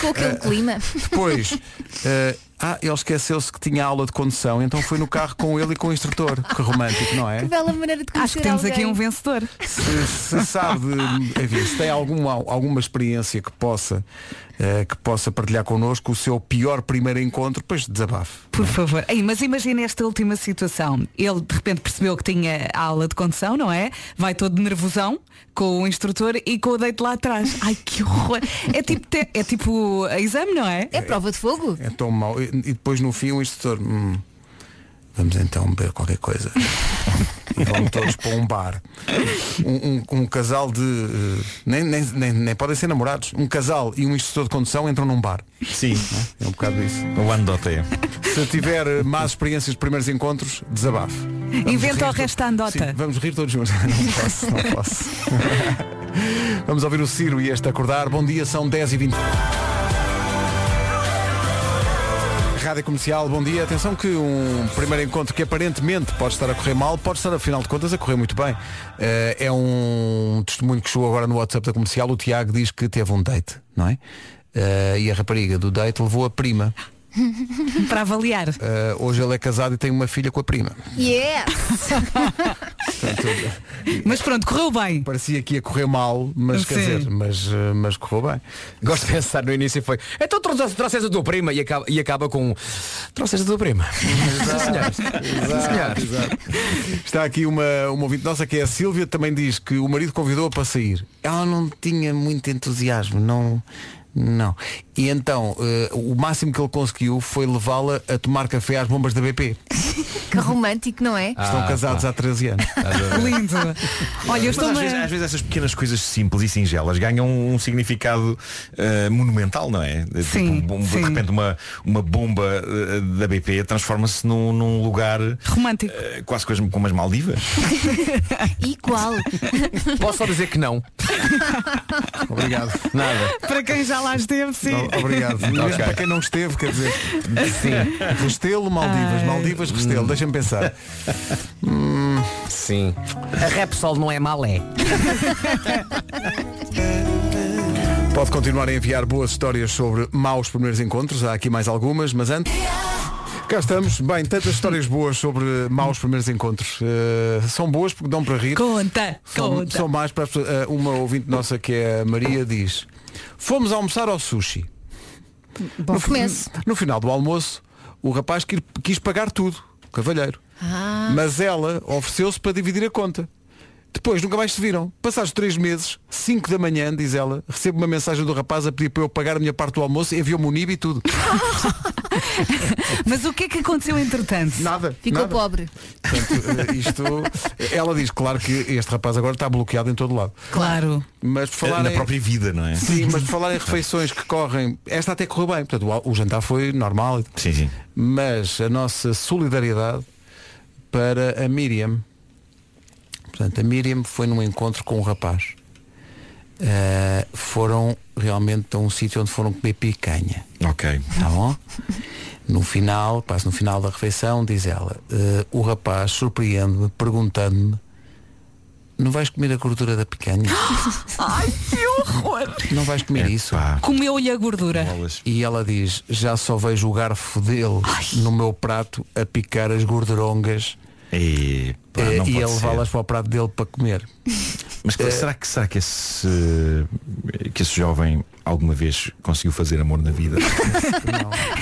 [SPEAKER 6] Com aquele clima.
[SPEAKER 1] Depois, eh, ah, ele esqueceu-se que tinha aula de condução, então foi no carro com ele e com o instrutor. Que romântico, não é?
[SPEAKER 6] Que bela maneira de conhecer
[SPEAKER 5] Acho que temos
[SPEAKER 6] alguém.
[SPEAKER 5] aqui um vencedor.
[SPEAKER 1] Se, se sabe, de- enfim, se tem algum, alguma experiência que possa, eh, que possa partilhar connosco o seu pior primeiro encontro, pois desabafe.
[SPEAKER 5] Por favor. Ei, mas imagina esta última situação. Ele de repente percebeu que tinha a aula de condução, não é? Vai todo nervosão com o instrutor e com o deito lá atrás. Ai que horror! É tipo, te- é tipo exame, não é?
[SPEAKER 6] É prova de fogo?
[SPEAKER 1] É tão mau. E, e depois no fim o instrutor. "Hum, vamos então beber qualquer coisa. e vão todos para um bar. Um, um- um casal de. eh, Nem, nem, nem, nem podem ser namorados. Um casal e um instrutor de condução entram num bar.
[SPEAKER 19] Sim.
[SPEAKER 1] É um bocado isso.
[SPEAKER 19] O ano é.
[SPEAKER 1] Se tiver eh, más experiências de primeiros encontros, desabafe. Vamos
[SPEAKER 5] Inventa o
[SPEAKER 1] rir
[SPEAKER 5] resto da
[SPEAKER 1] to- Sim,
[SPEAKER 5] andota.
[SPEAKER 1] vamos rir todos juntos. Não posso, não posso. vamos ouvir o Ciro e este acordar. Bom dia, são 10 e 20 Rádio Comercial, bom dia. Atenção que um primeiro encontro que aparentemente pode estar a correr mal, pode estar, afinal de contas, a correr muito bem. Eh, é um testemunho que chegou agora no WhatsApp da Comercial. O Tiago diz que teve um date, não é? Eh, e a rapariga do date levou a prima
[SPEAKER 5] Para avaliar.
[SPEAKER 1] Eh, hoje ele é casado e tem uma filha com a prima.
[SPEAKER 6] Yes!
[SPEAKER 5] mas pronto, correu bem.
[SPEAKER 1] Parecia que ia correr mal, mas quer
[SPEAKER 9] Sim.
[SPEAKER 1] dizer, mas, eh, mas correu bem.
[SPEAKER 9] Gosto de pensar no início e foi Então trouxe- trouxeste a tua prima e acaba, e acaba com Trouxeste a tua prima
[SPEAKER 1] Exato, exato. Está aqui uma, uma ouvinte nossa que é a Sílvia, também diz que o marido convidou-a para sair. Ela não tinha muito entusiasmo, não. Não. E então, eh, o máximo que ele conseguiu foi levá-la a tomar café às bombas da BP.
[SPEAKER 6] Que romântico, não é?
[SPEAKER 1] Estão casados há 13 anos.
[SPEAKER 5] Lindo. Olha,
[SPEAKER 19] Mas
[SPEAKER 5] eu estou
[SPEAKER 19] às, vezes, às vezes essas pequenas coisas simples e singelas ganham um significado uh, monumental, não é?
[SPEAKER 5] Sim,
[SPEAKER 19] um-
[SPEAKER 5] sim.
[SPEAKER 19] De repente uma, uma bomba uh, da BP transforma-se num, num lugar
[SPEAKER 5] romântico.
[SPEAKER 19] Eh, quase coisas como as Maldivas.
[SPEAKER 6] Igual.
[SPEAKER 9] Posso só dizer que não
[SPEAKER 1] Obrigado
[SPEAKER 9] Nada
[SPEAKER 5] Para quem já lá esteve, sim.
[SPEAKER 1] Não, Obrigado. Mesmo
[SPEAKER 9] Ok.
[SPEAKER 1] Para quem não esteve, quer dizer.
[SPEAKER 9] Sim.
[SPEAKER 1] Restelo, Maldivas,
[SPEAKER 9] Ai.
[SPEAKER 1] Maldivas, Restelo. Deixa-me pensar.
[SPEAKER 9] Sim A Repsol não é malé
[SPEAKER 1] Pode continuar a enviar boas histórias sobre maus primeiros encontros. Há aqui mais algumas, mas antes. Cá estamos. Bem, tantas histórias boas sobre maus primeiros encontros. Eh, são boas porque dão para rir.
[SPEAKER 5] Conta,
[SPEAKER 1] são,
[SPEAKER 5] conta.
[SPEAKER 1] São mais para as pessoas. Eh, uma ouvinte nossa que é a Maria diz: Fomos almoçar ao sushi.
[SPEAKER 6] Bom
[SPEAKER 1] no,
[SPEAKER 6] começo.
[SPEAKER 1] no final do almoço, o rapaz qui- quis pagar tudo, o cavalheiro.
[SPEAKER 6] Ah.
[SPEAKER 1] Mas ela ofereceu-se para dividir a conta. Depois nunca mais se viram. Passados três meses, 5 da manhã, diz ela, recebo uma mensagem do rapaz a pedir para eu pagar a minha parte do almoço, enviou-me o NIB e tudo.
[SPEAKER 5] Mas o que é que aconteceu entretanto?
[SPEAKER 1] Nada.
[SPEAKER 6] Ficou
[SPEAKER 1] nada.
[SPEAKER 6] pobre.
[SPEAKER 1] Portanto, eh, isto, ela diz, claro que este rapaz agora está bloqueado em todo lado.
[SPEAKER 5] Claro.
[SPEAKER 1] Mas por falar
[SPEAKER 19] Eh, Na
[SPEAKER 1] em-
[SPEAKER 19] própria vida, não é?
[SPEAKER 1] Sim, mas por falar em refeições que correm, esta até correu bem, portanto o al- o jantar foi normal.
[SPEAKER 19] Sim, sim.
[SPEAKER 1] Mas a nossa solidariedade para a Miriam. Portanto, a Miriam foi num encontro com um rapaz. Eh, foram realmente a um sítio onde foram comer picanha.
[SPEAKER 19] Ok.
[SPEAKER 1] Tá bom? No final, quase no final da refeição, diz ela, eh, o rapaz surpreende-me perguntando-me não vais comer a gordura da picanha?
[SPEAKER 5] Ai, que horror.
[SPEAKER 1] Não vais comer isso?
[SPEAKER 5] Comeu-lhe a gordura.
[SPEAKER 1] E ela diz, já só vejo o garfo dele no meu prato a picar as gordurongas
[SPEAKER 19] e,
[SPEAKER 1] eh,
[SPEAKER 19] não
[SPEAKER 1] e
[SPEAKER 19] pode
[SPEAKER 1] a levá-las
[SPEAKER 19] ser.
[SPEAKER 1] para o prato dele para comer.
[SPEAKER 19] Mas
[SPEAKER 1] Eh,
[SPEAKER 19] será que será que esse que esse jovem alguma vez conseguiu fazer amor na vida?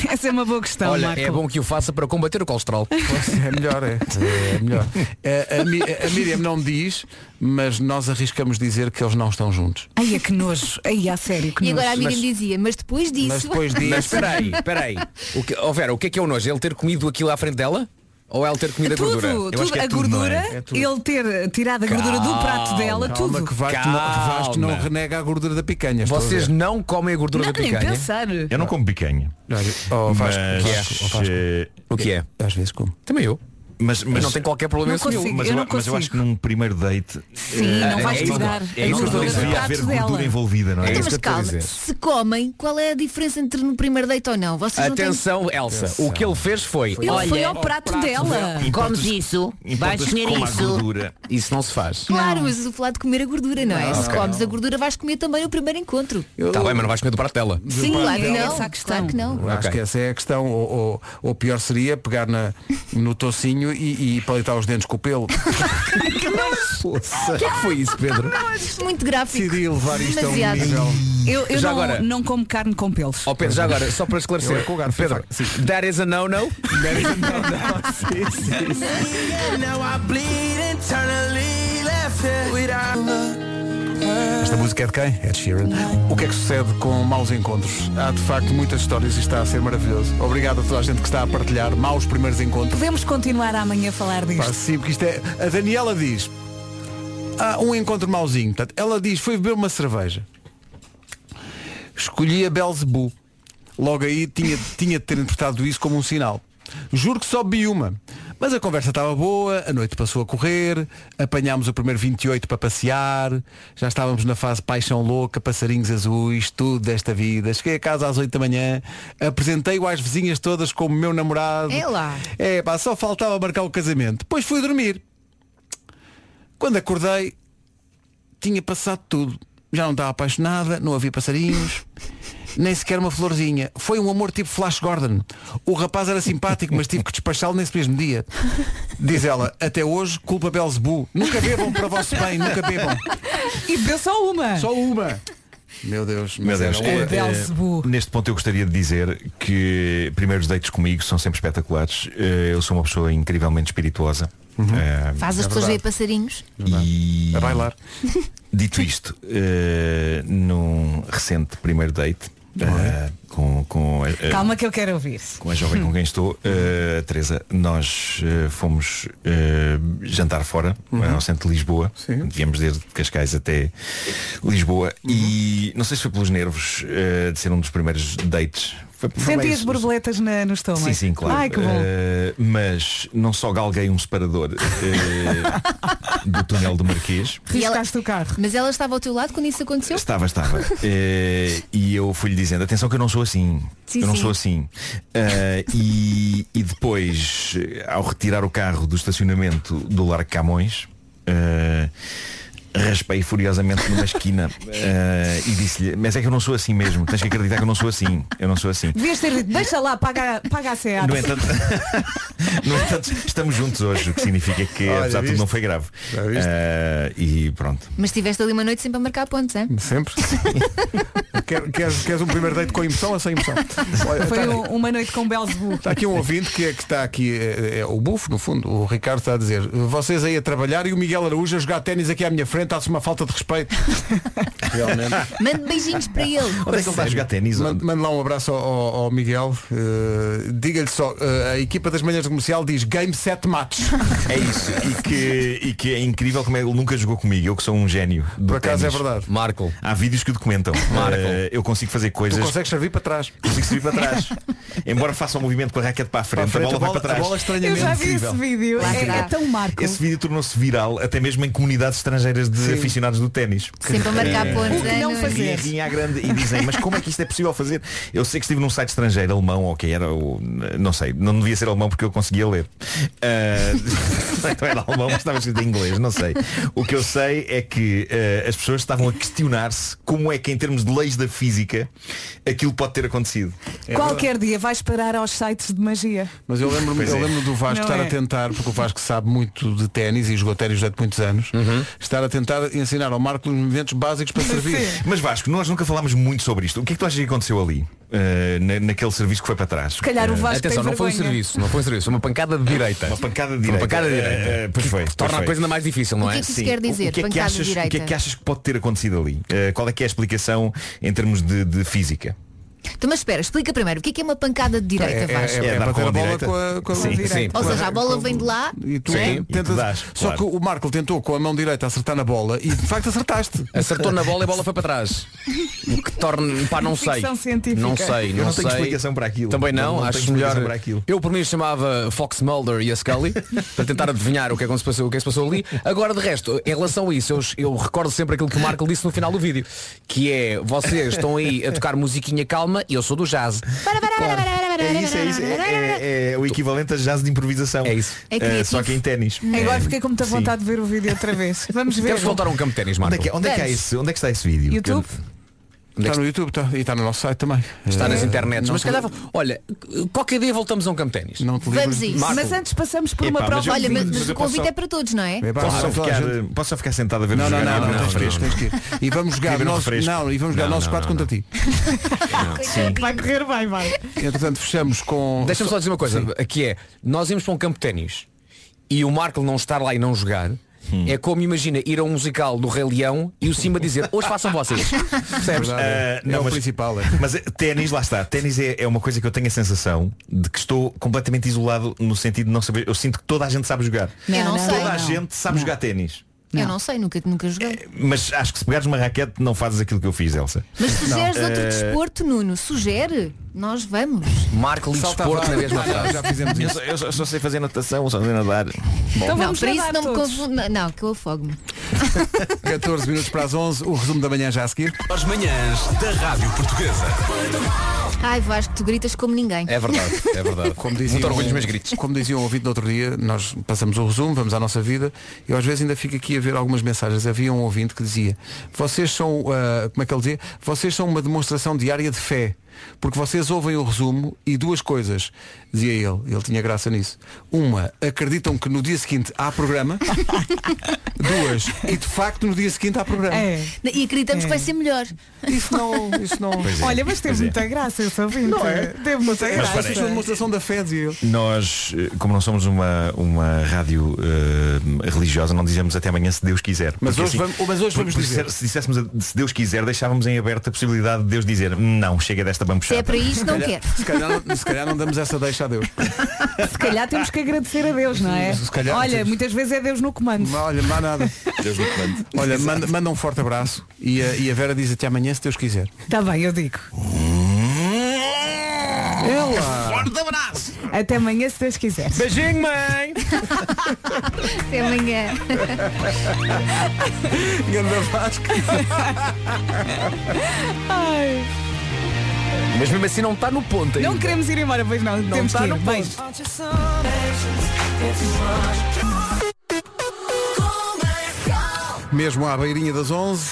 [SPEAKER 5] Essa é uma boa questão,
[SPEAKER 9] Olha,
[SPEAKER 5] Marco.
[SPEAKER 9] é bom que o faça para combater o colesterol
[SPEAKER 1] É melhor, é. É melhor. Eh, A, Mi- a Miriam não diz, mas nós arriscamos dizer que eles não estão juntos.
[SPEAKER 5] Ai, é que nojo. Ai, a sério, que
[SPEAKER 6] E
[SPEAKER 5] nojo.
[SPEAKER 6] agora a Miriam
[SPEAKER 9] Mas-
[SPEAKER 6] dizia, mas depois disso.
[SPEAKER 9] Mas espera aí, espera aí o que, oh Vera, o que é que é o nojo? Ele ter comido aquilo à frente dela? Ou ela ter comido a
[SPEAKER 5] Tudo,
[SPEAKER 9] é gordura?
[SPEAKER 5] tudo, a gordura, ele ter tirado a gordura do prato dela,
[SPEAKER 1] Calma
[SPEAKER 5] tudo.
[SPEAKER 1] que Vasco não, Vasco não
[SPEAKER 9] Calma.
[SPEAKER 1] renega a gordura da picanha. estou a
[SPEAKER 9] Vocês
[SPEAKER 1] ver.
[SPEAKER 9] não comem a gordura
[SPEAKER 5] Não,
[SPEAKER 9] da
[SPEAKER 5] nem
[SPEAKER 9] picanha?
[SPEAKER 5] pensar.
[SPEAKER 19] Eu não como picanha.
[SPEAKER 1] Oh, Vasco,
[SPEAKER 19] mas,
[SPEAKER 1] Vasco, oh, Vasco.
[SPEAKER 19] eh,
[SPEAKER 9] O que é?
[SPEAKER 1] Às vezes como.
[SPEAKER 9] Também eu.
[SPEAKER 19] Mas, mas
[SPEAKER 9] não tem qualquer problema
[SPEAKER 19] mas,
[SPEAKER 9] Não nenhum. consigo,
[SPEAKER 19] mas,
[SPEAKER 9] eu
[SPEAKER 19] eu,
[SPEAKER 9] não
[SPEAKER 19] mas eu acho
[SPEAKER 9] consigo.
[SPEAKER 19] que num primeiro date
[SPEAKER 9] Sim,
[SPEAKER 19] eh,
[SPEAKER 9] não vais
[SPEAKER 19] é isso-
[SPEAKER 9] jogar.
[SPEAKER 19] É isso que eu estou a
[SPEAKER 9] Não
[SPEAKER 19] dizer. Devia
[SPEAKER 9] jogar
[SPEAKER 19] haver
[SPEAKER 9] do prato
[SPEAKER 19] gordura
[SPEAKER 9] dela.
[SPEAKER 19] envolvida, não é?
[SPEAKER 9] É
[SPEAKER 6] Então,
[SPEAKER 9] isso
[SPEAKER 6] mas
[SPEAKER 9] que eu estou a
[SPEAKER 6] calma,
[SPEAKER 9] dizer.
[SPEAKER 6] se comem, qual é a diferença entre no primeiro date ou não? Vocês não têm-
[SPEAKER 9] Atenção, Elsa, o que ele fez foi.
[SPEAKER 6] Ele foi ao prato dela.
[SPEAKER 9] Comes
[SPEAKER 6] Importas-
[SPEAKER 9] isso, vais
[SPEAKER 6] importas que
[SPEAKER 9] comer
[SPEAKER 6] coma a
[SPEAKER 9] isso.
[SPEAKER 6] gordura.
[SPEAKER 9] Isso não se faz.
[SPEAKER 6] Claro, mas eu falar de comer a gordura, não, é?
[SPEAKER 9] Não,
[SPEAKER 6] Se
[SPEAKER 9] ok.
[SPEAKER 6] comes a gordura, vais comer também o primeiro encontro.
[SPEAKER 9] Está Tá bem, mas não vais comer do prato dela.
[SPEAKER 6] Sim, claro que
[SPEAKER 5] é
[SPEAKER 6] não.
[SPEAKER 5] essa a
[SPEAKER 6] Claro que não.
[SPEAKER 1] Acho
[SPEAKER 9] Ok.
[SPEAKER 1] que essa é a questão. Ou, ou- ou pior seria pegar na, no tocinho e, e palitar os dentes com o pelo.
[SPEAKER 6] que nojo.
[SPEAKER 1] O que é que foi isso, Pedro?
[SPEAKER 6] Muito gráfico.
[SPEAKER 1] Decidi levar isto a um
[SPEAKER 6] Demasiado.
[SPEAKER 1] nível.
[SPEAKER 5] Eu, eu
[SPEAKER 9] Já
[SPEAKER 5] não,
[SPEAKER 9] agora-
[SPEAKER 5] não como carne com pelos.
[SPEAKER 9] Ó Pedro, já agora, só para
[SPEAKER 1] é-
[SPEAKER 9] esclarecer, Pedro, that is a no-no.
[SPEAKER 1] Esta música é de quem? Ed Sheeran. O que é que sucede com maus encontros? Há de facto muitas histórias e está a ser maravilhoso. Obrigado a toda a gente que está a partilhar maus primeiros encontros.
[SPEAKER 5] Podemos continuar amanhã a falar disto.
[SPEAKER 1] Pá, sim, porque isto é. A Daniela diz. Há um encontro mauzinho. Portanto, ela diz, foi beber uma cerveja. Escolhi a Belzebu. Logo aí tinha, tinha de ter interpretado isso como um sinal. Juro que só bebi uma. Mas a conversa estava boa, a noite passou a correr, apanhámos o primeiro 28 para passear, já estávamos na fase paixão louca, passarinhos azuis, tudo desta vida. Cheguei a casa às 8 da manhã, apresentei-o às vizinhas todas como meu namorado.
[SPEAKER 6] É lá.
[SPEAKER 1] É pá, só faltava marcar o casamento. Depois fui dormir. Quando acordei, tinha passado tudo. Já não estava apaixonada, não havia passarinhos. nem sequer uma florzinha. Foi um amor tipo Flash Gordon. O rapaz era simpático, mas tive que despachá-lo nesse mesmo dia. Diz ela, até hoje, culpa Belzebu. Nunca bebam para vosso bem, nunca bebam.
[SPEAKER 5] E bebeu só uma.
[SPEAKER 1] Só uma. Meu Deus,
[SPEAKER 19] Meu Deus,
[SPEAKER 1] era um-
[SPEAKER 19] é, é, neste ponto eu gostaria de dizer que primeiros dates comigo são sempre espetaculares. Eh, Eu sou uma pessoa incrivelmente espirituosa. Eh,
[SPEAKER 6] Faz as
[SPEAKER 19] é
[SPEAKER 6] pessoas
[SPEAKER 19] verdade.
[SPEAKER 6] ver passarinhos.
[SPEAKER 19] E... A bailar. Dito isto, eh, num recente primeiro date eh, com, com, a- a-
[SPEAKER 5] Calma que eu quero ouvir.
[SPEAKER 19] com a jovem com quem estou, eh, a Teresa, nós eh, fomos eh, jantar fora, eh,
[SPEAKER 1] Uhum.
[SPEAKER 19] ao centro de Lisboa. Viemos desde Cascais até Lisboa. E não sei se foi pelos nervos eh, de ser um dos primeiros dates. Foi, foi
[SPEAKER 5] Senti
[SPEAKER 19] meio-
[SPEAKER 5] as borboletas na- no estômago.
[SPEAKER 19] Sim, sim, claro.
[SPEAKER 5] Ai, que bom.
[SPEAKER 19] Eh, mas não só galguei um separador eh, do túnel do Marquês.
[SPEAKER 6] E ela- Mas ela estava ao teu lado quando isso aconteceu?
[SPEAKER 19] Estava, estava. Eh, e eu fui-lhe dizendo, atenção que eu não sou assim.
[SPEAKER 6] Sim,
[SPEAKER 19] eu não
[SPEAKER 6] sim.
[SPEAKER 19] sou assim. Eh, e, e depois, eh, ao retirar o carro do estacionamento do Largo Camões, eh, raspei furiosamente numa esquina eh, e disse-lhe, mas é que eu não sou assim mesmo, tens que acreditar que eu não sou assim. Eu não sou assim.
[SPEAKER 5] Devias ter dito, deixa lá, paga, paga a SEAT.
[SPEAKER 19] No entanto, no entanto, estamos juntos hoje, o que significa que
[SPEAKER 1] Olha,
[SPEAKER 19] apesar de tudo
[SPEAKER 1] viste?
[SPEAKER 19] não foi grave. Eh, e pronto.
[SPEAKER 6] Mas estiveste ali uma noite sempre a marcar pontos, é?
[SPEAKER 1] Sempre. Quer- queres, queres um primeiro date com emoção ou sem emoção? Olha,
[SPEAKER 5] Foi
[SPEAKER 1] tá-
[SPEAKER 5] um- uma noite com Belzebu.
[SPEAKER 1] Está aqui um ouvinte que, é, que está aqui, é, é o bufo, no fundo, o Ricardo está a dizer, vocês aí a trabalhar e o Miguel Araújo a jogar ténis aqui à minha frente, há-se uma falta de respeito. Realmente.
[SPEAKER 6] Mande beijinhos para ele.
[SPEAKER 19] Onde é que ele está a jogar ténis?
[SPEAKER 1] Mande, mande lá um abraço ao, ao- ao Miguel. Eh, Diga-lhe só, eh, a equipa das manhãs do comercial diz game 7 match.
[SPEAKER 19] É isso. E que, e que é incrível como ele nunca jogou comigo. Eu que sou um gênio. Por
[SPEAKER 1] acaso é verdade.
[SPEAKER 19] Marco. Há vídeos que o documentam.
[SPEAKER 9] Marco.
[SPEAKER 19] Eh, eu consigo fazer coisas.
[SPEAKER 1] Tu consegues servir para trás.
[SPEAKER 19] Consigo servir para trás. Embora faça um movimento com a raquete para a frente,
[SPEAKER 1] Para a frente,
[SPEAKER 19] a bola vai para trás.
[SPEAKER 5] Eu já vi esse
[SPEAKER 19] Incrível.
[SPEAKER 5] vídeo.
[SPEAKER 19] Lá
[SPEAKER 5] É,
[SPEAKER 19] está.
[SPEAKER 5] é tão marco.
[SPEAKER 19] Esse vídeo tornou-se viral até mesmo em comunidades estrangeiras de aficionados do ténis.
[SPEAKER 5] Sempre a marcar
[SPEAKER 19] Eh,
[SPEAKER 5] pontos, O que é, não não é? fazer.
[SPEAKER 19] Riem, riem à grande e dizem, mas como é que isto é possível fazer? Eu sei que estive num site estrangeiro, alemão, ou que era, ou, não sei, não devia ser alemão porque eu conseguia ler. Eh, então era alemão, mas estava escrito em inglês, não sei. O que eu sei é que eh, as pessoas estavam a questionar-se como é que em termos de leis da física aquilo pode ter acontecido.
[SPEAKER 5] Qualquer dia vais parar aos sites de magia.
[SPEAKER 1] Mas eu lembro-me
[SPEAKER 19] Pois é.
[SPEAKER 1] eu lembro do Vasco
[SPEAKER 5] Não
[SPEAKER 1] estar
[SPEAKER 5] é.
[SPEAKER 1] a tentar, porque o Vasco sabe muito de ténis e jogou ténis durante muitos anos,
[SPEAKER 19] Uhum.
[SPEAKER 1] estar a tentar ensinar ao Marco os movimentos básicos para servir.
[SPEAKER 19] Mas Vasco, nós nunca falámos muito sobre isto. O que é que tu achas que aconteceu ali? Eh, na- naquele serviço que foi para trás? Se
[SPEAKER 5] calhar o Vasco
[SPEAKER 9] Atenção,
[SPEAKER 5] tem
[SPEAKER 9] não foi um
[SPEAKER 5] vergonha.
[SPEAKER 9] serviço, não foi um serviço, foi uma pancada de direita. Uma
[SPEAKER 19] pancada de
[SPEAKER 9] Uma
[SPEAKER 19] direita.
[SPEAKER 9] pancada de direita.
[SPEAKER 19] Eh, pois foi.
[SPEAKER 9] Torna a coisa ainda mais difícil, não é?
[SPEAKER 6] que é que isso Sim. quer dizer,
[SPEAKER 19] O que, é que
[SPEAKER 6] pancada
[SPEAKER 19] achas,
[SPEAKER 6] direita?
[SPEAKER 19] o que é que achas que pode ter acontecido ali? Eh, qual é que é a explicação em termos de, de física?
[SPEAKER 6] Então, mas espera, explica primeiro, o que é que é uma pancada de direita, Vasco?
[SPEAKER 1] é bater a bola com a- com a mão
[SPEAKER 19] sim,
[SPEAKER 1] direita.
[SPEAKER 19] sim.
[SPEAKER 6] Ou seja, a bola vem de lá.
[SPEAKER 1] E tu é,
[SPEAKER 19] Sim,
[SPEAKER 1] tentas-
[SPEAKER 19] e tu dás,
[SPEAKER 1] Só
[SPEAKER 19] claro.
[SPEAKER 1] que o Marco tentou com a mão direita acertar na bola e de facto acertaste.
[SPEAKER 9] Acertou na bola e a bola foi para trás. O que torna. Pá, não sei.
[SPEAKER 5] Ficção científica.
[SPEAKER 9] Não sei,
[SPEAKER 19] Eu
[SPEAKER 9] não,
[SPEAKER 19] não tenho
[SPEAKER 9] sei.
[SPEAKER 19] explicação para aquilo.
[SPEAKER 9] Também não,
[SPEAKER 19] Não- não
[SPEAKER 9] acho
[SPEAKER 19] tenho
[SPEAKER 9] melhor.
[SPEAKER 19] explicação para aquilo.
[SPEAKER 9] Eu por mim chamava Fox Mulder e a Scully para tentar adivinhar o que é que se passou, o que é que se passou ali. Agora de resto, em relação a isso, eu, eu recordo sempre aquilo que o Marco disse no final do vídeo, que é vocês estão aí a tocar musiquinha calma e eu sou do jazz.
[SPEAKER 19] É isso, é isso. É, é- é o equivalente a jazz de improvisação. É isso.
[SPEAKER 5] É criativo.
[SPEAKER 19] só que em ténis.
[SPEAKER 5] É.
[SPEAKER 19] Eh,
[SPEAKER 5] Agora fiquei com muita vontade de ver o vídeo outra vez. Vamos ver.
[SPEAKER 9] um campo de ténis,
[SPEAKER 19] Onde é que, onde é que há
[SPEAKER 5] Vamos.
[SPEAKER 19] esse, onde é que está esse vídeo?
[SPEAKER 5] YouTube?
[SPEAKER 1] Está no YouTube está, e está no nosso site também.
[SPEAKER 9] Está
[SPEAKER 19] é
[SPEAKER 9] nas
[SPEAKER 1] Eh,
[SPEAKER 9] internets,
[SPEAKER 1] não
[SPEAKER 9] mas se
[SPEAKER 1] te-
[SPEAKER 9] calhar, olha, qualquer dia voltamos a um campo de ténis.
[SPEAKER 1] Não te
[SPEAKER 6] Vamos a isso.
[SPEAKER 9] Marco.
[SPEAKER 5] Mas antes passamos por uma
[SPEAKER 9] Epá, mas
[SPEAKER 5] prova.
[SPEAKER 9] eu-
[SPEAKER 6] Olha, mas, mas
[SPEAKER 9] Mas
[SPEAKER 6] o
[SPEAKER 9] eu
[SPEAKER 6] convite
[SPEAKER 9] posso-
[SPEAKER 6] é para todos, não é?
[SPEAKER 1] É pá,
[SPEAKER 19] Posso só
[SPEAKER 1] não, toda a
[SPEAKER 19] ficar,
[SPEAKER 1] gente-
[SPEAKER 19] posso só ficar sentado a ver
[SPEAKER 1] Não,
[SPEAKER 19] os
[SPEAKER 1] não,
[SPEAKER 19] jogar?
[SPEAKER 1] não, não, tens que ir, tens que ir. E vamos jogar
[SPEAKER 19] Beber um
[SPEAKER 1] nós,
[SPEAKER 19] refresco.
[SPEAKER 1] não, e vamos jogar
[SPEAKER 19] Não,
[SPEAKER 1] nós
[SPEAKER 19] não,
[SPEAKER 1] quatro
[SPEAKER 19] não,
[SPEAKER 1] contra ti.
[SPEAKER 5] Vai correr bem, vai.
[SPEAKER 1] Entretanto, fechamos com.
[SPEAKER 9] Deixa-me só dizer uma coisa,
[SPEAKER 1] Sim.
[SPEAKER 9] aqui é, nós íamos para um campo de ténis e o Marco não estar lá e não jogar. É como imagina ir a um musical do Rei Leão e o Simba dizer hoje façam vocês. Percebes?
[SPEAKER 19] Ah, não, mas,
[SPEAKER 1] é, principal.
[SPEAKER 19] Mas eh, ténis, lá está. Ténis é, é uma coisa que eu tenho a sensação de que estou completamente isolado no sentido de não saber. Eu sinto que toda a gente sabe jogar.
[SPEAKER 6] Eu não sei.
[SPEAKER 19] toda a gente sabe jogar ténis.
[SPEAKER 6] Eu não sei, nunca, nunca
[SPEAKER 19] É.
[SPEAKER 6] joguei.
[SPEAKER 19] Mas acho que se pegares uma raquete não fazes aquilo que eu fiz, Elsa.
[SPEAKER 6] Mas sugeres outro
[SPEAKER 19] Eh,
[SPEAKER 6] desporto, Nuno? Sugere? Nós vamos.
[SPEAKER 9] Marco
[SPEAKER 19] Lides
[SPEAKER 9] Salta
[SPEAKER 19] Porto
[SPEAKER 9] a vara. Já-
[SPEAKER 6] já fizemos
[SPEAKER 19] Eu
[SPEAKER 6] isso.
[SPEAKER 19] só- Eu, só, eu só sei fazer natação, só sei nadar. Bom.
[SPEAKER 6] Então não,
[SPEAKER 5] vamos
[SPEAKER 6] para isso
[SPEAKER 5] nadar
[SPEAKER 6] não me
[SPEAKER 5] todos.
[SPEAKER 6] confundo. Não, Não, que eu afogo-me.
[SPEAKER 1] 14 minutos para as 11, o resumo da manhã já a seguir.
[SPEAKER 8] As manhãs da Rádio Portuguesa.
[SPEAKER 6] Ai, Vasco, tu gritas como ninguém.
[SPEAKER 1] é verdade. Como dizia
[SPEAKER 9] Muito
[SPEAKER 1] um-
[SPEAKER 9] orgulho dos meus gritos.
[SPEAKER 1] Como dizia um ouvinte no outro dia, nós passamos o resumo, vamos à nossa vida, eu às vezes ainda fico aqui a ver algumas mensagens. Havia um ouvinte que dizia, vocês são, ah, como é que ele dizia? Vocês são uma demonstração diária de fé. Porque vocês ouvem o resumo e duas coisas, dizia ele, ele tinha graça nisso. Uma, acreditam que no dia seguinte há programa. duas, e de facto no dia seguinte há programa.
[SPEAKER 5] É.
[SPEAKER 6] E acreditamos que vai ser melhor.
[SPEAKER 1] Isso não, isso não.
[SPEAKER 19] Pois é, Olha, mas teve pois é. muita
[SPEAKER 5] graça essa ouvinte.
[SPEAKER 1] Não é?
[SPEAKER 5] Teve muita
[SPEAKER 19] Mas graça.
[SPEAKER 1] Isso é uma demonstração da fé, dizia ele.
[SPEAKER 19] Nós, eh, como não somos uma, uma rádio eh, religiosa, não dizemos até amanhã se Deus quiser.
[SPEAKER 1] Mas
[SPEAKER 19] Porque assim,
[SPEAKER 1] hoje vamos- mas hoje
[SPEAKER 19] por-
[SPEAKER 1] vamos
[SPEAKER 19] por
[SPEAKER 1] dizer.
[SPEAKER 19] dizer- Se disséssemos a- se Deus quiser, deixávamos em aberto a possibilidade de Deus dizer não, chega desta bambuchada.
[SPEAKER 6] Se é para isto, não
[SPEAKER 1] Se calhar-
[SPEAKER 6] quero.
[SPEAKER 1] Se calhar, não- se calhar não damos essa deixa a Deus.
[SPEAKER 5] Se calhar temos que agradecer a Deus, não é?
[SPEAKER 1] Se calhar
[SPEAKER 5] Olha,
[SPEAKER 1] temos.
[SPEAKER 5] muitas vezes é Deus no comando.
[SPEAKER 1] Olha, não há nada. Olha, manda, manda um forte abraço e a, e a Vera diz até amanhã se Deus quiser.
[SPEAKER 5] Está Tá bem, eu digo.
[SPEAKER 1] Ela!
[SPEAKER 5] Forte abraço! Até amanhã, se Deus quiser.
[SPEAKER 9] Beijinho, mãe!
[SPEAKER 6] Até amanhã.
[SPEAKER 1] Ganda Vasco.
[SPEAKER 5] Ai.
[SPEAKER 9] Mas mesmo assim não está no ponto ainda.
[SPEAKER 5] Não queremos ir embora, pois não. tá Temos
[SPEAKER 9] está
[SPEAKER 5] que ir.
[SPEAKER 9] no
[SPEAKER 5] Beijo.
[SPEAKER 1] Mesmo à beirinha das 11,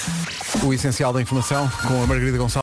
[SPEAKER 1] o essencial da informação com a Margarida Gonçalves.